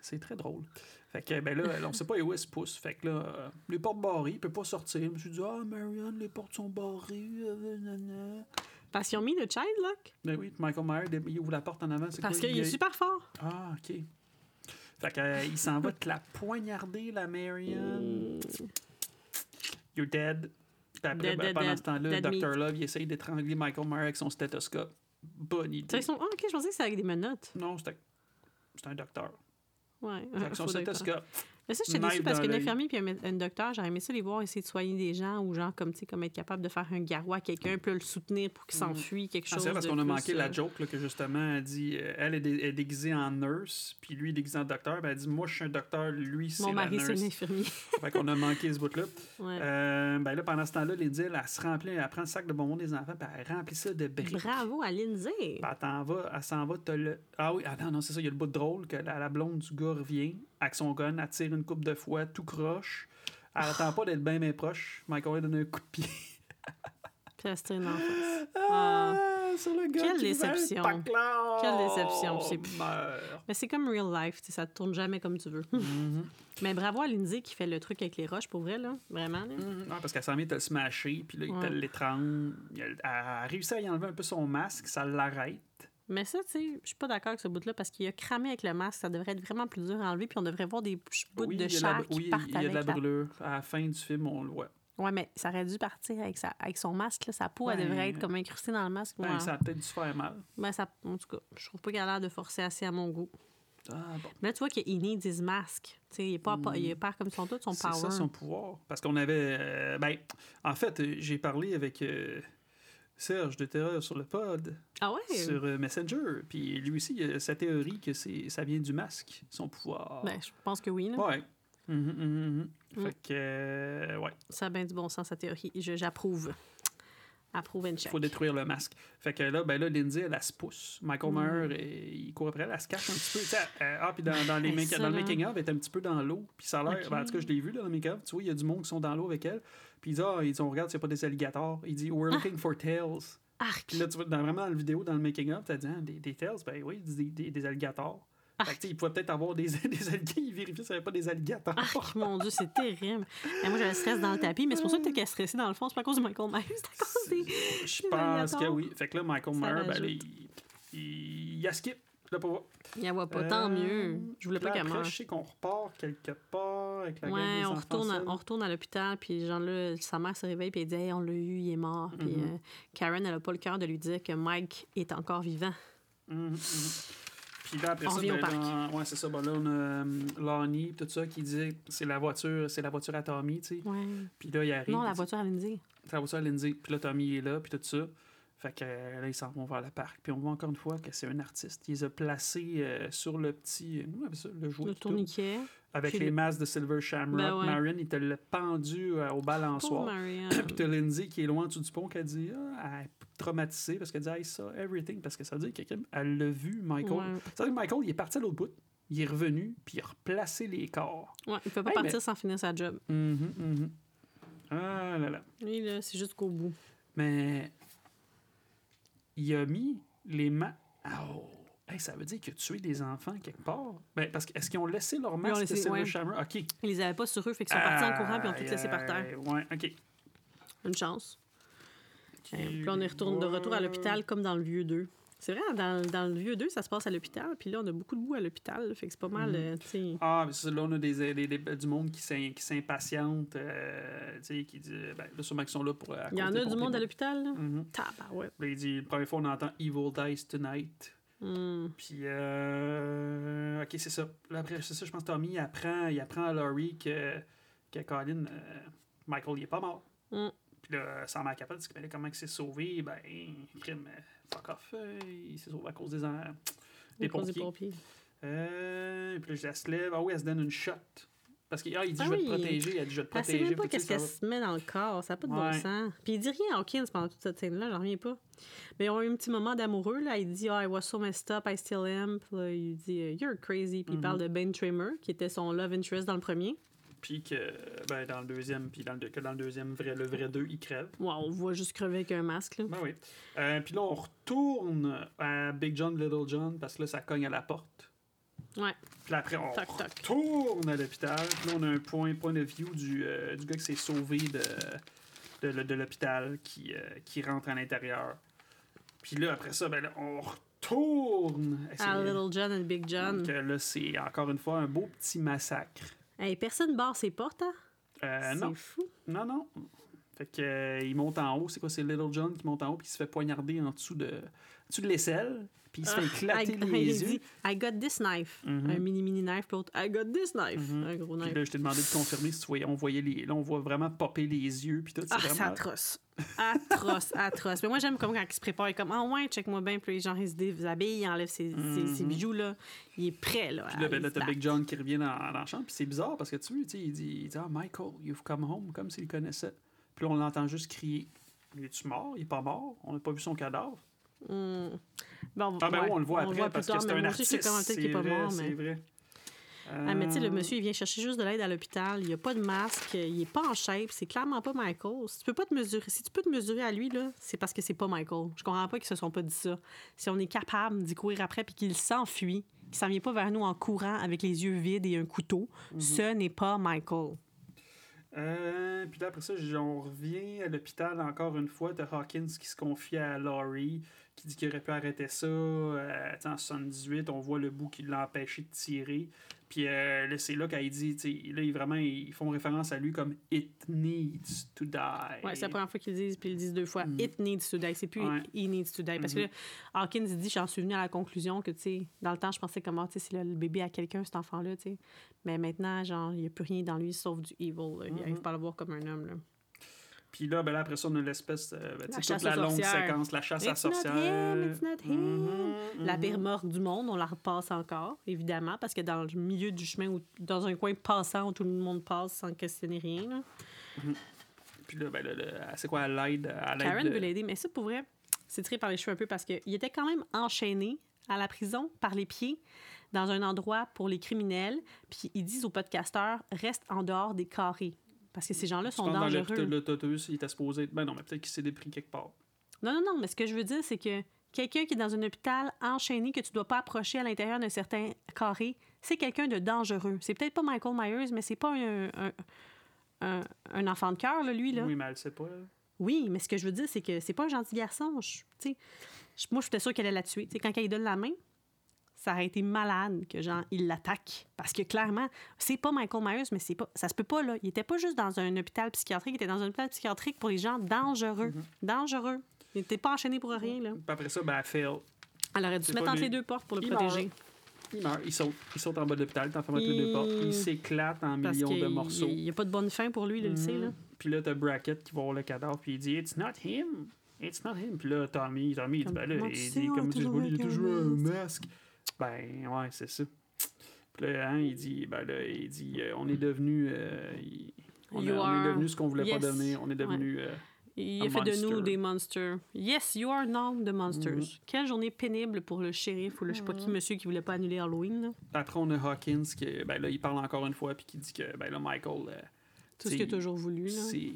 [SPEAKER 2] C'est très drôle. Fait que, ben là, elle- on sait pas où elle se pousse. Fait que là, euh, les portes barrées, il peut pas sortir. Je me suis dit, ah, Marianne, les portes sont barrées. euh, nanana.
[SPEAKER 1] Parce qu'ils ont mis le child lock.
[SPEAKER 2] Ben oui, puis Michael Myers, il ouvre la porte en avant. c'est
[SPEAKER 1] Parce
[SPEAKER 2] quoi?
[SPEAKER 1] qu'il est
[SPEAKER 2] a-
[SPEAKER 1] super fort.
[SPEAKER 2] ah, OK. Fait que, euh, il s'en va te la poignarder, la Marion. You're dead. Puis après,
[SPEAKER 1] Dead,
[SPEAKER 2] ben,
[SPEAKER 1] dead,
[SPEAKER 2] pendant
[SPEAKER 1] dead.
[SPEAKER 2] ce temps-là,
[SPEAKER 1] Dead
[SPEAKER 2] Dr. Love, il essaye d'étrangler Michael Myers avec son stéthoscope. Bonne
[SPEAKER 1] Tu sais,
[SPEAKER 2] idée.
[SPEAKER 1] ils sont- Ah, ok, je pensais que c'était avec des menottes.
[SPEAKER 2] Non, c'était... C'est un docteur.
[SPEAKER 1] Ouais.
[SPEAKER 2] Fait que son
[SPEAKER 1] Faux docteur.
[SPEAKER 2] stéthoscope.
[SPEAKER 1] Mais ça, j'étais
[SPEAKER 2] Knife
[SPEAKER 1] déçue parce
[SPEAKER 2] dans
[SPEAKER 1] qu'une
[SPEAKER 2] l'œil.
[SPEAKER 1] infirmière puis un, mé- un docteur, j'aurais aimé ça les voir essayer de soigner des gens ou genre comme, tu sais, comme être capable de faire un garrot à quelqu'un, puis là, le soutenir pour qu'il s'enfuit, quelque
[SPEAKER 2] Ah,
[SPEAKER 1] chose.
[SPEAKER 2] c'est vrai, parce
[SPEAKER 1] de
[SPEAKER 2] qu'on a
[SPEAKER 1] plus,
[SPEAKER 2] manqué
[SPEAKER 1] euh,
[SPEAKER 2] la joke là, que justement, elle dit, euh, elle est, dé- est déguisée en nurse, puis lui est déguisé en docteur. Ben, elle dit, moi je suis un docteur, lui c'est
[SPEAKER 1] Mon
[SPEAKER 2] la
[SPEAKER 1] mari, c'est
[SPEAKER 2] nurse.
[SPEAKER 1] une
[SPEAKER 2] (laughs)
[SPEAKER 1] infirmière.
[SPEAKER 2] Fait qu'on a manqué ce bout-là.
[SPEAKER 1] (laughs) Ouais.
[SPEAKER 2] Euh, ben là, pendant ce temps-là, Lydie, elle, elle se remplit, elle prend le sac de bonbons des enfants, puis elle remplit ça de briques.
[SPEAKER 1] Bravo à Lindsay.
[SPEAKER 2] Ben, elle t'en va, elle s'en va, t'as le. Ah oui, ah non, non, c'est ça, il y a le bout de drôle que la, la blonde du gars revient avec son gun, elle tire une coupe de fois, tout croche. Elle attend pas d'être bien, bien proche. Michael lui donne un coup de pied.
[SPEAKER 1] Puis c'était une enfance.
[SPEAKER 2] (laughs) Ah, sur le gars
[SPEAKER 1] Quelle
[SPEAKER 2] qui disait,
[SPEAKER 1] déception.
[SPEAKER 2] Pas clair.
[SPEAKER 1] Quelle déception, c'est-
[SPEAKER 2] Oh, Meurs.
[SPEAKER 1] Mais c'est comme real life, tu sais, ça te tourne jamais comme tu veux.
[SPEAKER 2] Mhm.
[SPEAKER 1] (laughs) Mais bravo à Lindsay qui fait le truc avec les roches, pour vrai, là. Vraiment, là.
[SPEAKER 2] Mhm. Ah, parce qu'elle s'en vient te le smasher, puis là, il
[SPEAKER 1] Ouais.
[SPEAKER 2] te l'étrangle. Elle, elle a réussi à y enlever un peu son masque, ça l'arrête.
[SPEAKER 1] Mais ça, tu sais, je suis pas d'accord avec ce bout-là parce qu'il a cramé avec le masque. Ça devrait être vraiment plus dur à enlever, puis on devrait voir des ch- bouts
[SPEAKER 2] Oui,
[SPEAKER 1] de
[SPEAKER 2] il y a de
[SPEAKER 1] chair
[SPEAKER 2] la-
[SPEAKER 1] qui
[SPEAKER 2] oui,
[SPEAKER 1] partent
[SPEAKER 2] il y a de la
[SPEAKER 1] avec hein. la...
[SPEAKER 2] brûlure. À la fin du film, on le voit.
[SPEAKER 1] Ouais, mais ça aurait dû partir avec, sa... avec son masque, là. Sa peau, elle
[SPEAKER 2] Ben,
[SPEAKER 1] devrait être comme incrustée dans le masque.
[SPEAKER 2] Ben,
[SPEAKER 1] Ouais.
[SPEAKER 2] Ça a peut-être dû se faire mal.
[SPEAKER 1] Ben, ça... En tout cas, je trouve pas qu'il a l'air de forcer assez à mon goût.
[SPEAKER 2] Ah, bon.
[SPEAKER 1] Mais là, tu vois qu'il need his mask. Tu sais, il est pas... il est pas comme son tout, son
[SPEAKER 2] C'est
[SPEAKER 1] power.
[SPEAKER 2] ça son pouvoir. Parce qu'on avait. euh, ben, en fait, euh, j'ai parlé avec euh, Serge de Terreur sur le pod,
[SPEAKER 1] Ah ouais?
[SPEAKER 2] sur euh, Messenger. Puis lui aussi, il a sa théorie que c'est ça vient du masque, son pouvoir.
[SPEAKER 1] Ben, je pense que oui, là.
[SPEAKER 2] ouais. Mhm, mhm, mhm.
[SPEAKER 1] Mm.
[SPEAKER 2] Fait que, euh, ouais,
[SPEAKER 1] Ça a bien du bon sens, sa théorie. Je- J'approuve. Approuve and
[SPEAKER 2] il
[SPEAKER 1] check.
[SPEAKER 2] faut détruire le masque. Fait que là, ben là, Lindsay, elle, elle se pousse.
[SPEAKER 1] Mm.
[SPEAKER 2] Michael Myers, et- il court après elle, elle se cache un petit peu. Tu sais, elle- elle- ah, puis dans, dans, les
[SPEAKER 1] Hey,
[SPEAKER 2] make-
[SPEAKER 1] ça,
[SPEAKER 2] dans le
[SPEAKER 1] là.
[SPEAKER 2] making-of, elle est un petit peu dans l'eau. Puis ça a l'air.
[SPEAKER 1] Ok.
[SPEAKER 2] ben, en tout cas, je l'ai vu là, dans le make-of. Tu vois, il y a du monde qui sont dans l'eau avec elle. Puis ils disent, ah, ils disent, on regarde s'il n'y a pas des alligators. Il dit, we're
[SPEAKER 1] Ah.
[SPEAKER 2] looking for tails.
[SPEAKER 1] Arc!
[SPEAKER 2] Puis là, tu vois, dans, vraiment dans la vidéo, dans le making-of, t'as dit, ah, des, des tails, ben oui, des, des, des alligators.
[SPEAKER 1] Ah.
[SPEAKER 2] Fait que, tu sais, il pouvait peut-être avoir des, (laughs) des alligators, il vérifiait s'il n'y avait pas des alligators.
[SPEAKER 1] Arc, mon Dieu, c'est terrible. Et moi, j'avais stress dans le tapis, mais c'est pour ça que peut-être qu'elle est stressée dans le fond. C'est pas à cause de Michael Myers, c'est à cause des.
[SPEAKER 2] (laughs) Je
[SPEAKER 1] des
[SPEAKER 2] pense
[SPEAKER 1] alligators.
[SPEAKER 2] que oui. Fait que là, Michael
[SPEAKER 1] Ça
[SPEAKER 2] Myers, ben, là,
[SPEAKER 1] rajoute.
[SPEAKER 2] il, il, il a skip. Je l'ai pas voir.
[SPEAKER 1] Il n'y en voit pas, tant
[SPEAKER 2] Euh,
[SPEAKER 1] mieux. Je voulais pas
[SPEAKER 2] Puis là,
[SPEAKER 1] qu'elle
[SPEAKER 2] après,
[SPEAKER 1] meure.
[SPEAKER 2] Je sais qu'on repart quelque part avec la gang
[SPEAKER 1] Ouais,
[SPEAKER 2] des
[SPEAKER 1] on
[SPEAKER 2] enfants
[SPEAKER 1] retourne, à,
[SPEAKER 2] seuls.
[SPEAKER 1] on retourne à l'hôpital, puis genre là, sa mère se réveille, puis elle dit Hey, on l'a eu, il est mort. Puis
[SPEAKER 2] Mhm.
[SPEAKER 1] euh, Karen, elle a pas le cœur de lui dire que Mike est encore vivant.
[SPEAKER 2] Mhm, mhm. Puis là, après
[SPEAKER 1] On
[SPEAKER 2] ça,
[SPEAKER 1] revient au
[SPEAKER 2] ben,
[SPEAKER 1] parc.
[SPEAKER 2] dans- ouais, c'est ça. Ben là, on a euh, Lonnie, tout ça, qui dit c'est la voiture, c'est la voiture à Tommy, tu sais.
[SPEAKER 1] Ouais.
[SPEAKER 2] Puis là, il arrive.
[SPEAKER 1] Non, la
[SPEAKER 2] il dit,
[SPEAKER 1] voiture, elle me dit.
[SPEAKER 2] C'est la voiture à Lindsay. Puis là, Tommy est là, puis tout ça. Fait que euh, là, ils s'en vont vers le parc. Puis on voit encore une fois que c'est un artiste. Il les a placés euh, sur le petit. Comment on appelle ça Le jouet.
[SPEAKER 1] Le
[SPEAKER 2] qui tourne.
[SPEAKER 1] tourniquet.
[SPEAKER 2] Avec
[SPEAKER 1] Puis
[SPEAKER 2] les
[SPEAKER 1] le-
[SPEAKER 2] masses de Silver Shamrock.
[SPEAKER 1] Ben ouais.
[SPEAKER 2] Marion, il te l'a pendu euh, au
[SPEAKER 1] Pauvre
[SPEAKER 2] balançoir.
[SPEAKER 1] Marianne.
[SPEAKER 2] (coughs) Puis t'as Lindsay qui est loin en dessous du pont qui a dit ah, elle est traumatisée parce qu'elle dit I saw everything parce que ça veut dire qu'elle l'a vu Michael.
[SPEAKER 1] Ouais.
[SPEAKER 2] Ça veut dire que Michael il est parti à l'autre bout, il est revenu puis il a replacé les corps.
[SPEAKER 1] Ouais, il peut pas
[SPEAKER 2] Hey,
[SPEAKER 1] partir
[SPEAKER 2] mais-
[SPEAKER 1] sans finir sa job.
[SPEAKER 2] Mhm, mhm. Ah là là.
[SPEAKER 1] Lui, là, c'est jusqu'au bout.
[SPEAKER 2] Mais il a mis les mains. Ah, Oh. Hey, ça veut dire qu'il a tué des enfants quelque part. Ben, parce que est-ce qu'ils ont laissé leur masque
[SPEAKER 1] laissé,
[SPEAKER 2] de Silver
[SPEAKER 1] ouais.
[SPEAKER 2] Shammer? OK. Ils
[SPEAKER 1] Ils les avaient pas sur eux, fait qu'ils sont partis en courant, puis ils ont tout laissé par terre.
[SPEAKER 2] Ouais, OK.
[SPEAKER 1] Une chance. Euh, Puis là, on est retourne, de retour à l'hôpital comme dans le vieux 2. C'est vrai, dans, dans le vieux 2, ça se passe à l'hôpital, puis là, on a beaucoup de bout à l'hôpital, là, fait que c'est pas mal,
[SPEAKER 2] Mhm.
[SPEAKER 1] euh, tu sais.
[SPEAKER 2] Ah, mais ça, là, on a des, des- des- du monde qui s'in- qui s'impatiente, euh, tu sais, qui dit, ben, là, sûrement qu'ils sont là pour...
[SPEAKER 1] Il y en a du monde à l'hôpital, là.
[SPEAKER 2] l'hôpital.
[SPEAKER 1] Tabarouette.
[SPEAKER 2] Ben, Il dit, la première fois, on entend Evil Dies Tonight.
[SPEAKER 1] Hmm.
[SPEAKER 2] Puis, euh, ok, c'est ça. Là, après, c'est ça, je pense que Tommy il apprend, il apprend à Laurie que, que Colin, euh, Michael, il est pas mort.
[SPEAKER 1] Mm.
[SPEAKER 2] Puis là, sans mère capable, dit, ben, là, comment il s'est sauvé? Ben, crime, euh, fuck off, euh, il s'est sauvé à cause des, en- des
[SPEAKER 1] Des pompiers.
[SPEAKER 2] pompiers. Euh, puis là, je la se lève. Ah oui, elle se donne une shot. Parce qu'il ah, il dit
[SPEAKER 1] Ah
[SPEAKER 2] Je vais
[SPEAKER 1] oui.
[SPEAKER 2] te protéger. Elle dit Je vais te
[SPEAKER 1] Elle sait
[SPEAKER 2] protéger.
[SPEAKER 1] Ah, même pas
[SPEAKER 2] Fait que,
[SPEAKER 1] qu'est-ce
[SPEAKER 2] tu sais,
[SPEAKER 1] qu'elle
[SPEAKER 2] ça
[SPEAKER 1] se met dans le corps, ça n'a pas de bon
[SPEAKER 2] Ouais.
[SPEAKER 1] sens. Puis il dit rien à Hawkins pendant toute cette scène-là, j'en reviens pas. Mais ils ont eu un petit moment d'amoureux, là, il dit « Ah, I was so messed up, I still am », puis là, il dit « You're crazy », puis il
[SPEAKER 2] Mhm.
[SPEAKER 1] parle de Ben Tramer, qui était son love interest dans le premier.
[SPEAKER 2] va. Puis que ben, dans le deuxième, puis dans le, que dans le deuxième, vrai, le vrai 2, il crève.
[SPEAKER 1] Wow, on voit juste crever avec un masque, là.
[SPEAKER 2] Ben oui. Euh, puis là, on retourne à Big John, Little John, parce que là, ça cogne à la porte.
[SPEAKER 1] Ouais.
[SPEAKER 2] Puis là, après, on
[SPEAKER 1] Toc, toc.
[SPEAKER 2] retourne à l'hôpital. Puis là, on a un point, point de view du, euh, du gars qui s'est sauvé de, de, le- de l'hôpital, qui, euh, qui rentre à l'intérieur. Puis là, après ça, ben là, on retourne. à
[SPEAKER 1] À Ah, Little John and Big John.
[SPEAKER 2] Donc euh, là, c'est encore une fois un beau petit massacre.
[SPEAKER 1] Hey, personne barre ses portes, hein?
[SPEAKER 2] Euh, non,
[SPEAKER 1] C'est fou.
[SPEAKER 2] non, non. Fait que, euh, il monte en haut. C'est quoi? C'est Little John qui monte en haut puis il se fait poignarder en dessous de, en dessous de l'aisselle. Puis il se fait éclater
[SPEAKER 1] I- (laughs) il
[SPEAKER 2] les yeux.
[SPEAKER 1] dit « I got this knife
[SPEAKER 2] Mhm.
[SPEAKER 1] Un mini-mini knife, puis l'autre « I got this knife
[SPEAKER 2] Mhm.
[SPEAKER 1] Un gros
[SPEAKER 2] Puis
[SPEAKER 1] knife.
[SPEAKER 2] là, je t'ai demandé de confirmer si tu voyais, on voyait les. Là, on voit vraiment popper les yeux. Puis tout, c'est
[SPEAKER 1] Ah, c'est
[SPEAKER 2] vraiment.
[SPEAKER 1] atroce. Atroce, (laughs) atroce. Mais moi, j'aime comme quand il se prépare, il est comme, ah ouais, check-moi bien, puis les gens, il se déshabille, il enlève ses, ses- ses
[SPEAKER 2] Mhm.
[SPEAKER 1] bijoux, là. Il est prêt, là.
[SPEAKER 2] Puis là,
[SPEAKER 1] à
[SPEAKER 2] ben,
[SPEAKER 1] aller
[SPEAKER 2] là,
[SPEAKER 1] se
[SPEAKER 2] t'as
[SPEAKER 1] battre.
[SPEAKER 2] Big John qui revient dans, dans la chambre. Puis c'est bizarre parce que tu vois, tu sais, il dit, il dit Ah, Michael, you've come home, comme s'il le connaissait. Puis là, on l'entend juste crier. Il est-tu mort? Il est pas mort? On n'a pas vu son cadavre.
[SPEAKER 1] Mm. Bon,
[SPEAKER 2] Ah ben
[SPEAKER 1] ouais,
[SPEAKER 2] oui, on le voit après
[SPEAKER 1] plus
[SPEAKER 2] parce
[SPEAKER 1] tard,
[SPEAKER 2] que c'est
[SPEAKER 1] mais
[SPEAKER 2] un
[SPEAKER 1] moi aussi,
[SPEAKER 2] artiste.
[SPEAKER 1] je sais comment peut-être qu'il est pas
[SPEAKER 2] vrai,
[SPEAKER 1] mort,
[SPEAKER 2] c'est
[SPEAKER 1] mais-
[SPEAKER 2] vrai.
[SPEAKER 1] Ah, mais tu sais, le
[SPEAKER 2] Euh,
[SPEAKER 1] monsieur, il vient chercher juste de l'aide à l'hôpital. Il n'y a pas de masque, il n'est pas en shape, c'est clairement pas Michael. Si tu peux pas te mesurer, si tu peux te mesurer à lui, là, c'est parce que c'est pas Michael. Je comprends pas qu'ils se sont pas dit ça. Si on est capable d'y courir après puis qu'il s'enfuit, qu'il s'en vient pas vers nous en courant avec les yeux vides et un couteau, ce n'est pas Michael.
[SPEAKER 2] euh, puis là, après ça, j- on revient à l'hôpital encore une fois. T'as Hawkins qui se confie à Laurie, qui dit qu'il aurait pu arrêter ça. Euh, tu sais, en 78, on voit le bout qui l'a empêché de tirer. Puis euh, là, c'est là qu'elle dit, tu sais, là, ils, vraiment, ils font référence à lui comme « It needs to die
[SPEAKER 1] Ouais, c'est la première fois qu'ils le disent, puis ils le disent deux fois.
[SPEAKER 2] Mhm.
[SPEAKER 1] It needs to die. C'est plus
[SPEAKER 2] Ouais.
[SPEAKER 1] He needs to die. Parce que
[SPEAKER 2] Mhm.
[SPEAKER 1] là, Hawkins il dit, j'en suis venue à la conclusion que, tu sais, dans le temps, je pensais comment, tu sais, c'est le, le bébé à quelqu'un, cet enfant-là, tu sais. Mais maintenant, genre, il n'y a plus rien dans lui sauf du evil. là. Il
[SPEAKER 2] Mhm.
[SPEAKER 1] n'arrive pas à le voir comme un homme, là.
[SPEAKER 2] Puis là, ben là, après ça, on a l'espèce, euh, ben, tu sais,
[SPEAKER 1] chasse
[SPEAKER 2] toute la
[SPEAKER 1] aux
[SPEAKER 2] longue
[SPEAKER 1] sorcières.
[SPEAKER 2] séquence, la chasse à la
[SPEAKER 1] It's not
[SPEAKER 2] Ah, sorcière.
[SPEAKER 1] him, it's not him.
[SPEAKER 2] Mhm,
[SPEAKER 1] La
[SPEAKER 2] mhm.
[SPEAKER 1] pire mort du monde, on la repasse encore, évidemment, parce que dans le milieu du chemin, ou dans un coin passant où tout le monde passe sans questionner rien, là.
[SPEAKER 2] Puis là, ben, là, là, c'est quoi, elle l'aide à l'aide
[SPEAKER 1] Karen
[SPEAKER 2] de-
[SPEAKER 1] veut l'aider, mais ça, pour vrai, c'est tiré par les cheveux un peu parce qu'il était quand même enchaîné à la prison par les pieds dans un endroit pour les criminels. Puis ils disent aux podcasteurs, reste en dehors des carrés. Parce que ces gens-là
[SPEAKER 2] Je
[SPEAKER 1] sont
[SPEAKER 2] pense dans
[SPEAKER 1] dangereux.
[SPEAKER 2] l'hôpital de l'autobus, il était supposé être. Ben non, mais peut-être qu'il s'est dépris quelque part.
[SPEAKER 1] Non, non, non, mais ce que je veux dire, c'est que quelqu'un qui est dans un hôpital enchaîné, que tu dois pas approcher à l'intérieur d'un certain carré, c'est quelqu'un de dangereux. C'est peut-être pas Michael Myers, mais c'est pas un, un- un- un enfant de cœur, là, lui. Là.
[SPEAKER 2] Oui, mais elle sait pas. elle.
[SPEAKER 1] Oui, mais ce que je veux dire, c'est que c'est pas un gentil garçon. Je- tu sais, je- moi, j'étais sûre qu'elle allait la tuer. Tu sais, quand elle lui donne la main, ça aurait été malade que genre il l'attaque parce que clairement c'est pas Michael Myers mais c'est pas ça se peut pas là il était pas juste dans un hôpital psychiatrique il était dans un hôpital psychiatrique pour les gens dangereux
[SPEAKER 2] Mm-hmm.
[SPEAKER 1] dangereux il était pas enchaîné pour rien là
[SPEAKER 2] Puis après ça, ben, elle fail.
[SPEAKER 1] elle aurait dû se
[SPEAKER 2] C'est
[SPEAKER 1] mettre
[SPEAKER 2] pas
[SPEAKER 1] entre
[SPEAKER 2] lui.
[SPEAKER 1] les deux portes pour le
[SPEAKER 2] Il
[SPEAKER 1] protéger
[SPEAKER 2] meurt. Il meurt. Il saute. Il saute en bas de l'hôpital, t'enfermes entre les deux
[SPEAKER 1] Il-
[SPEAKER 2] portes. Il s'éclate en
[SPEAKER 1] parce
[SPEAKER 2] millions de morceaux. Mm-hmm. Mm.
[SPEAKER 1] qu'il n'y a pas de bonne fin pour lui il le sait là
[SPEAKER 2] Puis là, t'as Brackett qui va voir le cadavre, puis il dit It's not him. It's not him. Puis là, Tommy, Tommy, il dit
[SPEAKER 1] Comme,
[SPEAKER 2] Ben là,
[SPEAKER 1] comment
[SPEAKER 2] il
[SPEAKER 1] tu
[SPEAKER 2] dit
[SPEAKER 1] sais, on a
[SPEAKER 2] Comme
[SPEAKER 1] toujours
[SPEAKER 2] il a
[SPEAKER 1] avec un
[SPEAKER 2] toujours un masque. Ben ouais, c'est ça. Puis là, hein, il dit Ben là, il dit euh, On est devenu. euh, il- on,
[SPEAKER 1] You
[SPEAKER 2] a- on
[SPEAKER 1] are-
[SPEAKER 2] est devenu ce qu'on voulait
[SPEAKER 1] Yes.
[SPEAKER 2] pas devenir. On est devenu. euh,
[SPEAKER 1] Il
[SPEAKER 2] Un
[SPEAKER 1] a fait de nous
[SPEAKER 2] monster. Mm.
[SPEAKER 1] des monsters. Yes, you are now the monsters. Quelle journée pénible pour le shérif ou le je sais pas qui monsieur qui voulait pas annuler Halloween. là.
[SPEAKER 2] Après, on a Hawkins qui. Ben là, il parle encore une fois, puis qui dit que Ben là, Michael, euh,
[SPEAKER 1] Tout
[SPEAKER 2] C'est-
[SPEAKER 1] ce qu'il a toujours voulu. Là.
[SPEAKER 2] c'est.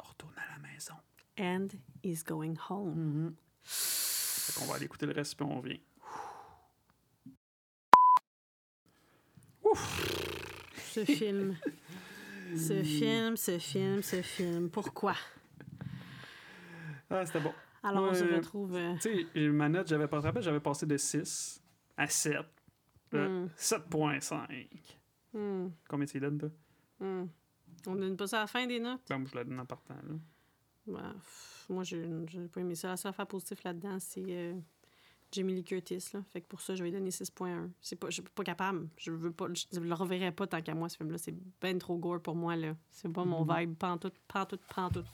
[SPEAKER 2] Retourne à la maison.
[SPEAKER 1] And is going
[SPEAKER 2] (laughs)
[SPEAKER 1] home.
[SPEAKER 2] Fait qu'on va aller écouter le reste, puis on revient.
[SPEAKER 1] Ce film.
[SPEAKER 2] Mm.
[SPEAKER 1] Ce film, ce film, ce film. Pourquoi?
[SPEAKER 2] Ah, c'était bon.
[SPEAKER 1] Alors on se
[SPEAKER 2] Ouais.
[SPEAKER 1] retrouve. euh,
[SPEAKER 2] Tu sais, ma note, j'avais pas rappelé, j'avais passé de 6 à 7. Là,
[SPEAKER 1] Mm.
[SPEAKER 2] 7.5.
[SPEAKER 1] hmm,
[SPEAKER 2] Combien tu y donnes, toi?
[SPEAKER 1] hmm. On donne pas ça à la fin des notes?
[SPEAKER 2] Ben, moi, je la donne en partant. Là.
[SPEAKER 1] Ben, pff, moi, j'ai j'ai pas aimé ça. La seule affaire positive là-dedans, c'est euh, Jamie Lee Curtis. Là. Fait que pour ça, je vais lui donner 6.1. C'est pas, je suis pas capable. Je veux pas, je le reverrai pas tant qu'à moi, ce film-là. C'est ben trop gore pour moi, là. C'est pas mon
[SPEAKER 2] Mhm.
[SPEAKER 1] vibe. Pantoute, pantoute, pantoute.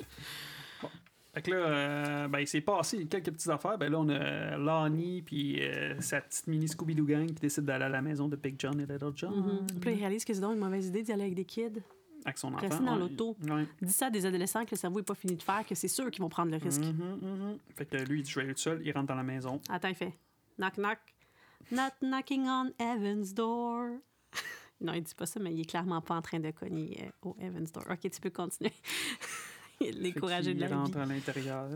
[SPEAKER 2] Fait que là, euh, ben, il s'est passé quelques petites affaires. Ben là, on a Lonnie, puis euh, sa petite mini Scooby-Doo gang qui décide d'aller à la maison de Big John et Little John
[SPEAKER 1] Mm-hmm. Puis là, il réalise que c'est donc une mauvaise idée d'y aller avec des kids.
[SPEAKER 2] avec son enfant.
[SPEAKER 1] Rester dans
[SPEAKER 2] Ouais.
[SPEAKER 1] l'auto.
[SPEAKER 2] Ouais.
[SPEAKER 1] Dis ça à des adolescents que le cerveau est pas fini de faire, que c'est sûr qu'ils vont prendre le risque.
[SPEAKER 2] Mhm, mhm. Fait que lui, il dit Je vais aller tout seul. Il rentre dans la maison.
[SPEAKER 1] Attends, il fait knock knock. Not knocking on Evan's door. (laughs) non, il dit pas ça, mais il est clairement pas en train de cogner euh, au Evan's door. Ok, tu peux continuer. (laughs) il est
[SPEAKER 2] Fait
[SPEAKER 1] découragé de
[SPEAKER 2] qu'il
[SPEAKER 1] la vie.
[SPEAKER 2] rentre à l'intérieur.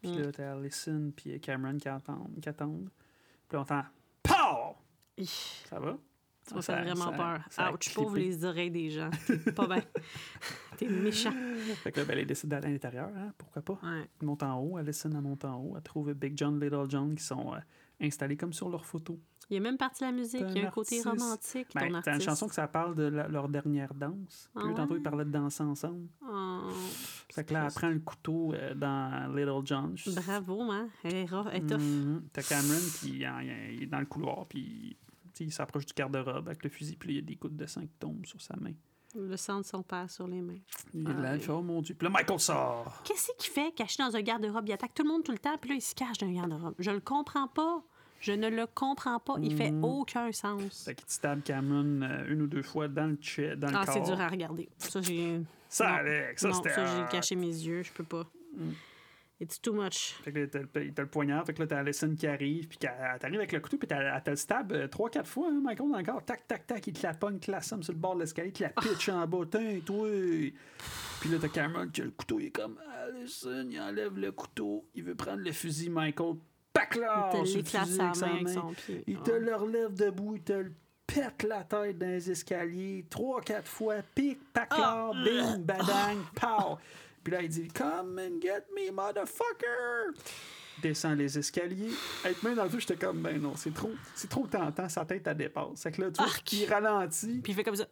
[SPEAKER 2] Puis
[SPEAKER 1] Mm.
[SPEAKER 2] là, t'as Allison, puis Cameron qui attendent. Qui attendent. Puis là, on entend POW
[SPEAKER 1] Hi,
[SPEAKER 2] Ça va?
[SPEAKER 1] Ça m'a
[SPEAKER 2] Ah, Ça-
[SPEAKER 1] fait vraiment
[SPEAKER 2] ça-
[SPEAKER 1] peur.
[SPEAKER 2] ça a
[SPEAKER 1] Ouch,
[SPEAKER 2] clippé.
[SPEAKER 1] pauvre les oreilles des gens. T'es pas bien. (laughs) T'es méchant.
[SPEAKER 2] Fait que là, ben, elle décide d'aller à l'intérieur, hein, pourquoi pas.
[SPEAKER 1] Ouais.
[SPEAKER 2] Elle monte en haut, Allison elle monte en haut, elle trouve Big John, Little John qui sont euh, installés comme sur leurs photos.
[SPEAKER 1] Il y a même parti de la musique. Il y a
[SPEAKER 2] T'es
[SPEAKER 1] un côté
[SPEAKER 2] artiste.
[SPEAKER 1] romantique.
[SPEAKER 2] Ben,
[SPEAKER 1] ton
[SPEAKER 2] t'as une
[SPEAKER 1] artiste.
[SPEAKER 2] chanson que ça parle de la- leur dernière danse. Puis
[SPEAKER 1] Ah
[SPEAKER 2] eux, tantôt,
[SPEAKER 1] ouais?
[SPEAKER 2] ils parlaient de danser ensemble.
[SPEAKER 1] Oh,
[SPEAKER 2] Fait que là, elle
[SPEAKER 1] triste.
[SPEAKER 2] prend le couteau euh, dans Little John. Je-
[SPEAKER 1] Bravo, hein? Elle est, rough, elle est tough.
[SPEAKER 2] Mhm. T'as Cameron qui en- il est dans le couloir, puis tu sais, il s'approche du garde-robe avec le fusil, puis là, il y a des gouttes de sang qui tombent sur sa main.
[SPEAKER 1] Le sang de son père sur les mains.
[SPEAKER 2] Il est là,
[SPEAKER 1] Aïe.
[SPEAKER 2] il fait, oh mon Dieu. Puis là, Michael sort.
[SPEAKER 1] Qu'est-ce qu'il fait caché dans un garde-robe? Il attaque tout le monde tout le temps, puis là, il se cache dans un garde-robe. Je le comprends pas. Je ne le comprends pas. Il fait
[SPEAKER 2] Mhm.
[SPEAKER 1] aucun sens.
[SPEAKER 2] Fait qu'il stab Cameron euh, une ou deux fois dans le, che- dans le
[SPEAKER 1] Ah,
[SPEAKER 2] corps.
[SPEAKER 1] c'est dur à regarder. Ça, j'ai.
[SPEAKER 2] Ça,
[SPEAKER 1] Non.
[SPEAKER 2] Alex, ça,
[SPEAKER 1] Non,
[SPEAKER 2] c'était.
[SPEAKER 1] ça, j'ai
[SPEAKER 2] hot.
[SPEAKER 1] caché mes yeux. Je peux pas.
[SPEAKER 2] Mm.
[SPEAKER 1] It's too much.
[SPEAKER 2] Fait que là, t'as le, t'as le poignard, fait que là, t'as Alison qui arrive, puis qu'elle elle t'arrive avec le couteau, puis t'as- elle te le stab 3-4 fois, hein, Michael, dans le corps. Tac, tac, tac, il te la pogne, il te la somme sur le bord de l'escalier, il te la pitch en bas. Tiens, toi! Puis là, t'as Cameron qui a le couteau, il est comme Alison, il enlève le couteau, il veut prendre le fusil, Michael, pac là!
[SPEAKER 1] il te
[SPEAKER 2] sur le
[SPEAKER 1] l'éclate
[SPEAKER 2] fusil
[SPEAKER 1] sa
[SPEAKER 2] avec sa
[SPEAKER 1] main avec
[SPEAKER 2] main.
[SPEAKER 1] son pied.
[SPEAKER 2] Il
[SPEAKER 1] Ah.
[SPEAKER 2] te le relève debout, il te le pète la tête dans les escaliers, trois, quatre fois, pic, paclar,
[SPEAKER 1] Ah!
[SPEAKER 2] bing, badang, pow. Puis là, il dit Come and get me, motherfucker! Descend les escaliers. Être main dans le feu, j'étais comme Ben non, c'est trop, c'est trop tentant, sa tête, elle dépasse. Fait que là, tu vois,
[SPEAKER 1] Arc.
[SPEAKER 2] il ralentit.
[SPEAKER 1] Puis il fait comme ça.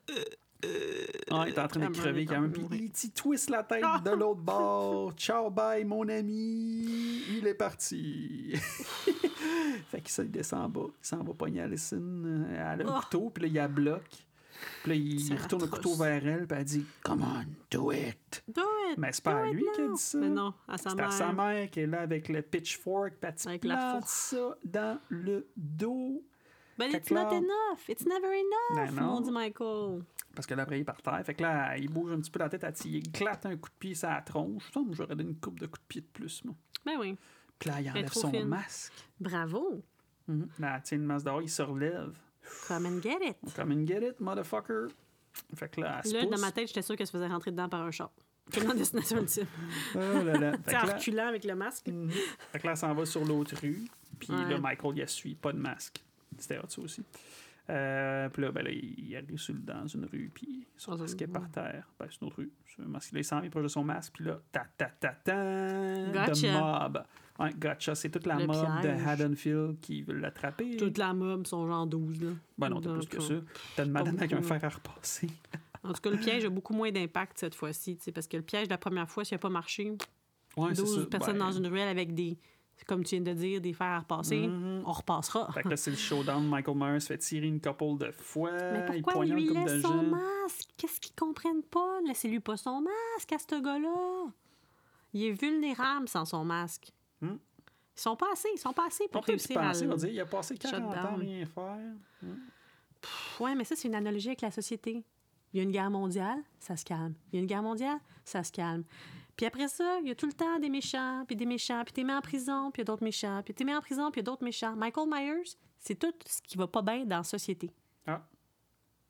[SPEAKER 1] Euh,
[SPEAKER 2] Ah, il est en train de
[SPEAKER 1] Cameron
[SPEAKER 2] crever
[SPEAKER 1] est
[SPEAKER 2] quand même.
[SPEAKER 1] en train
[SPEAKER 2] Puis
[SPEAKER 1] de
[SPEAKER 2] il t'y twist la tête
[SPEAKER 1] Ah!
[SPEAKER 2] de l'autre bord. (laughs) Ciao, bye, mon ami. Il est parti. (laughs) fait que ça, il descend en bas. Il s'en va pogner Alison. euh, Elle a un
[SPEAKER 1] Oh.
[SPEAKER 2] couteau, puis là, il la bloque. Puis là, il
[SPEAKER 1] C'est
[SPEAKER 2] retourne le
[SPEAKER 1] atroce.
[SPEAKER 2] couteau vers elle, puis elle dit Come on, do it.
[SPEAKER 1] Do it!
[SPEAKER 2] Mais c'est pas
[SPEAKER 1] Do
[SPEAKER 2] à
[SPEAKER 1] it
[SPEAKER 2] lui qui a
[SPEAKER 1] now.
[SPEAKER 2] dit ça.
[SPEAKER 1] Mais non, à sa
[SPEAKER 2] C'est à
[SPEAKER 1] mère.
[SPEAKER 2] sa mère qui est là avec le pitchfork, puis elle te
[SPEAKER 1] Avec la
[SPEAKER 2] plante
[SPEAKER 1] fourche.
[SPEAKER 2] ça dans le dos.
[SPEAKER 1] But Ben, it's
[SPEAKER 2] Fait que
[SPEAKER 1] not
[SPEAKER 2] là-
[SPEAKER 1] enough. It's never enough.
[SPEAKER 2] Ben non.
[SPEAKER 1] Mon Dieu, Michael.
[SPEAKER 2] Parce que l'après, il est par terre. Fait que là, il bouge un petit peu la tête, elle il éclate un coup de pied sur la tronche. Je pense que j'aurais donné une coupe de coups de pied de plus, moi.
[SPEAKER 1] Ben oui.
[SPEAKER 2] Puis là, il enlève
[SPEAKER 1] trop
[SPEAKER 2] son
[SPEAKER 1] fine.
[SPEAKER 2] masque. Mm-hmm.
[SPEAKER 1] Bravo.
[SPEAKER 2] Là, elle tient le masque dehors, il se relève.
[SPEAKER 1] Come and get it.
[SPEAKER 2] Come and get it, motherfucker. Fait que là, elle se
[SPEAKER 1] Là,
[SPEAKER 2] pousse.
[SPEAKER 1] dans ma tête, j'étais sûre qu'elle se faisait rentrer dedans par un chat. Comme dans Destination Ultime.
[SPEAKER 2] Oh
[SPEAKER 1] (laughs)
[SPEAKER 2] là là. Fait
[SPEAKER 1] T'sais, en
[SPEAKER 2] que là,
[SPEAKER 1] reculant avec le masque.
[SPEAKER 2] Mhm. Fait que là, elle s'en va sur l'autre rue. Puis
[SPEAKER 1] Ouais.
[SPEAKER 2] là, Michael, il la suit, pas de masque. C'était hot, ça aussi. Euh, puis là, ben là, il arrive sur- dans une rue, puis il sort
[SPEAKER 1] Dans
[SPEAKER 2] ce
[SPEAKER 1] une
[SPEAKER 2] qui est
[SPEAKER 1] rue.
[SPEAKER 2] par terre. Ben, c'est une autre rue. C'est un masque. Là, il s'en vient proche de son masque, puis là, ta ta ta ta
[SPEAKER 1] Gotcha.
[SPEAKER 2] The mob. Ouais, gotcha. C'est toute la
[SPEAKER 1] Le
[SPEAKER 2] mob
[SPEAKER 1] piège.
[SPEAKER 2] de Haddonfield qui veut l'attraper.
[SPEAKER 1] Toute la mob sont genre 12, là.
[SPEAKER 2] Mm. Ben non, t'as plus
[SPEAKER 1] Donc,
[SPEAKER 2] que
[SPEAKER 1] on-
[SPEAKER 2] ça. T'as une madame avec un
[SPEAKER 1] beaucoup.
[SPEAKER 2] fer à repasser.
[SPEAKER 1] En tout cas, le piège a beaucoup moins d'impact cette fois-ci, tu sais, parce que le piège, la première fois, s'il n'a pas marché,
[SPEAKER 2] Ouais, c'est
[SPEAKER 1] 12
[SPEAKER 2] ça.
[SPEAKER 1] personnes
[SPEAKER 2] Ben,
[SPEAKER 1] dans une ruelle avec des, comme tu viens de dire, des fers à repasser,
[SPEAKER 2] Mhm.
[SPEAKER 1] on repassera.
[SPEAKER 2] Fait que là, c'est le showdown. Michael Myers fait tirer une couple de fois.
[SPEAKER 1] Mais
[SPEAKER 2] il
[SPEAKER 1] pourquoi
[SPEAKER 2] poignarde
[SPEAKER 1] lui
[SPEAKER 2] euh, comme
[SPEAKER 1] laisse
[SPEAKER 2] de
[SPEAKER 1] son
[SPEAKER 2] gens.
[SPEAKER 1] masque? Qu'est-ce qu'ils comprennent pas? Laissez-lui pas son masque à ce gars-là. Il est vulnérable sans son masque.
[SPEAKER 2] Hmm.
[SPEAKER 1] Ils sont pas assez, ils sont pas assez
[SPEAKER 2] On
[SPEAKER 1] pour
[SPEAKER 2] peut y
[SPEAKER 1] réussir à
[SPEAKER 2] penser, on
[SPEAKER 1] le...
[SPEAKER 2] va dire, il a passé 40 ans à
[SPEAKER 1] Shutdown.
[SPEAKER 2] rien faire.
[SPEAKER 1] Pff, Ouais, mais ça, c'est une analogie avec la société. Il y a une guerre mondiale, ça se calme. Il y a une guerre mondiale, ça se calme. Puis après ça, il y a tout le temps des méchants, puis des méchants, puis t'es mis en prison, puis il y a d'autres méchants, puis t'es mis en prison, puis il y a d'autres méchants. Michael Myers, c'est tout ce qui va pas bien dans la société.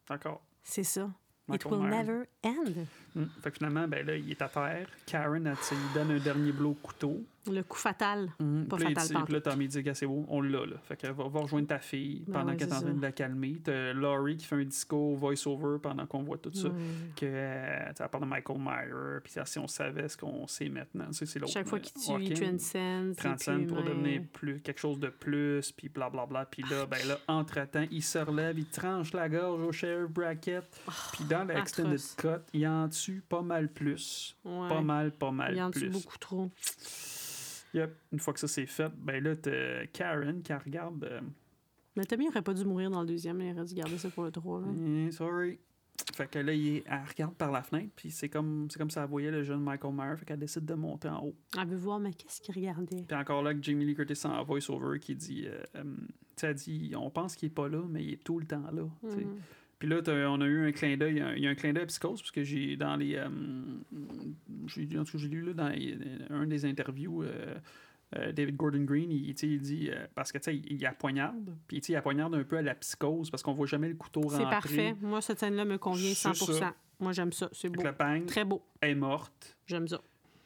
[SPEAKER 2] D'accord.
[SPEAKER 1] C'est ça.
[SPEAKER 2] Michael
[SPEAKER 1] It will
[SPEAKER 2] Myers.
[SPEAKER 1] never end.
[SPEAKER 2] Mm. Fait que finalement, ben là, il est à terre. Karen, elle, tu sais, il donne un dernier blow au couteau.
[SPEAKER 1] Le coup fatal. Hum. Pas
[SPEAKER 2] puis là, il
[SPEAKER 1] fatal,
[SPEAKER 2] dit-
[SPEAKER 1] pas en
[SPEAKER 2] puis là, Tommy dit, Gars, c'est beau, on l'a, là. Fait que va, va rejoindre ta fille
[SPEAKER 1] Ben
[SPEAKER 2] pendant
[SPEAKER 1] ouais,
[SPEAKER 2] qu'elle est
[SPEAKER 1] c'est
[SPEAKER 2] en train
[SPEAKER 1] ça.
[SPEAKER 2] de la calmer. T'as Laurie qui fait un discours voice-over pendant qu'on voit tout
[SPEAKER 1] Hum.
[SPEAKER 2] ça. Que, euh, tu sais, elle parle de Michael Myers, puis ça, si on savait ce qu'on sait maintenant, tu sais, c'est l'autre.
[SPEAKER 1] Chaque fois
[SPEAKER 2] mais-
[SPEAKER 1] qu'il tue,
[SPEAKER 2] Joaquin,
[SPEAKER 1] il tue une scène.
[SPEAKER 2] 30 cents pour devenir plus, quelque chose de plus, puis blablabla. Puis là, ben là, entre-temps, il se relève, il tranche la gorge au sheriff Brackett. Puis dans l'extended
[SPEAKER 1] Oh, atroce.
[SPEAKER 2] cut, il en tue pas mal plus. Pas mal, pas mal
[SPEAKER 1] Il en tue
[SPEAKER 2] plus.
[SPEAKER 1] beaucoup trop.
[SPEAKER 2] Yep. Une fois que ça c'est fait, ben là, t'as Karen qui regarde. euh,
[SPEAKER 1] Mais Tommy n'aurait pas dû mourir dans le deuxième, il aurait dû garder ça pour le 3.
[SPEAKER 2] Eh, sorry. Fait que là, il est- elle regarde par la fenêtre, puis c'est comme, c'est comme ça elle voyait le jeune Michael Myers, fait qu'elle décide de monter en haut.
[SPEAKER 1] Elle veut voir, mais qu'est-ce qu'il regardait?
[SPEAKER 2] Puis encore là, que Jamie Lee Curtis en voice-over qui dit, euh, euh, tu sais, elle dit, on pense qu'il est pas là, mais il est tout le temps là. tu sais.
[SPEAKER 1] Mhm.
[SPEAKER 2] Puis là, t'as- on a eu un clin d'œil, un- il y a un clin d'œil à Psychose, parce que j'ai dans les. euh, j'ai lu- en tout cas, j'ai lu là, dans les- un des interviews, euh, euh, David Gordon Green, il, tu sais, il dit. euh, parce que, tu sais, il la poignarde, puis tu sais, il la poignarde un peu à la psychose, parce qu'on voit jamais le couteau rentrer.
[SPEAKER 1] C'est parfait. Moi, cette scène-là me convient 100
[SPEAKER 2] C'est ça.
[SPEAKER 1] Moi, j'aime ça. C'est
[SPEAKER 2] Fait
[SPEAKER 1] beau.
[SPEAKER 2] que le bang,
[SPEAKER 1] Très beau.
[SPEAKER 2] elle est morte.
[SPEAKER 1] J'aime ça.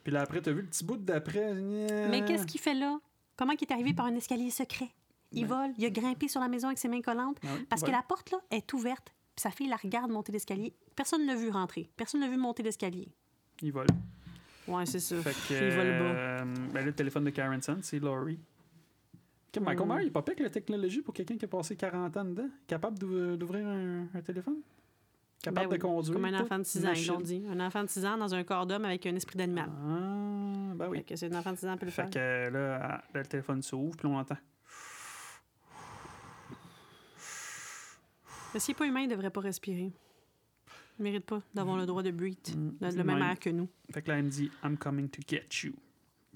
[SPEAKER 2] Puis là, après, t'as vu le petit bout d'après.
[SPEAKER 1] Mais qu'est-ce qu'il fait là? Comment il est arrivé par un escalier secret? Il
[SPEAKER 2] Ben-
[SPEAKER 1] vole, il a grimpé sur la maison avec ses mains collantes.
[SPEAKER 2] Ah
[SPEAKER 1] Parce que la porte, là, est ouverte. Puis sa fille la regarde monter l'escalier. Personne ne l'a vu rentrer. Personne ne l'a vu monter l'escalier.
[SPEAKER 2] Il vole.
[SPEAKER 1] Ouais, c'est ça.
[SPEAKER 2] Fait que.
[SPEAKER 1] Il vole bas.
[SPEAKER 2] euh, ben là, le téléphone de Karenson, c'est Laurie. Que Michael
[SPEAKER 1] Hmm.
[SPEAKER 2] Myers, il est pas pire que la technologie pour quelqu'un qui a passé 40 ans dedans, capable d'ou- d'ouvrir un, un téléphone, capable
[SPEAKER 1] Ben oui,
[SPEAKER 2] de conduire.
[SPEAKER 1] Comme un
[SPEAKER 2] tout,
[SPEAKER 1] enfant de 6 ans, ils
[SPEAKER 2] machine.
[SPEAKER 1] l'ont dit. Un enfant de 6 ans dans un corps d'homme avec un esprit d'animal.
[SPEAKER 2] Ah, ben
[SPEAKER 1] Fait
[SPEAKER 2] oui.
[SPEAKER 1] que c'est un enfant de 6 ans peut le faire.
[SPEAKER 2] Fait que euh, là, ah, là, le téléphone s'ouvre, puis on entend.
[SPEAKER 1] Mais s'il n'est pas humain, il ne devrait pas respirer. Il ne mérite pas d'avoir le droit de breathe.
[SPEAKER 2] Mm,
[SPEAKER 1] Le,
[SPEAKER 2] c'est
[SPEAKER 1] le même
[SPEAKER 2] même.
[SPEAKER 1] air que nous.
[SPEAKER 2] Fait que là, elle me dit, I'm coming to get you.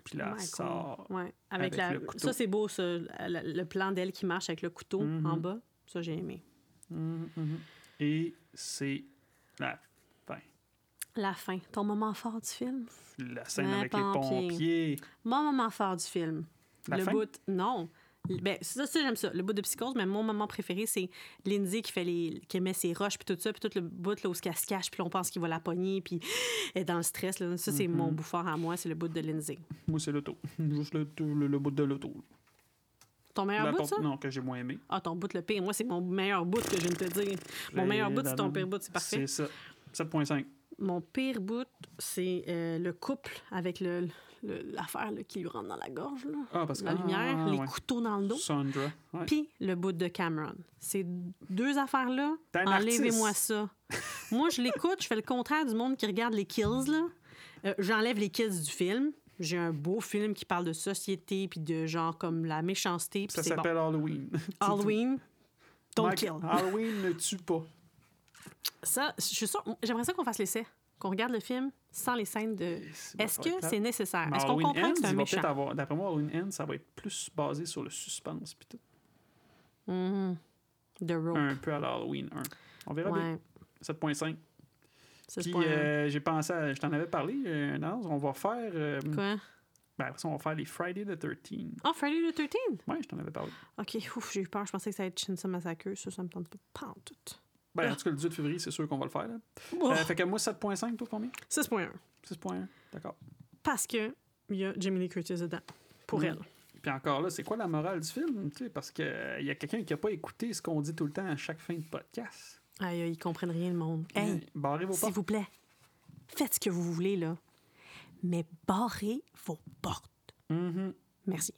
[SPEAKER 2] Puis là, elle
[SPEAKER 1] Michael.
[SPEAKER 2] sort.
[SPEAKER 1] Ouais. Avec,
[SPEAKER 2] Avec
[SPEAKER 1] la...
[SPEAKER 2] le couteau.
[SPEAKER 1] Ça, c'est beau, ça, le, le plan d'elle qui marche avec le couteau
[SPEAKER 2] Mhm.
[SPEAKER 1] en bas. Ça, j'ai aimé.
[SPEAKER 2] Mhm, mhm. Et c'est la,
[SPEAKER 1] La fin. Ton moment fort du film?
[SPEAKER 2] la scène
[SPEAKER 1] Ouais,
[SPEAKER 2] avec
[SPEAKER 1] pompier.
[SPEAKER 2] les pompiers.
[SPEAKER 1] Mon moment fort du film.
[SPEAKER 2] La
[SPEAKER 1] le
[SPEAKER 2] fin?
[SPEAKER 1] bout, non. L- Ben, ça, ça, j'aime ça. Le bout de psychose, mais mon moment préféré, c'est Lindsay qui fait les, qui met ses roches, puis tout ça, puis tout le bout là, où elle se cache, puis on pense qu'il va la pogner, puis (gasps) elle est dans le stress. Là. Ça, c'est
[SPEAKER 2] Mhm.
[SPEAKER 1] mon bouffard à moi, c'est le bout de Lindsay.
[SPEAKER 2] Moi, c'est l'auto. (laughs) Juste le, le- le bout de l'auto.
[SPEAKER 1] Ton meilleur
[SPEAKER 2] La
[SPEAKER 1] bout,
[SPEAKER 2] porte-
[SPEAKER 1] ça?
[SPEAKER 2] Non, que j'ai moins aimé.
[SPEAKER 1] Ah, ton bout le pire. Moi, c'est mon meilleur bout que je viens de te dire. Mon
[SPEAKER 2] Ben,
[SPEAKER 1] meilleur bout, c'est ton pire bout, c'est parfait.
[SPEAKER 2] C'est ça. 7.5.
[SPEAKER 1] Mon pire bout, c'est euh, le couple avec le, le- l'affaire là, qui lui rentre dans la gorge, là.
[SPEAKER 2] Ah, parce que.
[SPEAKER 1] la lumière,
[SPEAKER 2] ah,
[SPEAKER 1] les
[SPEAKER 2] ouais.
[SPEAKER 1] couteaux dans le dos.
[SPEAKER 2] Sandra. ouais.
[SPEAKER 1] Puis le bout de Cameron. Ces deux affaires-là,
[SPEAKER 2] T'es un
[SPEAKER 1] Enlevez-moi
[SPEAKER 2] artiste.
[SPEAKER 1] ça. Moi, je l'écoute, je fais le contraire du monde qui regarde les kills. là. Euh, J'enlève les kills du film. J'ai un beau film qui parle de société, puis de genre comme la méchanceté, puis
[SPEAKER 2] Ça
[SPEAKER 1] c'est bon.
[SPEAKER 2] s'appelle Halloween. (laughs)
[SPEAKER 1] Halloween, don't
[SPEAKER 2] Mike,
[SPEAKER 1] kill.
[SPEAKER 2] Halloween ne tue pas.
[SPEAKER 1] Ça, je suis sûre, j'aimerais ça qu'on fasse l'essai, qu'on regarde le film sans les scènes de... Est-ce que c'est nécessaire?
[SPEAKER 2] Mais
[SPEAKER 1] Est-ce qu'on
[SPEAKER 2] Halloween
[SPEAKER 1] comprend que
[SPEAKER 2] Ends,
[SPEAKER 1] c'est un
[SPEAKER 2] il va
[SPEAKER 1] méchant?
[SPEAKER 2] peut-être avoir- D'après moi, Halloween Ends, ça va être plus basé sur le suspense. Pis tout.
[SPEAKER 1] Mhm. The Rope.
[SPEAKER 2] Un peu à la Halloween 1. On verra bien.
[SPEAKER 1] ouais,
[SPEAKER 2] 7.5.
[SPEAKER 1] ça c'est
[SPEAKER 2] Puis
[SPEAKER 1] pas un-
[SPEAKER 2] euh, j'ai pensé, à- je t'en avais parlé, euh, Naz, on va faire. euh,
[SPEAKER 1] Quoi?
[SPEAKER 2] ben, après ça, on va faire les Friday the 13.
[SPEAKER 1] Ah, Friday the 13
[SPEAKER 2] Ouais, je t'en avais parlé.
[SPEAKER 1] Ok, ouf, j'ai eu peur. Je pensais que ça allait être Chainsaw Massacre. Ça, ça me tente pas. Pas en tout.
[SPEAKER 2] Ben, en tout cas, le 18 février, c'est sûr qu'on va le faire. Là.
[SPEAKER 1] Oh,
[SPEAKER 2] Euh, fait que moi, 7.5, toi, combien
[SPEAKER 1] 6.1.
[SPEAKER 2] 6.1. D'accord.
[SPEAKER 1] parce que il y a Jamie Lee Curtis dedans pour
[SPEAKER 2] Mm.
[SPEAKER 1] elle.
[SPEAKER 2] Puis encore là, c'est quoi la morale du film? tu sais, parce qu'il y a quelqu'un qui n'a pas écouté ce qu'on dit tout le temps à chaque fin de podcast.
[SPEAKER 1] Aïe, aïe, ils comprennent rien, le monde. Hey,
[SPEAKER 2] barrez vos
[SPEAKER 1] s'il
[SPEAKER 2] portes.
[SPEAKER 1] vous plaît, faites ce que vous voulez, là. Mais barrez vos portes.
[SPEAKER 2] Mhm.
[SPEAKER 1] Merci.